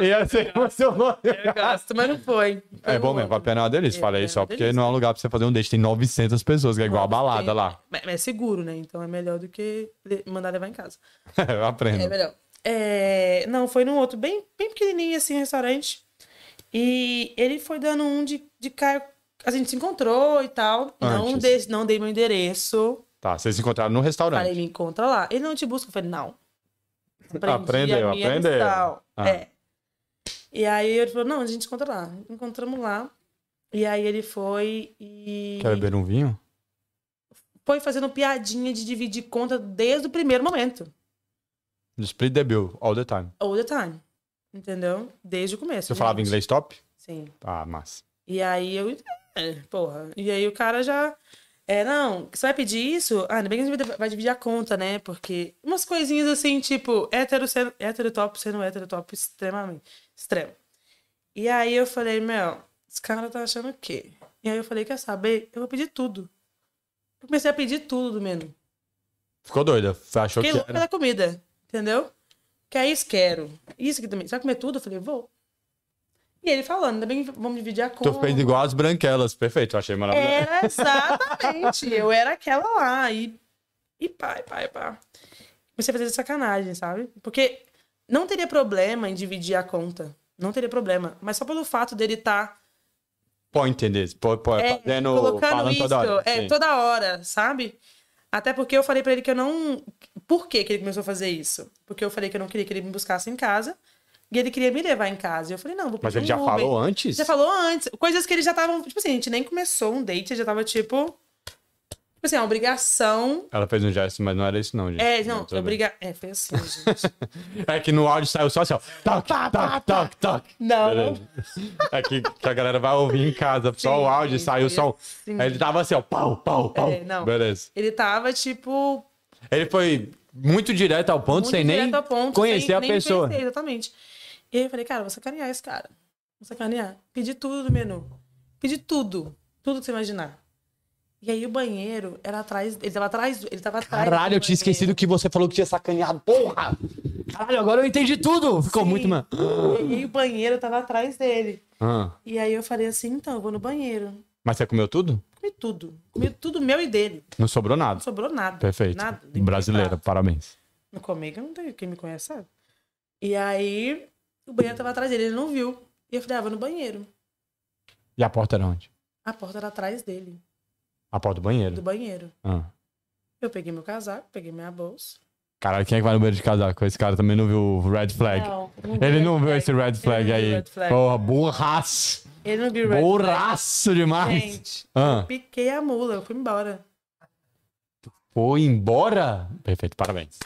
B: eu
A: Ia ser o seu nome.
B: gosto, mas não foi. Foi
A: É bom
B: um
A: mesmo,
B: outro.
A: Vapiano é uma delícia.
B: É,
A: Falei
B: é
A: só
B: uma
A: porque
B: delícia.
A: não é um lugar pra você fazer um date. Tem 900 pessoas, que é igual a balada lá.
B: Mas mas é seguro, né? Então é melhor do que le- mandar levar em casa.
A: Eu
B: É
A: aprendo.
B: melhor. É, não, foi num outro, bem, bem pequenininho, assim, restaurante. E ele foi dando um de, de Caio. A gente se encontrou e tal. Não,
A: Antes.
B: dei- não dei meu endereço.
A: Tá, vocês se encontraram no restaurante.
B: Falei, me encontra lá. Ele não te busca. Eu falei, não. Aprendi
A: Aprendeu,
B: a minha
A: aprendeu.
B: lição.
A: Ah.
B: É. E aí ele falou, não, a gente se encontra lá. Encontramos lá. E aí ele foi e...
A: Quer beber um vinho?
B: Foi fazendo piadinha de dividir conta desde o primeiro momento.
A: Split the bill, all the time.
B: All the time. Entendeu? Desde o começo.
A: Você falava
B: gente.
A: inglês top?
B: Sim.
A: Ah, massa.
B: E aí eu. é, Porra. E aí o cara já. É, não, você vai pedir isso? Ah, ainda bem que a gente vai- vai dividir a conta, né? Porque umas coisinhas assim, tipo, hétero, sendo, hétero top sendo hétero top extremamente. Extremo. E aí eu falei, meu, esse cara tá achando o quê? E aí eu falei, quer saber? Eu vou pedir tudo. Eu comecei a pedir tudo do menu.
A: Ficou doida. Você achou
B: Fiquei
A: que
B: louca
A: era.
B: da comida, entendeu? Que é isso, quero. Isso aqui também. Você vai comer tudo? Eu falei, vou. E ele falando, ainda bem que vamos dividir a conta.
A: Tu fez igual as
B: É.
A: branquelas. Perfeito, eu achei maravilhoso.
B: Era exatamente. eu era aquela lá. E, E pá, e pá, e pá. Comecei a fazer de sacanagem, sabe? Porque não teria problema em dividir a conta. Não teria problema. Mas só pelo fato dele estar
A: Pode entender. Pode, pode,
B: é,
A: fazendo,
B: colocando
A: falando
B: isso,
A: toda hora.
B: é,
A: sim.
B: toda hora, sabe? Até porque eu falei pra ele que eu não. Por que, que ele começou a fazer isso? Porque eu falei que eu não queria que ele me buscasse em casa e ele queria me levar em casa. Eu falei, não, vou
A: Mas
B: pedir
A: ele já
B: um Uber.
A: falou antes?
B: Já falou antes. Coisas que eles já estavam. Tipo assim, a gente nem começou um date, já tava tipo. Tipo assim, a obrigação.
A: Ela fez um gesto, mas não era isso não, gente.
B: É, não,
A: tudo bem.
B: obriga... É, foi assim, gente.
A: É que no áudio saiu só assim, ó. Toc, toc, toc, toc.
B: Não, não.
A: Beleza. É que, que a galera vai ouvir em casa. Só o áudio
B: sim,
A: saiu, só o...
B: sim.
A: Ele tava assim, ó. Pau, pau, pau.
B: É, não.
A: Beleza.
B: Ele tava tipo.
A: Ele foi muito direto ao ponto,
B: Muito
A: sem nem
B: direto ao ponto,
A: conhecer
B: sem
A: a
B: nem
A: pessoa.
B: conhecer, exatamente. E aí eu falei, cara, vou sacanear esse cara. Vou sacanear. Pedi tudo do menu. Pedi tudo. Tudo que você imaginar. E aí o banheiro era atrás. Ele tava atrás. do- Ele tava atrás
A: Caralho,
B: do
A: eu tinha
B: banheiro.
A: esquecido que você falou que tinha sacaneado. Porra! Caralho, agora eu entendi tudo. Ficou
B: Sim.
A: muito, mano.
B: E aí o banheiro tava atrás dele.
A: Ah,
B: E aí eu falei assim, então, eu vou no banheiro.
A: mas você comeu tudo?
B: Comi tudo. Comi tudo meu e dele.
A: Não sobrou
B: Não
A: nada.
B: sobrou nada.
A: Perfeito.
B: Nada. Nem
A: Brasileira,
B: prato.
A: parabéns.
B: Não comigo, não tem quem me conhece, sabe? E aí o banheiro tava atrás dele, ele não viu. E eu falei, ah, vou no banheiro.
A: E a porta era onde?
B: A porta era atrás dele,
A: A porta do banheiro.
B: do banheiro.
A: Ah.
B: Eu peguei meu casaco, peguei minha bolsa.
A: Caralho, quem é que vai no banheiro de casaco? Esse cara também não viu o red flag. Ele não viu esse red flag
B: é Ele não viu
A: aí.
B: red flag.
A: Porra, burraço.
B: Ele não viu o red flag.
A: Burraço demais.
B: Gente,
A: Ah,
B: piquei a mula, eu fui embora.
A: foi embora? Perfeito, parabéns.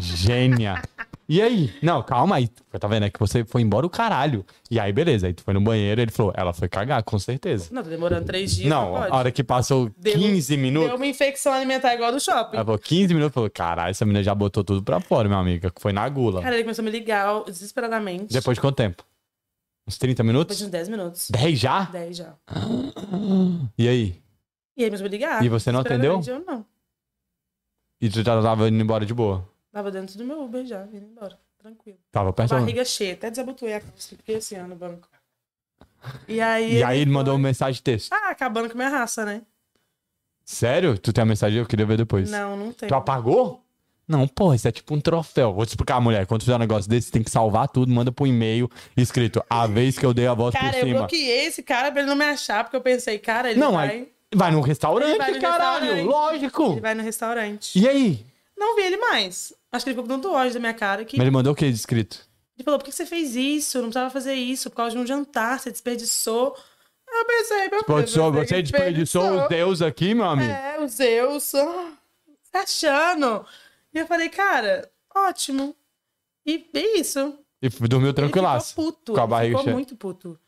A: Gênia. E aí? Não, calma aí. Tá vendo? É que você foi embora o caralho. E aí, beleza. Aí tu foi no banheiro, ele falou, ela foi cagar, com certeza.
B: Não, tá demorando três dias.
A: Não,
B: pode.
A: a hora que passou
B: Deu-
A: 15 minutos,
B: Deu um uma infecção alimentar igual a do shopping.
A: ela falou 15 minutos, falou, caralho, essa menina já botou tudo pra fora, minha amiga. Foi na gula.
B: Cara, ele começou a me ligar ó, desesperadamente.
A: Depois de quanto tempo? Uns 30
B: Depois
A: minutos?
B: de um uns 10 minutos.
A: 10 já?
B: 10 já.
A: E aí?
B: E aí, mas me ligar.
A: E você não atendeu?
B: desesperadamente, Eu não.
A: E tu já tava indo embora de boa?
B: Tava dentro do meu Uber já, vindo embora. Tranquilo.
A: Tava perto
B: Barriga cheia, até desabotoei a calça, fiquei assim, ó, no banco. E aí.
A: E aí ele mandou
B: foi-
A: uma mensagem de texto.
B: Ah, acabando com a minha raça, né?
A: Sério? Tu tem a mensagem? Eu queria ver depois.
B: Não, não tem.
A: Tu apagou? Não, porra, isso é tipo um troféu. Vou te explicar, mulher. Quando tu fizer um negócio desse, tem que salvar tudo, manda pro e-mail escrito a vez que eu dei a voz
B: Cara,
A: por
B: eu
A: cima.
B: bloqueei esse cara pra ele não me achar, porque eu pensei, cara, ele
A: Não,
B: vai.
A: aí vai num restaurante,
B: Ele vai no
A: caralho.
B: restaurante.
A: Lógico.
B: Ele vai no restaurante.
A: E aí?
B: Não vi ele mais. Acho que ele ficou com tanto ódio da minha cara que.
A: Mas ele mandou o que de escrito?
B: Ele falou, por que que você fez isso? Não precisava fazer isso, por causa de um jantar, você desperdiçou. Aí Eu pensei, meu
A: Professor,
B: Deus,
A: você desperdiçou os deus aqui, meu amigo.
B: É, o Zeus. ah, Tá achando? E eu falei, cara, ótimo. E é isso.
A: E dormiu tranquilaço.
B: Ele ficou puto.
A: Com a
B: ele
A: barriga
B: ficou
A: cheia.
B: muito puto.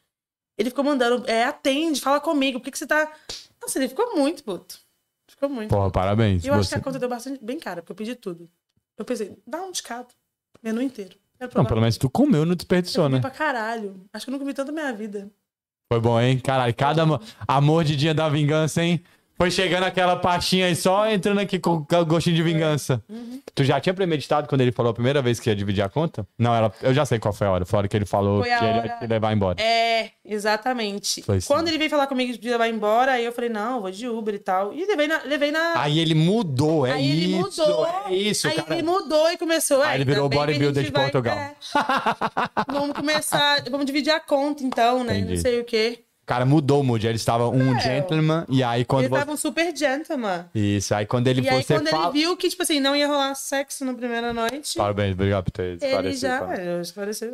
B: Ele ficou mandando, é, atende, fala comigo, por que, que você tá. Nossa, ele ficou muito puto. Ficou muito.
A: Porra, parabéns.
B: E eu acho que
A: você.
B: a conta deu bastante bem cara, porque eu pedi tudo. Eu pensei, dá um de cada. Menu inteiro. Quero
A: Não,
B: provar.
A: pelo menos tu comeu, não
B: eu
A: desperdiçou,
B: comi
A: né?
B: pra caralho. Acho que eu nunca comi tanto na minha vida.
A: Foi bom, hein? Caralho, cada mo- amor de dia da vingança, hein? Foi chegando aquela pastinha aí, só entrando aqui com o gostinho de vingança.
B: Uhum.
A: Tu já tinha premeditado quando ele falou a primeira vez que ia dividir a conta? Não, ela, eu já sei qual foi a hora. Foi a hora que ele falou
B: Foi
A: que
B: a
A: ele ia
B: hora-
A: te levar embora.
B: É, exatamente.
A: Foi sim.
B: Quando ele veio falar comigo de levar embora, aí eu falei, não, eu vou de Uber e tal. E levei na. Levei na...
A: Aí ele mudou, é
B: Aí
A: isso.
B: ele mudou.
A: É isso,
B: aí
A: cara.
B: ele mudou e começou.
A: Aí
B: é,
A: ele virou
B: também
A: bodybuilder
B: a gente
A: de Portugal.
B: é. vamos começar, vamos dividir a conta então, né?
A: Entendi.
B: Não sei o quê.
A: O cara mudou o mood. Ele estava um gentleman, e aí quando
B: É. Ele
A: você...
B: tava um super gentleman.
A: Isso, aí quando ele
B: E aí
A: você
B: quando
A: fala-
B: ele viu que, tipo assim, não ia rolar sexo na primeira noite,
A: Parabéns, obrigado por ter
B: ele
A: esclarecido.
B: já... "É,
A: cara.
B: Eu esclareceu.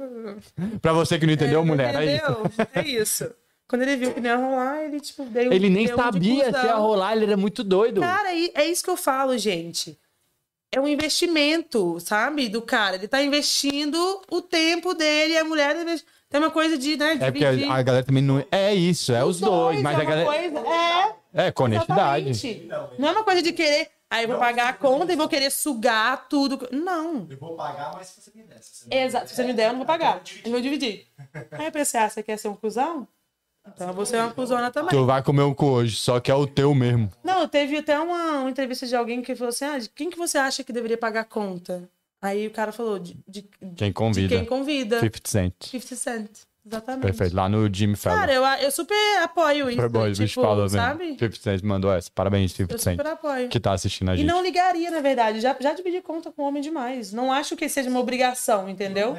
A: Pra você que não entendeu,
B: É,
A: mulher, é isso.
B: entendeu? É isso. Quando ele viu que não ia rolar, ele, tipo, deu
A: Ele nem
B: deu um de
A: sabia se ia
B: cuzão.
A: rolar, ele era muito doido.
B: Cara, e- é isso que eu falo, gente. É um investimento, sabe? Do cara. Ele tá investindo o tempo dele, a mulher. tá investi- Tem uma coisa de, né?
A: É porque
B: dividir.
A: a galera também não. É isso, é os dois, mas
B: é
A: a
B: uma
A: galera.
B: coisa- É,
A: É, conectividade.
B: exatamente. Não é uma coisa de querer. Aí eu vou pagar a conta e vou querer sugar tudo. que- Não.
G: Eu vou pagar, mas se você me der. Se você me
B: Exato. Se você me der, eu não vou pagar. Eu vou dividir. Aí eu pensei, ah, você quer ser um cuzão? Então eu vou ser uma cuzona também.
A: Tu vai comer um cu hoje, só que é o teu mesmo.
B: Não, teve até uma, uma entrevista de alguém que falou assim: ah, de quem que você acha que deveria pagar a conta? Aí o cara falou de, de- de
A: Quem convida.
B: quem convida.
A: 50 Cent.
B: 50 Cent. Exatamente.
A: Perfeito, lá no Jimmy Fallon.
B: Cara, eu, eu super apoio isso.
A: Foi bom, o bicho
B: tipo,
A: falou,
B: sabe?
A: velho. 50 Cent mandou essa. Parabéns,
B: Eu
A: 50 Cent,
B: super apoio.
A: que tá assistindo a
B: E
A: gente.
B: não é ligaria, na verdade. Já, já dividi conta com homem demais. Não acho que seja uma obrigação, entendeu?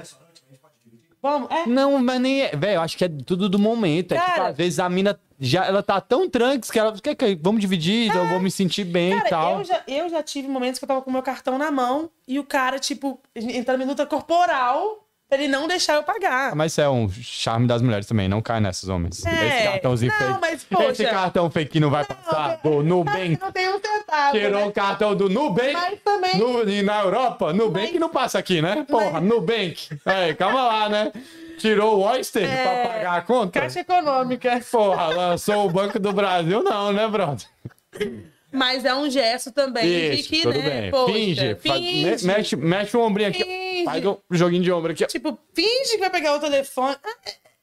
B: Vamos, é.
A: Não, mas nem é. Velho, eu acho que é tudo do momento. é
B: Cara.
A: tipo, às vezes a mina já ela tá tão tranques que ela. quer que, vamos dividir, eu vou me sentir bem e
B: É. Cara,
A: tal.
B: eu já, eu já tive momentos que eu tava com o meu cartão na mão e o cara, tipo, entrando em luta corporal pra ele não deixar eu pagar.
A: Mas isso é um charme das mulheres também, não cai nessas homens.
B: É,
A: Esse cartãozinho
B: não,
A: fake.
B: mas, poxa.
A: Esse cartão fake que não vai passar do Nubank.
B: Não tem um centavo.
A: Tirou
B: né?
A: o cartão do Nubank.
B: Mas também-
A: Nu- e na Europa, Nubank
B: Mas-
A: não passa aqui, né? Porra, Nubank. É, calma lá, né? Tirou o Oyster pra pagar a conta?
B: É. Caixa econômica.
A: Porra, lançou o Banco do Brasil, não, né, brother?
B: Mas é um gesto também de
A: Isso,
B: que,
A: tudo
B: né?
A: bem.
B: poxa,
A: finge. faz- me-
B: finge.
A: mexe, mexe o ombrinho aqui. ó.
B: Finge.
A: Faz um joguinho de ombro aqui. ó.
B: Tipo, finge que vai pegar o telefone. Ah,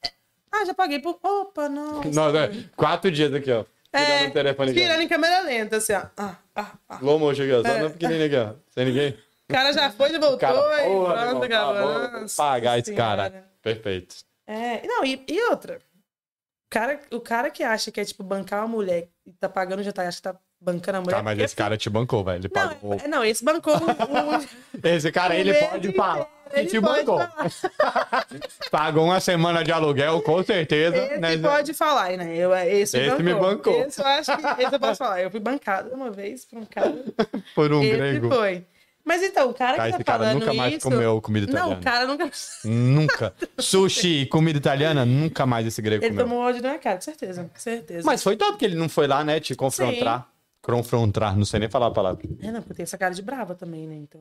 B: é, é. Ah, já paguei por. Opa, não.
A: Não, não, é, quatro dias aqui, ó. Tirando
B: É,
A: o telefone aqui.
B: tirando em câmera lenta, assim, ó. Ah, ah, ah.
A: Low motion aqui, ó. Só
B: É.
A: na pequenininha aqui, ó. Sem ninguém.
B: O cara já foi, já voltou.
A: Cara,
B: e
A: porra,
B: pronto,
A: meu irmão,
B: acabou.
A: tá bom, vou
B: Nossa
A: pagar esse cara.
B: Senhora.
A: Perfeito.
B: É, não, e, e outra. O cara, o cara que acha que é, tipo, bancar uma mulher e tá pagando já tá, acha que tá bancando a mulher.
A: Tá, mas
B: porque
A: esse cara te bancou, velho. Ele
B: é-
A: pagou.
B: Não, é- não, esse bancou. o- o-
A: Esse cara, ele
B: mês
A: pode
B: inteiro,
A: falar. Ele
B: é ele
A: te
B: pode
A: bancou.
B: falar.
A: Pagou uma semana de aluguel, com certeza.
B: Esse
A: né?
B: pode falar, né? Eu, esse
A: Esse me bancou.
B: Esse eu acho que esse eu posso falar. Eu fui bancada uma vez por um cara.
A: Por um
B: esse
A: grego.
B: foi. Mas então, o cara
A: Cara,
B: que tá
A: esse cara
B: falando
A: nunca mais
B: isso...
A: comeu comida italiana.
B: Não, o cara nunca...
A: Nunca. Sushi e comida italiana, nunca mais esse grego
B: Ele
A: comeu.
B: tomou um ódio na minha cara, com certeza, com certeza.
A: Mas foi top que ele não foi lá, né? Te confrontar. Confrontar, não sei nem falar a palavra.
B: É, não, porque eu tenho essa cara de brava também, né? Então.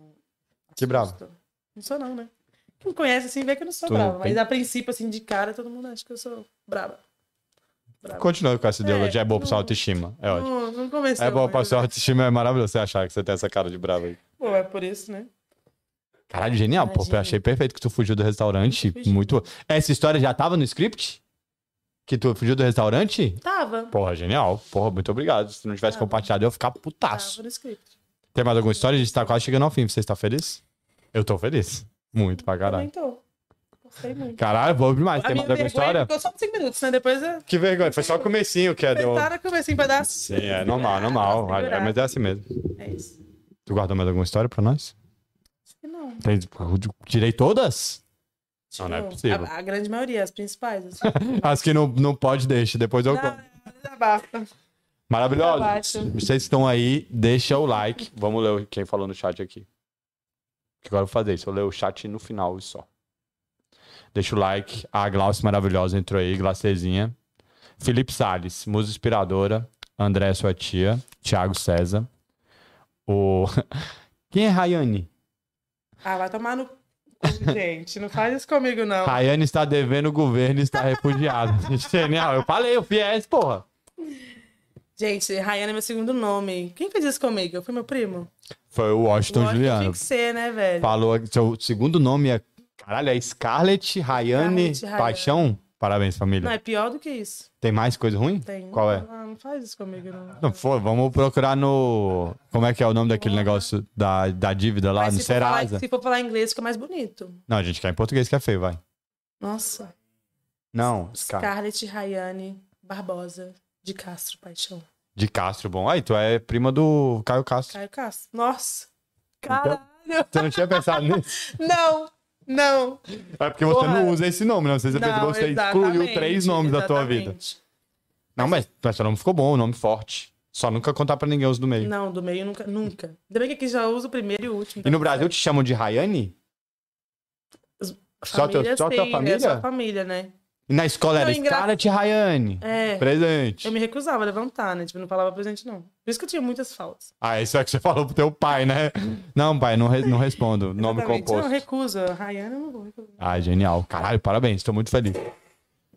A: Que brava?
B: assusta. Não sou, não, né? Quem me conhece assim vê que eu não sou
A: Tu não
B: brava.
A: tem-
B: Mas a princípio, assim, de cara, todo mundo acha que eu sou brava.
A: Continua com essa ideologia, é, boa pra sua
B: não-
A: autoestima. É ótimo.
B: Não, não comecei.
A: É boa pra
B: mas-
A: sua autoestima, é maravilhoso você achar que você tem essa cara de bravo aí.
B: né? Pô, é por isso, né?
A: Caralho, genial, pô. Eu
B: Imagina.
A: achei perfeito que tu fugiu do restaurante.
B: Fugi.
A: Muito. Essa história já tava no script? Que tu fugiu do restaurante?
B: Tava.
A: Porra, genial. Porra, muito obrigado. Se não tivesse
B: Ah.
A: compartilhado, eu ia ficar
B: Tava
A: putaço.
B: no script.
A: Tem mais alguma história? A gente tá quase chegando ao fim. Você está feliz? Eu tô feliz. Muito pra caralho.
B: Também tô. Gostei muito.
A: Caralho, bom demais.
B: A
A: Tem
B: minha
A: mais alguma
B: vergonha
A: história?
B: ficou só de 5 minutos, né? Depois eu
A: Que vergonha. Foi só o comecinho que é deu.
B: tentaram que eu comecei em pedaço.
A: Sim, é normal, normal.
B: Pra segurar.
A: É, mas é assim mesmo.
B: É isso.
A: Tu guardou mais alguma história pra nós?
B: Acho que não.
A: Tem... Tirei todas? Não, não é
B: Tipo,
A: possível.
B: A, a grande maioria, as principais. Assim.
A: As que não, não pode, deixa. Depois eu conto.
B: não, desabafa.
A: Maravilhoso.
B: Abaixo.
A: Vocês estão aí, deixa o like. Vamos ler quem falou no chat aqui. Que Agora eu vou fazer isso. Eu leio o chat no final e só. Deixa o like. A Glaucia maravilhosa entrou aí, Glacezinha. Felipe Salles, musa inspiradora. André, sua tia. Thiago César. O... Quem é Rayane?
B: Ah, vai tomar no. cu, Gente, não faz isso comigo, não.
A: Rayane está devendo o governo e está refugiada. Genial. Eu falei, o Fies, porra.
B: Gente, Rayane é meu segundo nome. Quem fez isso comigo? Foi meu primo?
A: Foi o Washington
B: Lógico que
A: Juliano.
B: Tinha que ser, né, velho?
A: Falou, seu segundo nome é, caralho, é Scarlett Rayane
B: Scarlett Rayane.
A: Paixão? Parabéns, família.
B: Não, é pior do que isso.
A: Tem mais coisa ruim?
B: Tem.
A: Qual é?
B: Ah, não faz isso comigo, não.
A: Não, foi, vamos procurar no... Como é que é o nome daquele negócio da, da dívida lá,
B: Mas
A: no
B: se for falar-
A: Serasa?
B: se for falar inglês, fica mais bonito.
A: Não, gente, quer em português que é feio, vai.
B: Nossa.
A: Não, Scar...
B: Scarlett Rayane Barbosa de Castro Paixão.
A: de Castro, bom. Aí, tu é prima do Caio Castro.
B: Caio Castro. Nossa.
A: Então-
B: Caralho.
A: Você não tinha pensado nisso?
B: Não. Não.
A: É porque Então- você
B: Porra.
A: não usa esse nome, né? Você,
B: não,
A: você excluiu
B: exatamente,
A: três nomes da tua vida.
B: exatamente.
A: Não, mas, mas seu nome ficou bom, um nome forte. Só nunca contar pra ninguém os do meio.
B: Não, do meio nunca. Nunca. Ainda bem que aqui já usa o primeiro e o último. então
A: E no Brasil te chamam de Rayane? Só teu-
B: Família,
A: só tua
B: sim,
A: família?
B: É só família, né?
A: E na escola era
B: Não, engra-
A: Scarlett Rayane.
B: É.
A: Presente.
B: Eu me recusava a levantar, né? Tipo, eu não falava presente, não. Por isso que eu tinha muitas faltas.
A: Ah, isso é que você falou pro teu pai, né? Não, pai, não, re- não respondo. Nome
B: Exatamente.
A: composto.
B: Não, recusa. Rayana, eu não vou recusar.
A: Ah, genial. Caralho, parabéns. Tô muito feliz.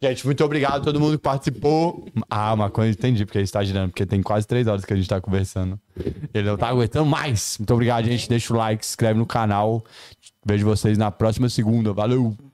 A: Gente, muito obrigado a todo mundo que participou. Ah, uma coisa, entendi porque ele está girando, porque tem quase três horas que a gente tá conversando. Ele não tá aguentando mais. Muito obrigado, gente. Deixa o like, se inscreve no canal. Vejo vocês na próxima segunda. Valeu!